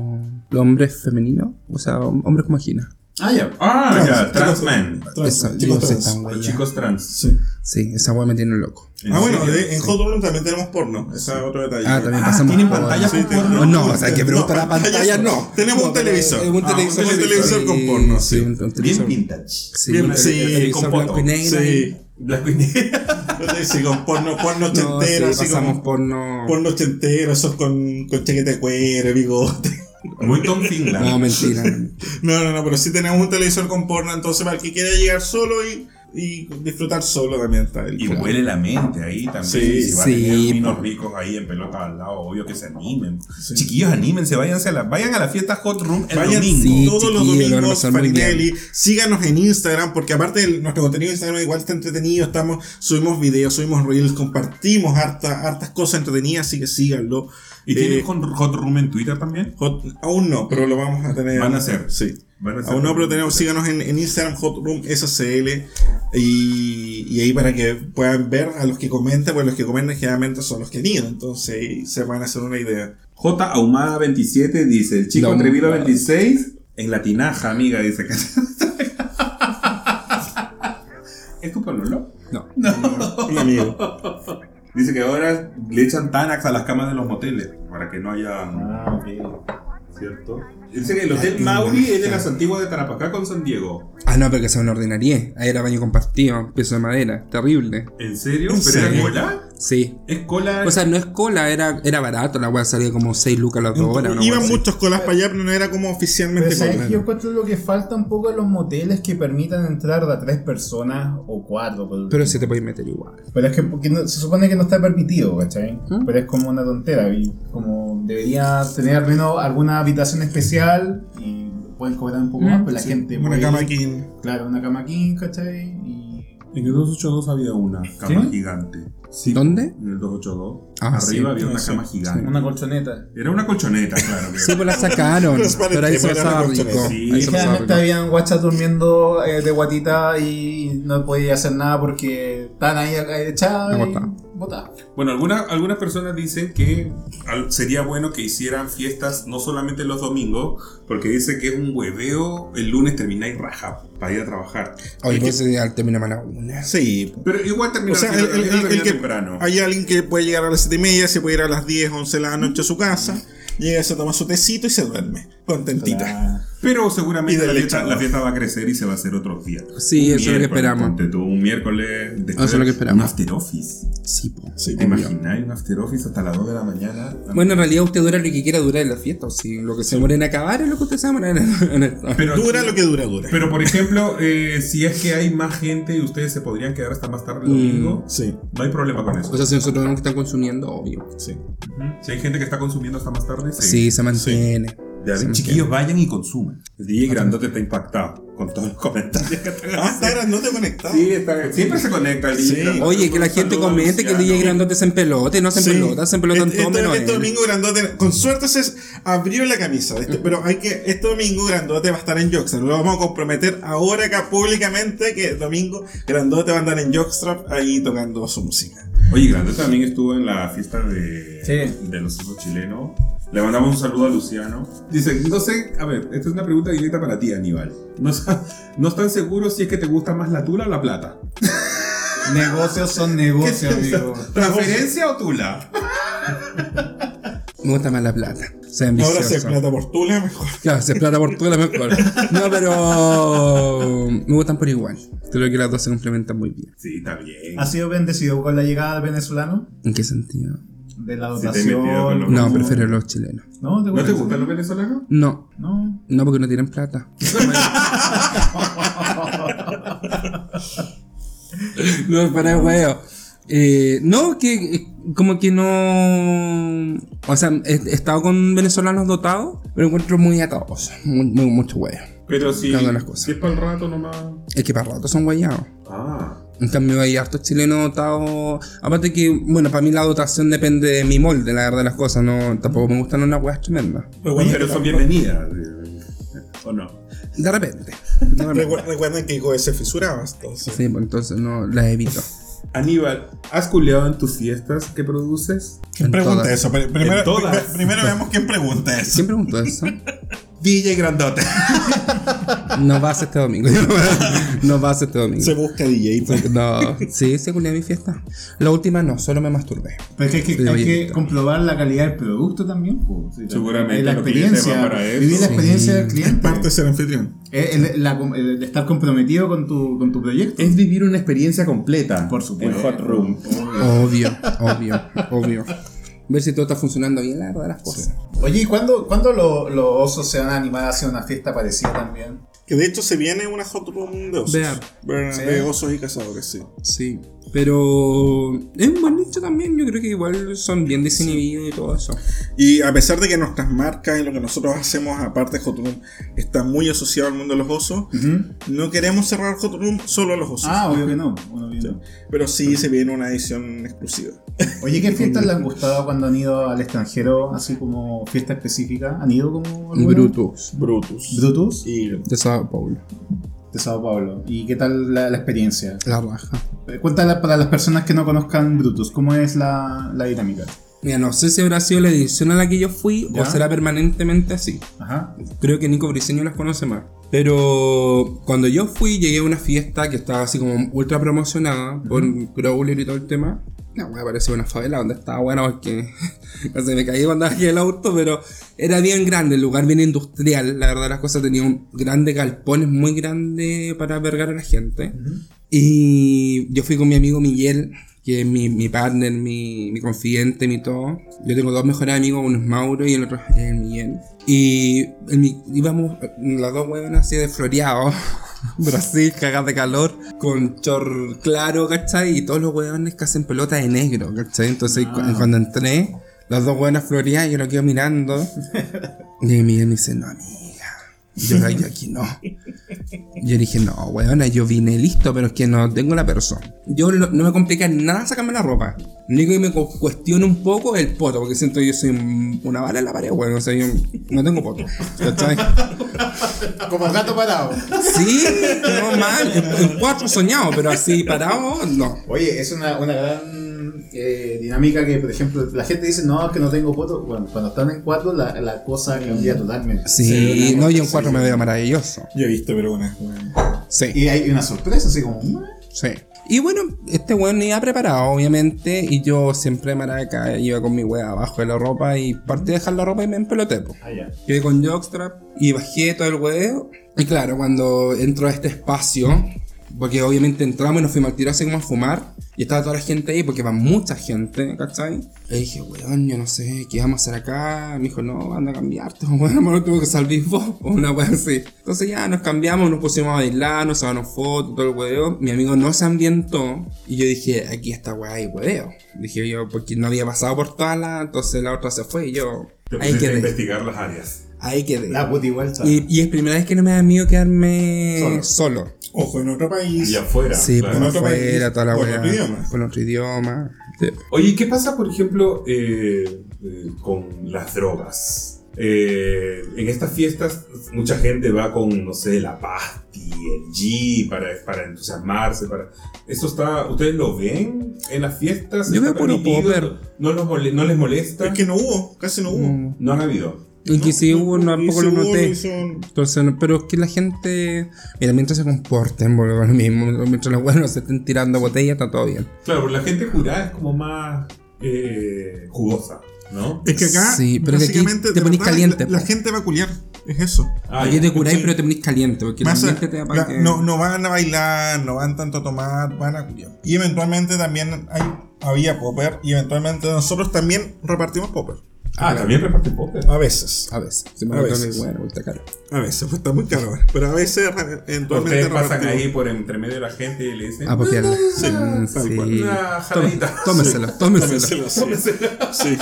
los hombres femeninos, o sea, hom- hombres con vagina.
Ah, ya.
Ah,
Trans,
ya,
trans.
trans men.
Trans,
Eso,
chicos
yo sé
trans.
tan
Los
hueá.
chicos trans.
Sí.
Sí, esa hueá me tiene loco.
Ah, bueno,
serio?
de- en Hot Room también tenemos porno. Ese es otro detalle.
Ah, también
Ah,
pasamos.
¿tienen
por-
pantalla con
Sí,
porno?
tenemos-
No, o sea, que pregunta la pantalla, no.
Tenemos
No,
un
pero
televisor.
es un
Ah,
televisor.
un televisor con
Sí,
porno, sí.
un- un
Bien
televisor.
vintage.
Sí,
Bien,
un
sí,
televisor
con
blanco y
foto.
negro.
Sí.
Blanco y negro.
Sí, con porno, porno
No, sí,
ochentero, así
pasamos
como
porno.
porno ochentero, esos con, con chaqueta de cuero, bigote.
Muy Tom Finland.
No, mentira.
No, no, no, pero sí tenemos un televisor con porno, entonces para el que quiera llegar solo y, y disfrutar solo también está el
Y
porno.
huele la mente ahí también.
Sí,
si va
sí,
a tener
po.
niños ricos ahí en pelota al lado, obvio que se animen. Chiquillos, anímense, váyanse a la, vayan a la fiesta Hot Room el
Vayan
domingo.
Sí,
todos los
chiquillos, lo van a
domingos,
pasar muy
Farinelli. Síganos en Instagram, porque aparte de nuestro contenido en Instagram igual está entretenido. Estamos, subimos videos, subimos reels, compartimos harta- hartas cosas entretenidas, así que síganlo.
¿Y
Eh,
tienen Hot Hot Room en Twitter también?
Hot- aún no, pero lo vamos a tener.
Van a hacer.
eh, Sí.
Van a hacer-
Aún no, pero tenemos, síganos en, en Instagram, Hot Room SCL. Y, y ahí para que puedan ver a los que comentan, pues los que comentan generalmente son los que han ido, entonces ahí se van a hacer una idea.
J. Ahumada 27 dice, el chico
No,
atrevido
no.
26 en la tinaja, amiga, dice que... ¿Es tu pololo?
No.
Un amigo.
Dice que ahora le echan Tanax a las camas de los moteles para que no haya...
Ah, ok.
¿Cierto? Dice que el Hotel Mauri es de las antiguas de Tarapacá con San Diego.
Ah, no, pero que sea una ordinarie. Ahí era baño compartido, piso de madera. Terrible.
¿En serio?
¿En
¿Pero era
serio?
cola?
Sí.
¿Es cola?
O sea, no es cola, era, era barato. La weá salía como 6 lucas las 2 horas. una
Iban
weá así.
muchos colas para allá, pero no era como
Pero
Este
oficialmente
¿sabes
colas.
que yo encuentro lo que falta un poco en los moteles que permitan entrar de a tres personas o cuatro. por
Pero
último.
sí te podéis meter igual.
Pero es que porque no- se supone que no está permitido, ¿cachai?
¿Mm?
Pero es como una tontera, y como debería tener al menos alguna habitación especial y pueden cobrar un poco
¿Mm?
más, pero la
Sí,
gente...
Una
puede-
cama aquí.
Claro, una cama king, ¿cachai? Y...
En el 282 había una cama
¿Sí?
gigante. Sí.
¿Dónde?
En el 282.
Ah, sí.
Arriba había
No
una
sé.
cama gigante.
Una colchoneta.
Era una colchoneta, claro. que-
Sí, pues la sacaron.
Transparente,
pero ahí se
bueno,
pasaba
era mucho
rico.
mejor. Sí.
Ahí
Y
se pasaba
generalmente
rico.
habían guachas durmiendo eh, de guatita y no podía hacer nada porque estaban ahí eh, echadas. y-
Aguantaba.
botada.
Bueno, alguna- algunas personas dicen que al- sería bueno que hicieran fiestas no solamente los domingos, porque dice que es un hueveo, el lunes termináis raja para ir a trabajar.
Oye, pues al término a la una.
Sí.
Pero igual
O
termina
sea, el, el- el- el que
temprano.
hay alguien que puede llegar a las 7 y media, se puede ir a las 10, 11 de la noche a su casa, llega, se toma su tecito y se duerme, contentita.
Pero
Y
seguramente
del
la fiesta,
lechado.
la fiesta va a crecer y se va a hacer otros días.
Sí, eso es lo que
Miércoles,
esperamos. Ah,
ponte tú, un miércoles. después,
Eso es lo que esperamos.
Un after office.
Sí, po.
Sí,
¿Te imagináis un after office hasta las 2 de la mañana?
Bueno, en realidad usted dura lo que quiera durar en la fiesta. O si lo que se demora en acabar es lo que usted se demora en, en esto.
Pero-
dura lo que dura, dura.
Pero por ejemplo, eh, si es que hay más gente y ustedes se podrían quedar hasta más tarde el domingo,
sí,
Mm.
no hay problema con eso.
O sea, si nosotros vemos que están consumiendo, obvio.
sí.
Ujú. Si hay gente que está consumiendo hasta más tarde, sí.
Sí, se mantiene.
Ya
Se
ven,
mantiene.
chiquillos, vayan y consumen. El DJ Grandote está impactado con todos los comentarios que están
Ah,
haciendo.
ahora no te conectas.
Sí, está- siempre se conecta el DJ
Sí.
Grandote.
Oye, que la gente
Saludos,
comente que el DJ
Luciano.
Grandote se empelota y no se
Sí.
empelota, se empelotan
Este-
todos
este,
menos
este
él.
domingo grandote, con suerte se abrió la camisa, este- pero hay que este domingo grandote va a estar en Jockstrap. Lo vamos a comprometer ahora acá públicamente que el domingo grandote va a andar en Jockstrap ahí tocando su música.
Oye, Grandote también estuvo en la fiesta de,
Sí.
de los osos chilenos. Le mandamos un saludo a Luciano. Dice, no sé, a ver, esta es una pregunta directa para ti, Aníbal. No, sa- no están seguros si es que te gusta más la tula o la plata.
Negocios son negocios, amigo.
¿Transferencia o tula?
Me gusta más la plata. Sea
Ahora se
ambicioso.
plata por tula mejor.
Claro, se plata por todas las mejor. No, pero me gustan por igual. Creo que las dos se complementan muy bien.
Sí, está bien.
¿Ha sido bendecido con la llegada del venezolano?
¿En qué sentido?
De la
Si te he metido
dotación.
con los-
No, prefiero los chilenos.
¿No te
¿No te
gusta?
gustan los venezolanos?
No,
No.
no porque no tienen plata. no, para huevo. Eh, no, que eh, como que no. O sea, he, he estado con venezolanos dotados, pero encuentro muy atados. Muy, muy- mucho huevo.
Pero si,
Cada las cosas.
si es para el rato nomás.
Es que para rato son guayados.
Ah.
En cambio hay hartos chilenos dotados. Aparte que, bueno, para mí la dotación depende de mi molde, la verdad de las cosas. No, tampoco me gustan unas huevas tremendas.
Oye, pero son bienvenidas. eh, ¿O no?
De repente. De repente.
Recuer- Recuerden que Goe se fisuraba entonces.
Sí, pues entonces no las evito.
Aníbal, ¿has culeado en tus fiestas que produces?
¿Quién
En
pregunta
todas.
eso? Pri- Primero,
En todas.
pri- primero vemos quién pregunta eso.
¿Quién preguntó eso?
DJ Grandote.
No vas este domingo. No vas este domingo.
Se busca pues. DJ.
No. Sí, se culé mi fiesta. La última no, solo me masturbé.
Pero es que,
Sí,
hay
oye,
que
está.
comprobar la calidad del producto también. po. Sí,
Seguramente
La
los clientes
experiencia.
van para eso.
Vivir la
Sí.
experiencia del cliente.
Parte de ser anfitrión.
El, el- la- el estar comprometido con tu, con tu proyecto.
Es vivir una experiencia completa.
Por supuesto.
En Hot Room.
Obvio, obvio, obvio. Ver si todo está funcionando bien, la verdad de las cosas.
Oye, ¿y cuándo, cuándo lo- los osos se van a animar a hacer una fiesta parecida también?
Que de hecho se viene una hot room de osos.
Vean.
Ver-
Sí.
De osos y cazadores, sí.
Sí. Pero es un buen nicho también. Yo creo que igual son bien desinhibidos y todo eso.
Y a pesar de que nuestras marcas y lo que nosotros hacemos, aparte de Hot Room, está muy asociado al mundo de los osos, no queremos cerrar Hot Room solo a los osos.
Ah, obvio que no. Bueno, bien.
Pero sí se viene una edición exclusiva.
Oye, ¿qué fiestas les han gustado cuando han ido al extranjero? Así como fiesta específica. ¿Han ido como. alguna?
Brutus.
Brutus.
Brutus
Y
De Sao Paulo.
de Sao Paulo. ¿Y qué tal la, la experiencia?
La raja.
Eh, Cuéntala para las personas que no conozcan Brutus, ¿cómo es la, la dinámica?
Mira, no sé si habrá sido la edición a la que yo fui
Ya.
o será permanentemente así.
Ajá.
Creo que Nico Briceño las conoce más. Pero cuando yo fui, llegué a una fiesta que estaba así como ultra promocionada por Growler y todo el tema. La wea parecía una favela donde estaba buena porque se me caí cuando bajé el auto, pero era bien grande, el lugar bien industrial. La verdad, las cosas tenían grandes galpones muy grandes para albergar a la gente. Y yo fui con mi amigo Miguel, que es mi, mi partner, mi, mi confidente, mi todo. Yo tengo dos mejores amigos, uno es Mauro y el otro es el Miguel. Y el Mi- íbamos eh, las dos huevonas así de floreado. Brasil, cagas de calor, con chor claro, ¿cachai? Y todos los huevones que hacen pelota de negro, ¿cachai? Entonces cu- cuando entré, las dos huevonas floreadas, yo lo quedo mirando. y Miguel me dice, no, amiga, yo, yo aquí no. Yo dije, no, weona, yo vine listo, pero es que no tengo la persona. Yo lo- no me complica en nada sacarme la ropa. Lo único que me cu- cuestiona un poco es el poto, porque siento que yo soy un- una bala en la pared, weón. O sea, yo no tengo poto. ¿Cachai?
Ah, Como gato parado.
Sí, no mal. En, en cuatro soñado, pero así parado, no.
Oye, es una, una gran eh, dinámica que, por ejemplo, la gente dice, no, es que no tengo cuatro. Bueno, cuando están en cuatro, la, la cosa cambia totalmente.
Sí, no, yo en cuatro me veo maravilloso.
Yo he visto, pero bueno.
Sí,
Y hay una sorpresa, así como. "Mm".
sí. Y bueno, este weón iba preparado, obviamente, y yo siempre maraca iba con mi wea abajo de la ropa y partí a dejar la ropa y me empeloté. po.
Ah, ya.
Llegué con Jockstrap y bajé todo el huevo. Y claro, cuando entro a este espacio, porque obviamente entramos y nos fuimos al tiro así como a fumar, y estaba toda la gente ahí porque va mucha gente, ¿cachai? Le dije, weón, yo no sé, ¿qué vamos a hacer acá? Me dijo, no, anda a cambiarte, weón, por último que salvís vos, o una weón así. Entonces ya nos cambiamos, nos pusimos a bailar, nos sacaron fotos, todo el huevo. Mi amigo no se ambientó, y yo dije, aquí está weá hay hueveo. Dije yo, porque no había pasado por todas las, entonces la otra se fue y yo.
Te
Ahí
pusiste a
quedé,
investigar las áreas.
ahí quedé.
La puta igual está.
Y, y es primera vez que no me da miedo quedarme solo.
Ojo, en otro país.
Y afuera.
Sí,
claro.
por
otro
afuera,
país,
toda la
con
weá.
otro idioma.
Con otro idioma. Sí.
Oye, ¿qué pasa, por ejemplo, eh, eh, con las drogas? Eh, en estas fiestas, mucha gente va con, no sé, la pasty, el G, para, para entusiasmarse, para... ¿Eso está... ¿Ustedes lo ven en las fiestas?
Yo
¿Está
veo puro
permitido?
popper.
¿No, los mole- ¿No les molesta?
Es que no hubo, casi no hubo.
Mm.
No han habido.
Y que si hubo, no, tampoco lo
Hizo gol,
noté.
hizo un-
Entonces, no- pero es que la gente. Mira, mientras se comporten, boludo, lo mismo. Mientras los buenos se estén tirando botellas, está todo bien.
Claro, pero la gente jurada es como más eh, jugosa, ¿no?
Es que acá,
Sí, pero es que aquí
básicamente,
te
de
ponís
verdad,
caliente,
La, la
po.
gente va a culiar, es eso.
Ah,
Aquí
ya.
te curáis, pero te ponís caliente. Porque
Más
la
a-
gente te da para
la-
que-
no, no van a bailar, no van tanto a tomar, van a culiar. Y eventualmente también hay, había popper y eventualmente nosotros también repartimos popper.
Ah, también reparte popper.
A veces.
A veces. Se
A
me va a
veces.
poner, bueno, vuelta cara.
A veces, pues está muy caro ahora. Pero a veces re- eventualmente
Ustedes pasan
repartimos.
ahí por entre medio de la gente y le dicen...
A pokearla. Sí,
tal cual.
Una jaladita.
Tome- Tómeselo, tómeselo.
Tómenselo, sí. Sí.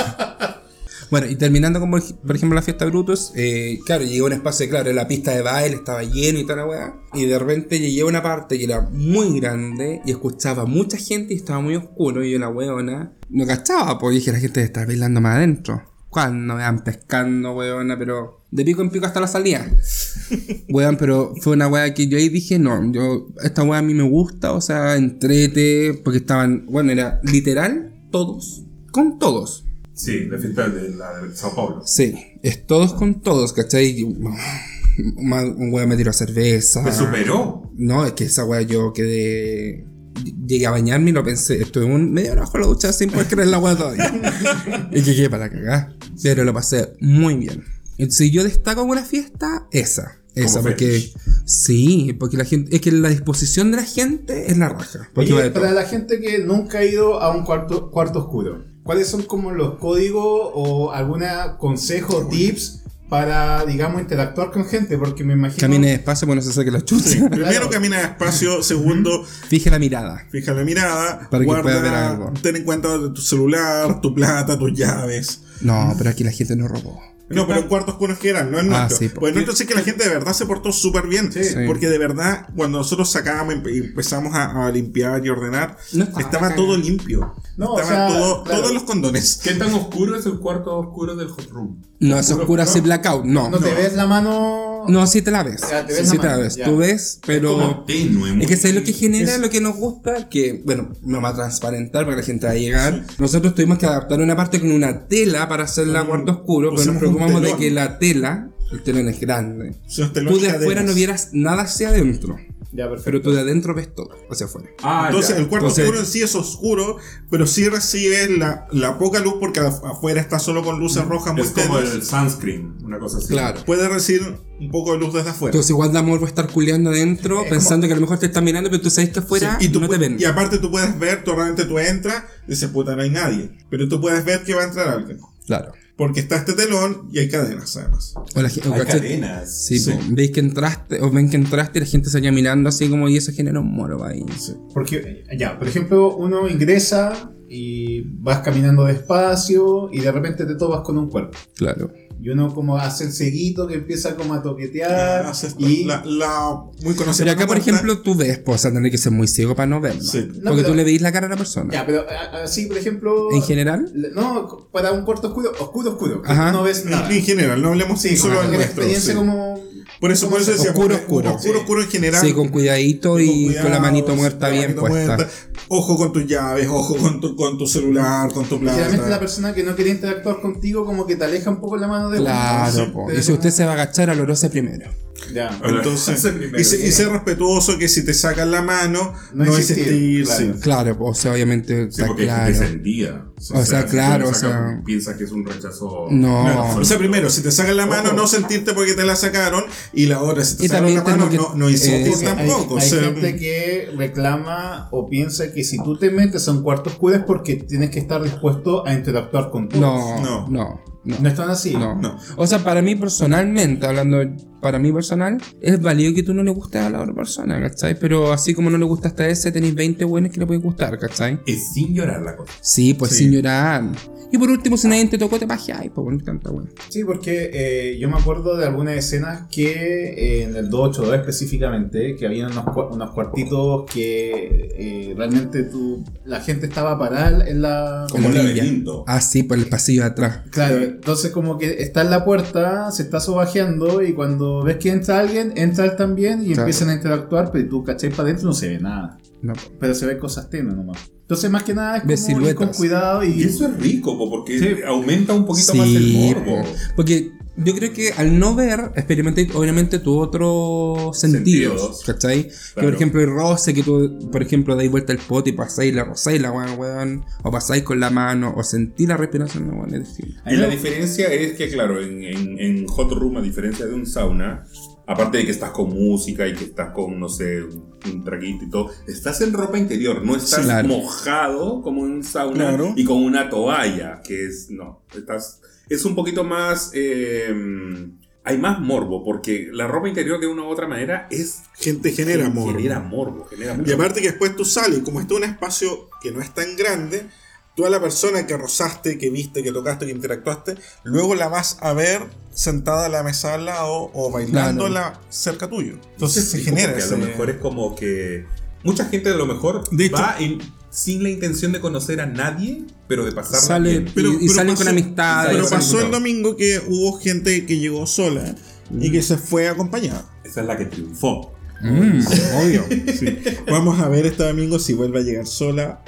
Bueno, y terminando con, por ej- por ejemplo, la fiesta de Brutus, eh, claro, llegué a un espacio, claro, la pista de baile estaba lleno y toda la weá, y de repente llegué a una parte que era muy grande y escuchaba mucha gente y estaba muy oscuro, y yo la weona no cachaba, porque dije, la gente está bailando más adentro. Cuando vean pescando, weona, pero de pico en pico hasta la salida. Weón, pero fue una weá que yo ahí dije, no, yo, esta weá a mí me gusta, o sea, entrete, porque estaban, bueno, era literal todos, con todos.
Sí, la fiesta de, la de Sao Paulo.
Sí, es todos con todos, ¿cachai? Y Un ma- un weón me tiró cerveza.
Pues
Me superó.
No, es que esa weá yo quedé. Llegué a bañarme y lo pensé. Estuve un medio hora bajo la ducha sin poder creer la weá todavía. y llegué para cagar. Pero lo pasé muy bien. Si yo destaco en una fiesta, esa. Esa,
Como
porque.
fetish.
Sí, porque la gente. Es que la disposición de la gente es la raja. Porque va
Oye,
de todo.
para la gente que nunca ha ido a un cuarto, cuarto oscuro, ¿cuáles son como los códigos o algún consejo o tips para, digamos, interactuar con gente? Porque me imagino.
Camine despacio para no se saque la chucha.
Primero camina despacio, segundo,
Fije la mirada.
fija la mirada,
Para que
guarda,
pueda ver algo.
ten en cuenta tu celular, tu plata, tus llaves.
No, pero aquí la gente no robó.
No, pero en cuartos cunos que eran, no en
Ah,
nuestro.
sí, po.
pues en nuestro sí que la gente de verdad se portó súper bien.
Sí.
Porque de verdad, cuando nosotros sacábamos y empezamos a, a limpiar y ordenar,
No
estaba,
estaba cagado.
todo limpio.
No, o
Estaban
sea,
todo-
claro.
todos los condones.
¿Qué tan oscuro es el cuarto oscuro del hot room?
No, es oscura así blackout. No.
No te ves la mano.
No, sí te la ves.
Ya, te ves
sí,
la
sí te la
mano,
ves.
ya.
Tú ves, pero.
tenue, muy-
Es que ¿sabes lo que genera, lo que nos gusta, que, bueno, no va a transparentar para que la gente va a llegar. Nosotros tuvimos que adaptar una parte con una tela para hacerla cuarto oscuro, pero nos
pusimos un
preocupamos de
telón.
que la tela, el telón es grande.
Son
Tú
telones
de
cadenas.
afuera no vieras nada hacia adentro,
Ya,
pero
perfecto.
tú de adentro ves todo hacia afuera.
Ah,
Entonces,
ya.
el cuarto
Entonces-
oscuro en sí es oscuro, pero sí recibe la, la poca luz porque af- afuera está solo con luces rojas muy
es como
tenues.
el sunscreen, una cosa así.
Claro.
Puede recibir un poco de luz desde afuera.
Entonces igual de amor va a estar culeando adentro, pensando que a lo mejor te están mirando, pero tú sabes que afuera
Sí, y, tú
no te
pu-
ven.
y aparte tú puedes ver, tú realmente tú entras, dices puta, no hay nadie. Pero tú puedes ver que va a entrar alguien.
Claro.
Porque está este telón y hay cadenas además.
O la gente- o
Hay
cachai-
cadenas.
Sí, pues, po. veis que entraste, o ven que entraste y la gente se queda mirando así como y eso genera un moro ahí.
Porque, ya, por ejemplo, uno ingresa y vas caminando despacio y de repente te topas con un cuerpo.
Claro.
Y uno como hace el ceguito que empieza como a toquetear.
Haces
Ah, y
la, la muy conocida.
Pero acá, por
puerta.
ejemplo, tú ves, pues, o sea, tenés que ser muy ciego para no verlo.
Sí.
Porque
No, pero-
tú le veis la cara a la persona.
Ya, pero a- así, por ejemplo.
En general,
Le- No, para un cuarto oscuro, oscuro, oscuro. que
Ajá.
No ves nada.
En general, no hablemos
Sí,
solo
como
del
que la
nuestro.
experiencia
sí.
como.
Por eso, por eso decía
Oscuro,
porque
oscuro.
oscuro,
Sí.
oscuro en general.
Sí, con cuidadito y con la manito muerta bien puesta.
Ojo con tus llaves, ojo con tu, con tu celular, con tu
Generalmente la
plata.
persona que no quiere interactuar contigo como que te aleja un poco la mano de uno.
Claro,
Entonces,
po.
te-
Y si usted se va a agachar, alorose primero.
Ya.
Entonces,
Ese primero.
y, se- y ser respetuoso que si te sacan la mano, no,
No
insistir.
insistir,
sí.
claro.
Claro, o sea, obviamente
Sí,
está
porque hay gente
claro.
sentida. O
sea, claro, o sea-
Piensa que es un rechazo.
No.
Claro,
O sea, primero, si te sacan la mano,
Ojo.
no sentirte porque te la sacaron. Y la otra, si te
Oh. Y
sacan la
también
mano,
tengo
no,
que-
no insistir
eh,
Hay,
tampoco.
hay
o sea,
gente que reclama o piensa que si tú te metes a un cuarto oscuro es porque tienes que estar dispuesto a interactuar con todos.
No,
No.
no, no.
No están así.
no.
no.
O sea, para mí personalmente, hablando para mí personal, es válido que tú no le gustes a la otra persona, ¿cachai? Pero así como no le gustaste a ese, tenéis 20 buenos que le pueden gustar, ¿cachai?
Es sin llorar la cosa.
Sí, pues
Sí.
sin llorar. Y por último, si nadie te tocó, te pajeáis, pues bueno, tanta buena.
Sí, porque eh, yo me acuerdo de algunas escenas que eh, en el 282 específicamente, que había unos, cua- unos cuartitos que eh, realmente tú, la gente estaba parada en la...
Como
un
orilla.
laberinto.
Ah, sí, por el pasillo de atrás.
Claro, entonces como que está en la puerta, se está sobajeando y cuando ves que entra alguien, entra él también y
Claro.
empiezan a interactuar, pero tú cachai para adentro no se ve nada,
No.
pero se ven cosas tenues nomás. Entonces más que nada es como
Ves
ir con
siluetas.
cuidado y...
Y eso es rico, po, porque
Sí.
aumenta un poquito
Sí,
más el morbo.
po. Porque yo creo que al no ver, experimenté obviamente tu otro sentido.
Sentidos.
¿Cachai? Que
Claro.
por ejemplo el roce, que tú, por ejemplo, dais vuelta el pote y pasáis la rosela, weón, weón. O pasáis con la mano, o sentí la respiración, weón, es distinto.
Y la diferencia es que, claro, en, en- en Hot Room, a diferencia de un sauna, aparte de que estás con música y que estás con, no sé, un un traguito y todo, estás en ropa interior, no estás
Sí, claro.
mojado como en un sauna
Claro.
y con una toalla, que es, no, estás, es un poquito más, eh, hay más morbo, porque la ropa interior de una u otra manera es...
Gente genera amor.
Genera morbo, genera morbo.
Y aparte que después tú sales, y como está un espacio que no es tan grande, tú a la persona que rozaste, que viste, que tocaste, que interactuaste, luego la vas a ver sentada a la mesa al lado o bailándola cerca tuyo. Entonces se
Sí,
genera
como que
ese...
A lo mejor es como que mucha gente a lo mejor
De hecho-
va en- sin la intención de conocer a nadie, pero de pasar
Sale,
bien.
Pero-
y, y
pero
salen
pasó-
con amistades.
Pero
salen
pasó
con
el domingo que hubo gente que llegó sola y
Mm.
que se fue acompañada.
Esa es la que triunfó.
todo. Mm, obvio.
Sí. Vamos a ver este domingo si vuelve a llegar sola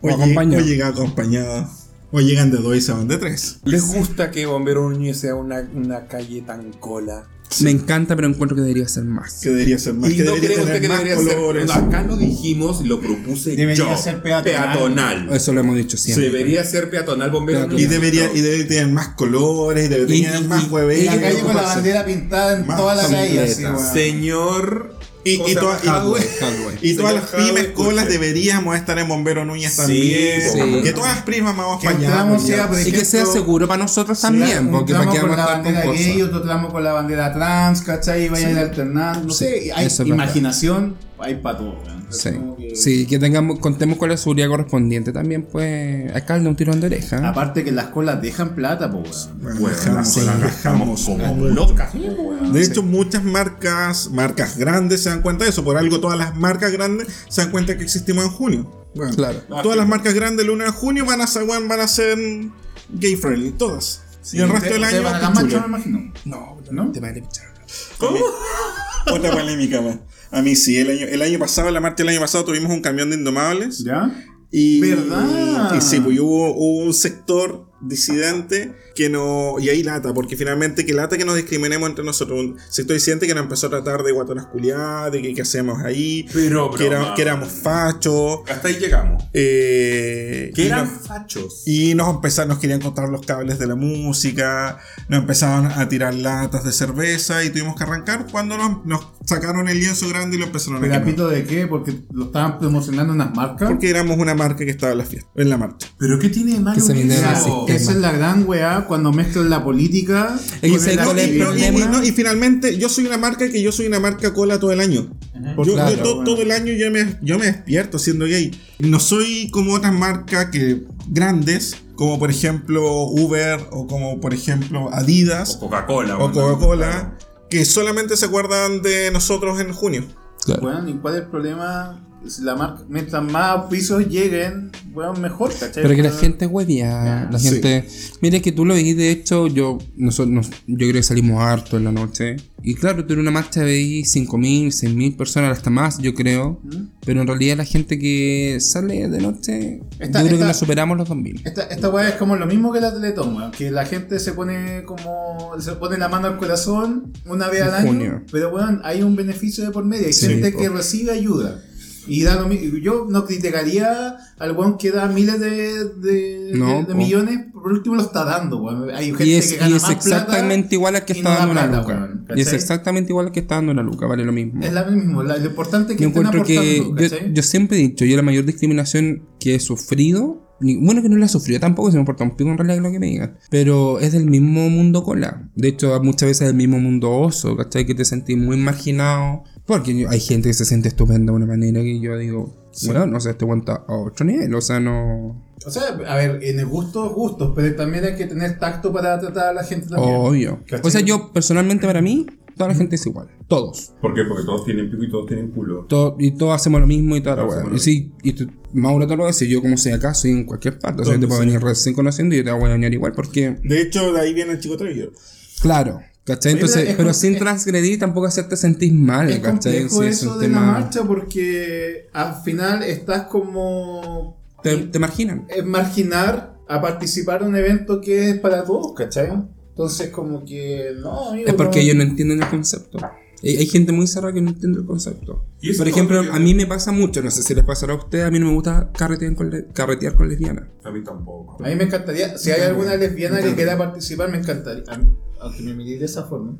o,
O
lle-
acompañada.
o llega acompañada. O llegan de dos y se van de tres.
¿Les gusta que Bombero Núñez sea una, una calle tan cola?
Me encanta, pero encuentro que debería ser más.
Que debería ser más.
y
que
no
debería
creo
tener
usted que
más
debería
colores.
ser. Acá lo dijimos y lo propuse
Debería
yo.
ser peatonal.
Eso lo hemos dicho siempre.
Debería ser peatonal Bombero
Peatonal.
Y
Núñez.
debería, y debería tener más colores, debería
Y-
tener
y-
más
y-
y
hueveras.
la calle con la
más-
bandera pintada en
Más
toda la calle. Así,
completas.
weón.
Señor.
Ah. Y- y
¿cómo se
toda-
llama?
y-
Hadwe.
Hardware.
Y todas las
Señor Jadwe,
primes colas
escuche.
deberíamos estar en Bombero Núñez
Sí,
también.
sí.
Que todas las primas vamos
Que
para allá.
entramos
porque-
ya, por
Y pues, que sea
ejemplo,
seguro para nosotros
Sí,
también,
un
porque
tramo
para qué vamos
con
a
la
estar con
bandera gay,
cosas.
otro tramo con la bandera trans, ¿cachai? Y vayan
Sí.
alternando. No sé, hay
Eso es verdad.
imaginación, hay para todo. weón.
Sí.
Entonces, como que-
sí, que tengamos, contemos con la seguridad correspondiente también, pues. Acá le da un tirón de oreja.
Aparte que las colas dejan plata, po, weón.
Bueno,
Dejamos-
la
dejamos
dejamos como
mucho.
locas.
De hecho, muchas marcas, marcas grandes se dan cuenta de eso. Por algo todas las marcas grandes se dan cuenta que existimos en junio. Bueno,
Claro.
Todas las marcas grandes el 1 de junio van a ser, bueno, van a ser gay friendly, todas. y el resto del
Ustedes
año...
van a
qué
la marcha,
chulo.
me imagino. No, no.
Te vale, pichar.
Otra polémica más. A mí sí, el año, el año pasado, la marcha del año pasado, tuvimos un camión de indomables.
¿Ya?
Y,
¿Verdad?
Y sí, pues y hubo, hubo un sector disidente que no. Y ahí lata, porque finalmente que lata que nos discriminemos entre nosotros. Un sector disidente que nos empezó a tratar de guatonas culiadas, de que qué hacemos ahí,
Pero,
que, era-
broma.
que éramos fachos.
Hasta ahí llegamos.
eh,
Que
y
eran
nos-
fachos.
y nos empezaron, nos querían cortar los cables de la música, nos empezaban a tirar latas de cerveza y tuvimos que arrancar cuando nos, nos sacaron el lienzo grande y lo empezaron a quemar.
¿Pero de qué? Porque lo estaban promocionando unas marcas.
Porque éramos una marca que estaba en la fiesta, en la marcha.
¿Pero qué tiene de malo
Que se viene
eso?
del
Claro,
sistema.
esa es la gran weá cuando mezclan la política.
que
con
sé
el
cuál es el
Y, no, y- y
activismo.
problema.
no, y finalmente, yo soy una marca que yo soy una marca cola todo el año. Yo, yo
Claro,
to-
bueno.
todo el año yo me, yo me despierto siendo gay. No soy como otras marcas que grandes, como por ejemplo Uber o como por ejemplo Adidas
O Coca-Cola.
o
bueno.
Coca-Cola, que solamente se acuerdan de nosotros en junio.
Claro.
Weón, ¿y cuál es el problema la marca, mientras más pisos lleguen, bueno, mejor, ¿cachai?
Pero que la gente huevía, la
Sí.
gente... Mire que tú lo veis, de hecho, yo nosotros, nos- yo creo que salimos harto en la noche. Y claro, tú en una marcha veis 5.000, 6.000 personas, hasta más, yo creo.
¿Mm?
Pero en realidad la gente que sale de noche,
Está-
yo creo que
está-
la superamos los 2.000.
Esta, esta weá es como lo mismo que la Teletón, weón. Que la gente se pone como. Se pone la mano al corazón una vez
En
al año.
junio.
Pero weón, hay un beneficio de por medio. Hay
Sí,
gente
po.
que recibe ayuda. Y da lo mi- Yo no criticaría al weón que da miles de, de-
No,
de- de
po.
millones. Por último lo está dando, weón. Hay gente
Y es,
que gana
y es
más plata
exactamente igual al que
y
está
no da
dando una
plata,
luca.
weón,
y es
¿cachai?
exactamente igual al que está dando una luca, vale lo mismo.
Es la mismo. la- lo importante es que
yo
estén
encuentro que
aportando,
yo,
¿cachai?
yo siempre he dicho, yo la mayor discriminación que he sufrido, ni- bueno que no la he sufrido tampoco, se me importa un pico en realidad lo que me digan, pero es del mismo mundo cola. De hecho, muchas veces es del mismo mundo oso, ¿cachai? Que te sentís muy marginado. Porque yo- hay gente que se siente estupenda de una manera que yo digo, bueno, no sé, este aguanta a otro nivel, o sea, no...
O sea, a ver, en el gusto, gustos. Pero también hay que tener tacto para tratar a la gente también.
Obvio.
¿Cachai?
O sea, yo personalmente para mí, toda la gente es igual, todos.
¿Por qué? Porque todos tienen pico y todos tienen culo.
todo- y todos hacemos lo mismo y toda
Ah,
la
Todos
weá.
hacemos
Y
lo
sí, y tú- Mauro te lo dice, yo como sea acá, soy en cualquier parte. O sea, yo te puedo venir recién conociendo y yo te voy a venir igual porque,
De hecho, de ahí viene el chico Trevor.
claro, ¿cachai?
Oye, pero
Entonces,
es
pero
com-
sin
es-
transgredir tampoco hacerte sentir mal,
es
¿cachai?
complejo
Sí, es
eso
un
de la
tema...
marcha porque al final estás como
Te, te marginan.
en marginar a participar de un evento que es para todos, ¿cachai? Entonces como que no, amigo,
Es porque
no.
ellos no entienden el concepto. Hay, hay gente muy cerrada que no entiende el concepto.
Y eso
Por
no,
ejemplo,
yo-
a mí me pasa mucho, no sé si les pasará a ustedes, a mí no me gusta carretear con, le- carretear con lesbianas.
A mí tampoco.
A mí me encantaría, si hay alguna lesbiana que quiera participar, me encantaría. A mí- Aunque me miré de esa forma.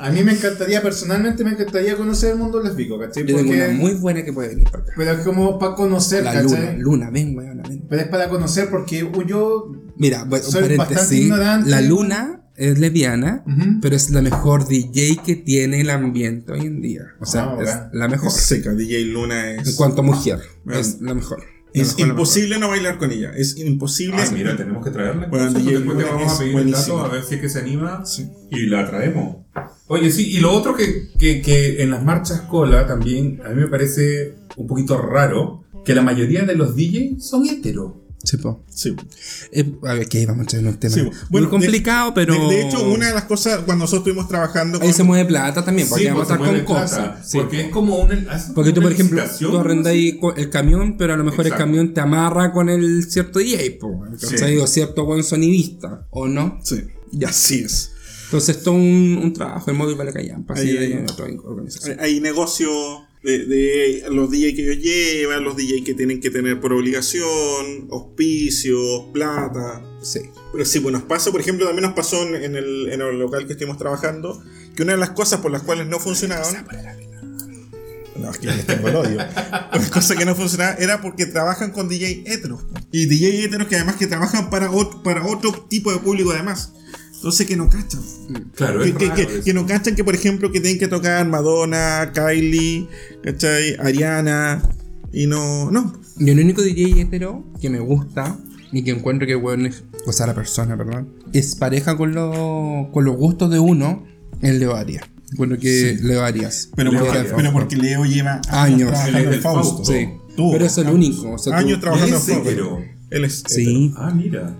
A mí me encantaría, personalmente me encantaría conocer el mundo lesbico, ¿cachai?
Yo tengo una
Porque,
muy buena que puede venir para acá.
pero es como para conocer,
La luna,
¿cachai?
luna, ven, weón, ven.
Pero es para conocer porque yo...
Mira, bueno, un
Soy bastante
paréntesis.
ignorante.
La Luna es lesbiana,
Ujú.
pero es la mejor DJ que tiene el ambiente hoy en día. O sea,
Ah,
es
bueno.
la mejor.
Seca, DJ Luna
En
es.
cuanto a mujer,
Bueno.
es la mejor. La
Es
mejor, la
imposible no bailar con ella. Es imposible.
Ah, mira, tenemos que traerla.
Bueno,
entonces,
DJ
después te
Luna
vamos
es
a pedir el
buenísimo.
dato a ver si es que se anima
Sí.
y la traemos. Oye, sí, y lo otro que, que- que en las marchas cola también a mí me parece un poquito raro que la mayoría de los DJs son héteros.
mejor. Sí, po.
Sí.
Eh, a ver, que ahí vamos a entrar en un tema
Sí,
bueno,
bueno,
muy complicado,
de-
pero.
De, de hecho, una de las cosas, cuando nosotros estuvimos trabajando
Ahí
con-
se mueve plata también, porque
Sí,
vamos a
pues,
estar
se
con
mueve plata,
cosas. Sí.
Porque es como un... es
Porque tú,
una
por ejemplo,
licitación,
tú arrendas ahí co- el camión, pero a lo mejor
Exacto.
el camión te amarra con el cierto DJ, po, ¿cachai?
Sí.
O cierto buen sonidista, ¿o no?
Sí.
Ya.
Así es.
Entonces, todo un, un trabajo, el móvil vale callampa, así
Ahí,
de
ahí.
otra organización.
Hay, hay negocio de, de los DJ que ellos llevan, los DJ que tienen que tener por obligación, auspicios, plata.
Sí.
Pero sí, pues nos pasa, por ejemplo, también nos pasó en en el, en el local que estuvimos trabajando, que una de las cosas por las cuales no funcionaban. No, es que yo les tengo el odio. Una cosa que no funcionaba era porque trabajan con DJ heteros. Y DJ heteros que además que trabajan para, ot- para otro tipo de público además. Entonces que no cachan.
Claro, es
Que, que-
raro
que-
eso.
que no cachan que, por ejemplo, que tienen que tocar Madonna, Kylie, ¿cachai? Ariana. Y no. No.
Yo el único DJ hetero que me gusta y que encuentro que bueno es, o sea, la persona, perdón, es pareja con, lo- con los gustos de uno, el Leo Arias. Bueno, que Leo Arias.
Pero,
Leo
porque,
Arias.
pero porque Leo lleva
Años.
trabajando
Él es
en
el
Fausto.
Fausto.
Sí.
Tú.
Pero es el único. O sea, tú-
años trabajando en
Él es
Fausto.
hetero.
Él es hetero.
Sí.
Ah, mira.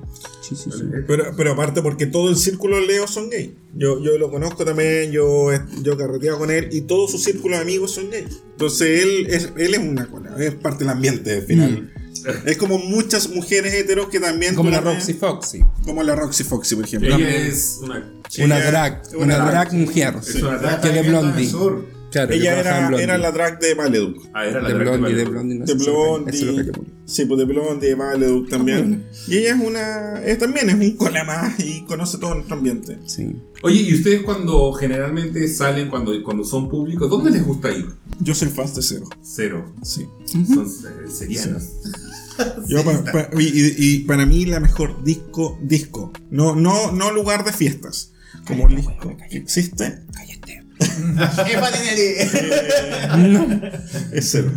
Sí, sí, sí.
Pero, pero aparte porque todo el círculo de Leo son gay. Yo, yo lo conozco también, yo, yo carreteaba con él y todo su círculo de amigos son gay. Entonces él es, él es una cola, es parte del ambiente al final. Es como muchas mujeres heteros que también...
Mm. Como la
durante-
Roxy Foxy.
Como la Roxy Foxy, por ejemplo.
Ella es una...
Sí,
una
ella-
drag.
una
Una
drag.
drag mujer.
Es una drag.
Que de Blondie.
Sur.
Claro,
Ella
que trabajaba en
era,
Blondie.
era la drag de Maleduc.
Ah, era la
de
drag que
Blondie,
bailó.
de Blondie. no
De
sé si se acuerdan. Eso es lo
Blondie.
que ponía.
Sí, pues de Blondie, de Maleduc también. Y ella es una... es- también es un cola más y conoce todo nuestro ambiente.
Sí.
Oye, ¿y ustedes cuando generalmente salen, cuando, cuando son públicos, dónde les gusta ir?
Yo soy fan de cero.
Cero.
Sí.
Son eh, serianos.
Yo pa- pa- y, y- y para mí la mejor disco, disco. No, no, no lugar de fiestas. Como el disco que existe. Es cero.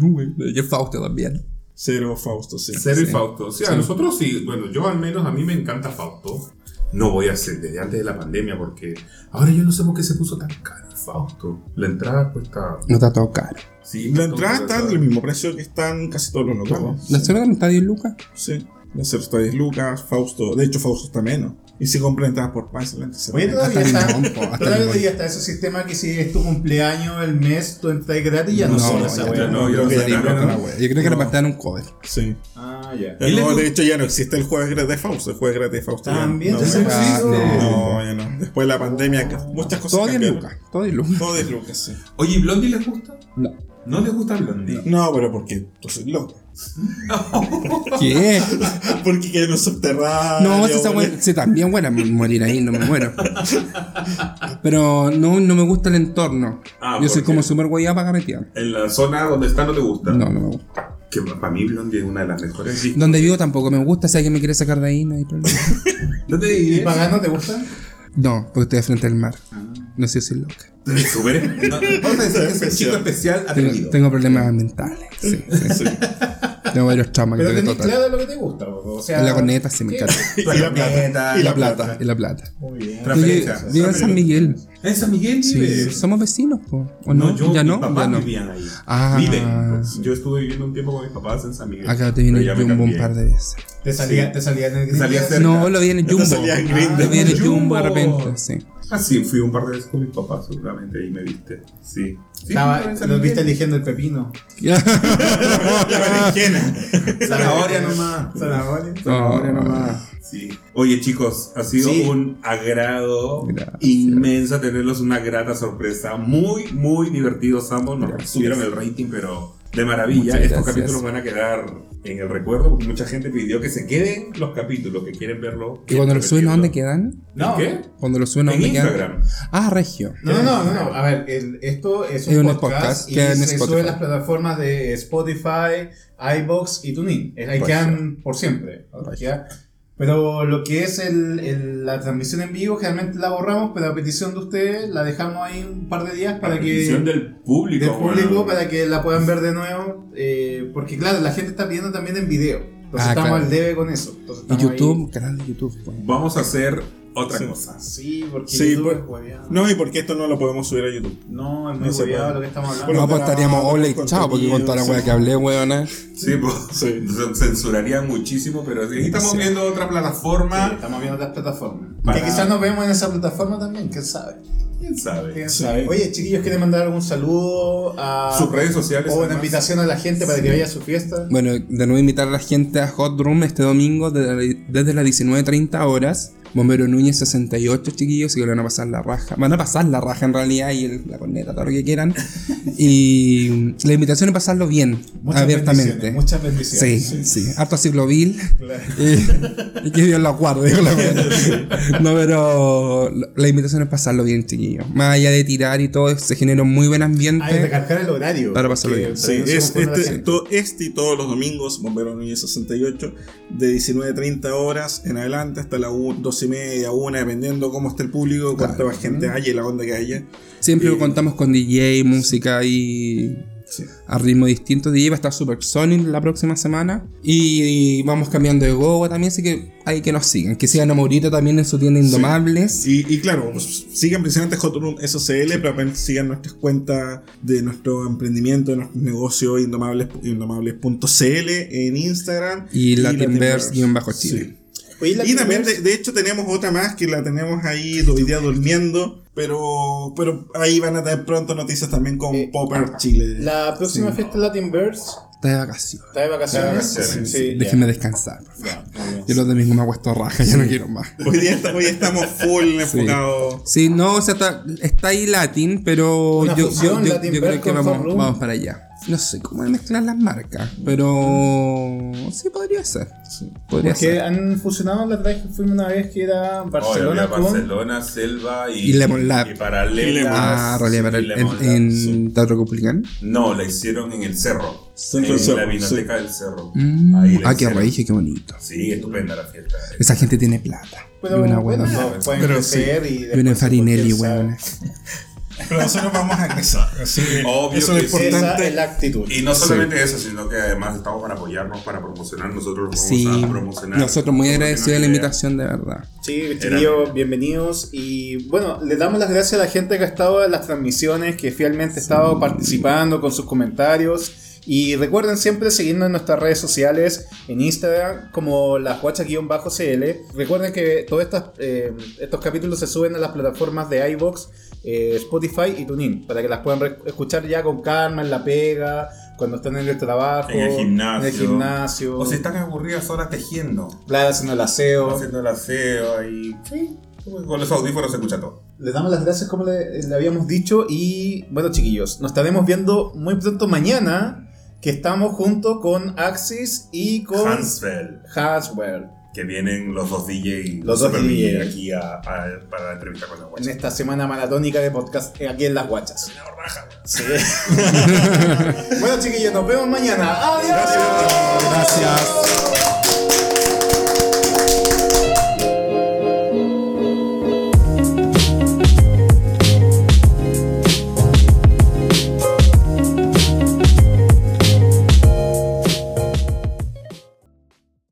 Yo Fausto también.
Cero Fausto, sí.
Cero y Fausto. O sea, a nosotros sí, bueno, yo al menos a mí me encanta Fausto.
no voy a hacer desde antes de la pandemia porque ahora yo no sé por qué se puso tan caro el Fausto. La entrada cuesta...
No está todo caro.
Sí,
La
todo
entrada
caro,
está
¿sabes?
al mismo precio que están casi todos los locales.
¿La cerveza no está 10 lucas?
Sí. La Cero está 10 lucas, Fausto. De hecho, Fausto está menos. Y si compran entradas por Paisland, se
Oye,
vende.
todavía
Hasta
está,
limón, po, hasta
todavía
limón.
está ese sistema que si es tu cumpleaños el mes, tú entras gratis y ya no,
No,
son
no,
esa
ya
wea.
no, yo
creo
no
que
sé
ya
nada,
no.
¿no?
La wea. Yo creo que le
No.
pasaron un cover.
Sí.
Ah, ya.
Ya no, de hecho ya no existe el jueves gratis de Fausto, el jueves gratis de Fausto. ya
También
no,
te
no,
salió
Ah,
así,
no.
no, ya no. Después de la pandemia, ca- muchas cosas
Todo 10
cambiaron.
lucas. Todo 10 lucas.
Todo 10 lucas, sí.
Oye, ¿y ¿Blondie les gusta?
No.
¿No les gusta Blondie?
No, pero porque tú soy loco.
¿Qué?
Porque que no subterráneo.
No, si esa
bueno.
buena, sí, también buena mu- morir ahí, no me muero. Pero no, no me gusta el entorno.
Ah,
Yo
¿por
soy
qué?
como súper guayaba para carretear.
¿En la zona donde está no te gusta?
No, no me gusta.
Que para mí Blondie es una de las mejores. Sí.
Donde vivo tampoco me gusta, si alguien me quiere sacar de ahí, no hay problema.
¿Dónde
¿Y
vives?
pagano te gusta?
No, porque estoy frente al mar. No sé si es loca.
Súper- no, Vamos a decir que es un chico especial
Tengo,
atrevido.
tengo problemas mentales. Sí, sí. Tengo varios traumas que
Pero
tengo que
tenés
tratar.
claro lo que te gusta. O sea,
La corneta sí me encanta.
Y la plata. Y la plata.
Y la plata.
Muy bien.
Transferencia.
Yo- Vivo en San Miguel.
¿En San Miguel
Sí.
vive?
Somos vecinos, po. ¿O no?
yo,
¿Ya
mi
no?
papá
Ya no.
vivían ahí.
Ah.
Viven. pues. Yo estuve viviendo un tiempo con mis papás en San Miguel.
Acá te
Pero
viene
ya
el
me
Jumbo un
cambié.
par de veces.
Te salía, te salía en el
Te salía
Grindr.
cerca.
No, lo vi en el
Esto
Jumbo.
salía en Grindr.
Lo vi en el Jumbo de
Jumbo.
repente, sí.
Ah, sí, fui un par de veces con mis papás, seguramente, y me viste. Sí. sí
Estaba-
en San
Nos
Miguel.
viste eligiendo el pepino.
La berenjena.
Zanahoria nomás.
Zanahoria.
Zanahoria
nomás.
Sí. Oye, chicos, ha sido
Sí.
un agrado
Gracias.
inmenso tenerlos, una grata sorpresa. Muy, muy divertidos ambos. Nos subieron el rating, pero de maravilla.
Muchas
Estos
gracias.
capítulos van a quedar en el recuerdo porque mucha gente pidió que se queden los capítulos, que quieren verlo.
¿Y cuando lo suben a dónde
quedan?
quedan?
No.
¿Qué?
Cuando lo suben a
En
dónde quedan.
Instagram.
Ah, Regio.
No, no, no, no. A ver, el- esto es un,
Es un
podcast,
podcast
y
que en
se sube
Spotify.
en las plataformas de Spotify, iBox y TuneIn. Es- Ahí
Pues
quedan por siempre. ¿ya? Pero lo que es el, el- la transmisión en vivo, generalmente la borramos, pero a petición de ustedes la dejamos ahí un par de días para
La
que
petición del público.
del público
bueno.
para que la puedan ver de nuevo. eh, porque claro, la gente está viendo también en video. Entonces
Ah,
estamos
claro.
al debe con eso. Entonces
Y
estamos
YouTube, canal de YouTube. po.
Vamos a hacer otra cosa.
ahí- Sí, porque
Sí,
YouTube
por-
es hueveado.
No, y porque esto no lo podemos subir a YouTube.
No, es
No
muy
se
hueveado
puede.
lo que estamos hablando.
Bueno,
No, pues estaríamos
grabamos
hola y chao, porque con toda la
contenido,
wea
sí.
que hablé, weona.
Sí, pues,
Sí.
censuraría muchísimo, pero sí, estamos
Sí.
viendo otra plataforma.
Sí, estamos viendo otras plataformas.
Para-
Que quizás nos vemos en esa plataforma también, quién sabe.
¿Quién sabe?
¿Quién sabe? Oye, chiquillos, ¿quieren mandar algún saludo a,
Sus redes sociales.
o una
además.
invitación a la gente para que vaya a su fiesta?
Bueno, de nuevo invitar a la gente a Hot Room este domingo de- desde las 19.30 horas. Bombero Núñez 68, chiquillos, y que le van a pasar la raja. Van a pasar la raja en realidad y el- la corneta, todo lo que quieran. y la invitación es pasarlo bien, abiertamente.
bendiciones, Muchas bendiciones.
Sí, sí, harto ciclovil. Y, y que Dios la guarde. digo la verdad. no, pero la invitación es pasarlo bien, chiquillos. Más allá de tirar y todo, se genera un muy buen ambiente.
Hay que recalcar el horario.
Para pasarlo
porque
bien.
Sí,
también
es
somos buenos
este,
gente.
to- este y todos los domingos, Bombero Núñez 68, de 19.30 horas en adelante hasta las 12 y media, 1, dependiendo cómo esté el público, cuánta gente haya y la onda que haya.
Siempre
Y-
contamos con DJ, música y
Sí.
a ritmo distinto. DJ va a estar Super Sonic la próxima semana. Y, vamos cambiando de Goa también, así que hay que nos sigan. Que sigan a Maurita también en su tienda Indomables.
Y, y claro, pues, sigan precisamente Hot Room SCL, pero también sigan nuestras cuentas de nuestro emprendimiento, de nuestro negocio indomables- indomables.cl en Instagram.
Y Latinverse-Chile.
Sí.
Oye, la
Y también,
primera-
de, de hecho, tenemos otra más que la tenemos ahí hoy día durmiendo, pero, pero ahí van a tener pronto noticias también con
Eh,
Popper Chile.
la próxima fiesta Latinverse
Está de vacaciones.
está de vacaciones.
Está de vacaciones.
Sí,
Déjenme descansar, por favor.
ya, ya, muy bien.
Yo los domingo me acuesto raja, ya no quiero más.
Hoy día, esta- hoy estamos full enfocados.
Sí, no, o sea, está, está ahí Latin, pero
Una
yo, yo,
fusión,
yo-
Latin
yo
Bear
creo que
con
vamos,
Hot Room.
vamos para allá. No sé cómo mezclar las marcas, pero sí podría ser. sí, podría
Porque
ser.
han fusionado la otra vez que fuimos una vez que era Barcelona
Barcelona,
con.
Barcelona, Selva y,
Y Lemon Lab.
y Paralelas.
Y Lemon
Ah,
Sí,
realidad,
Lemon Lab,
en, en
sí.
Teatro Copulicán.
No, la hicieron en el cerro.
Centro
en
del Cerro,
la biblioteca del cerro.
Mm,
Ahí la
ah, qué
hicieron.
raíz, qué bonito.
Sí, estupenda la fiesta.
Esa gente tiene plata. y
Pero
una
bueno,
buena.
pueden
Pero
crecer y
y una
después,
farinelli,
quién sabe.
weón.
Pero nosotros vamos a ingresar. Así que
Obvio
eso es
que sí.
importante.
Esa es la actitud.
Y no solamente eso, sino que además estamos para apoyarnos, para promocionar. Nosotros vamos
Sí,
a promocionar.
nosotros muy
No
agradecidos de la
tienen idea.
invitación, de verdad.
Sí, chiquillos, bienvenidos. Y bueno, le damos las gracias a la gente que ha estado en las transmisiones, que fielmente ha estado participando con sus comentarios. Y recuerden siempre seguirnos en nuestras redes sociales, en Instagram, como las guachas-cl. Recuerden que todos estos, eh, estos capítulos se suben a las plataformas de iBox, eh, Spotify y TuneIn, para que las puedan re- escuchar ya con calma, en la pega, cuando están en el trabajo,
En el gimnasio.
en el gimnasio,
O si están aburridas ahora tejiendo,
claro, haciendo el aseo.
haciendo el aseo ahí. Sí, pues, con los audífonos se escucha todo.
Les damos las gracias como le, le habíamos dicho y bueno chiquillos, nos estaremos viendo muy pronto mañana que estamos junto con Axis y con
Hansfeld.
Haswell
que vienen los dos DJ
Los dos
Super DJ
DJ.
aquí a, a- para la entrevista con la
en
guacha.
esta semana maratónica de podcast eh, aquí en Las Guachas. Sí. bueno chiquillos, nos vemos mañana. Adiós.
Gracias.
Gracias.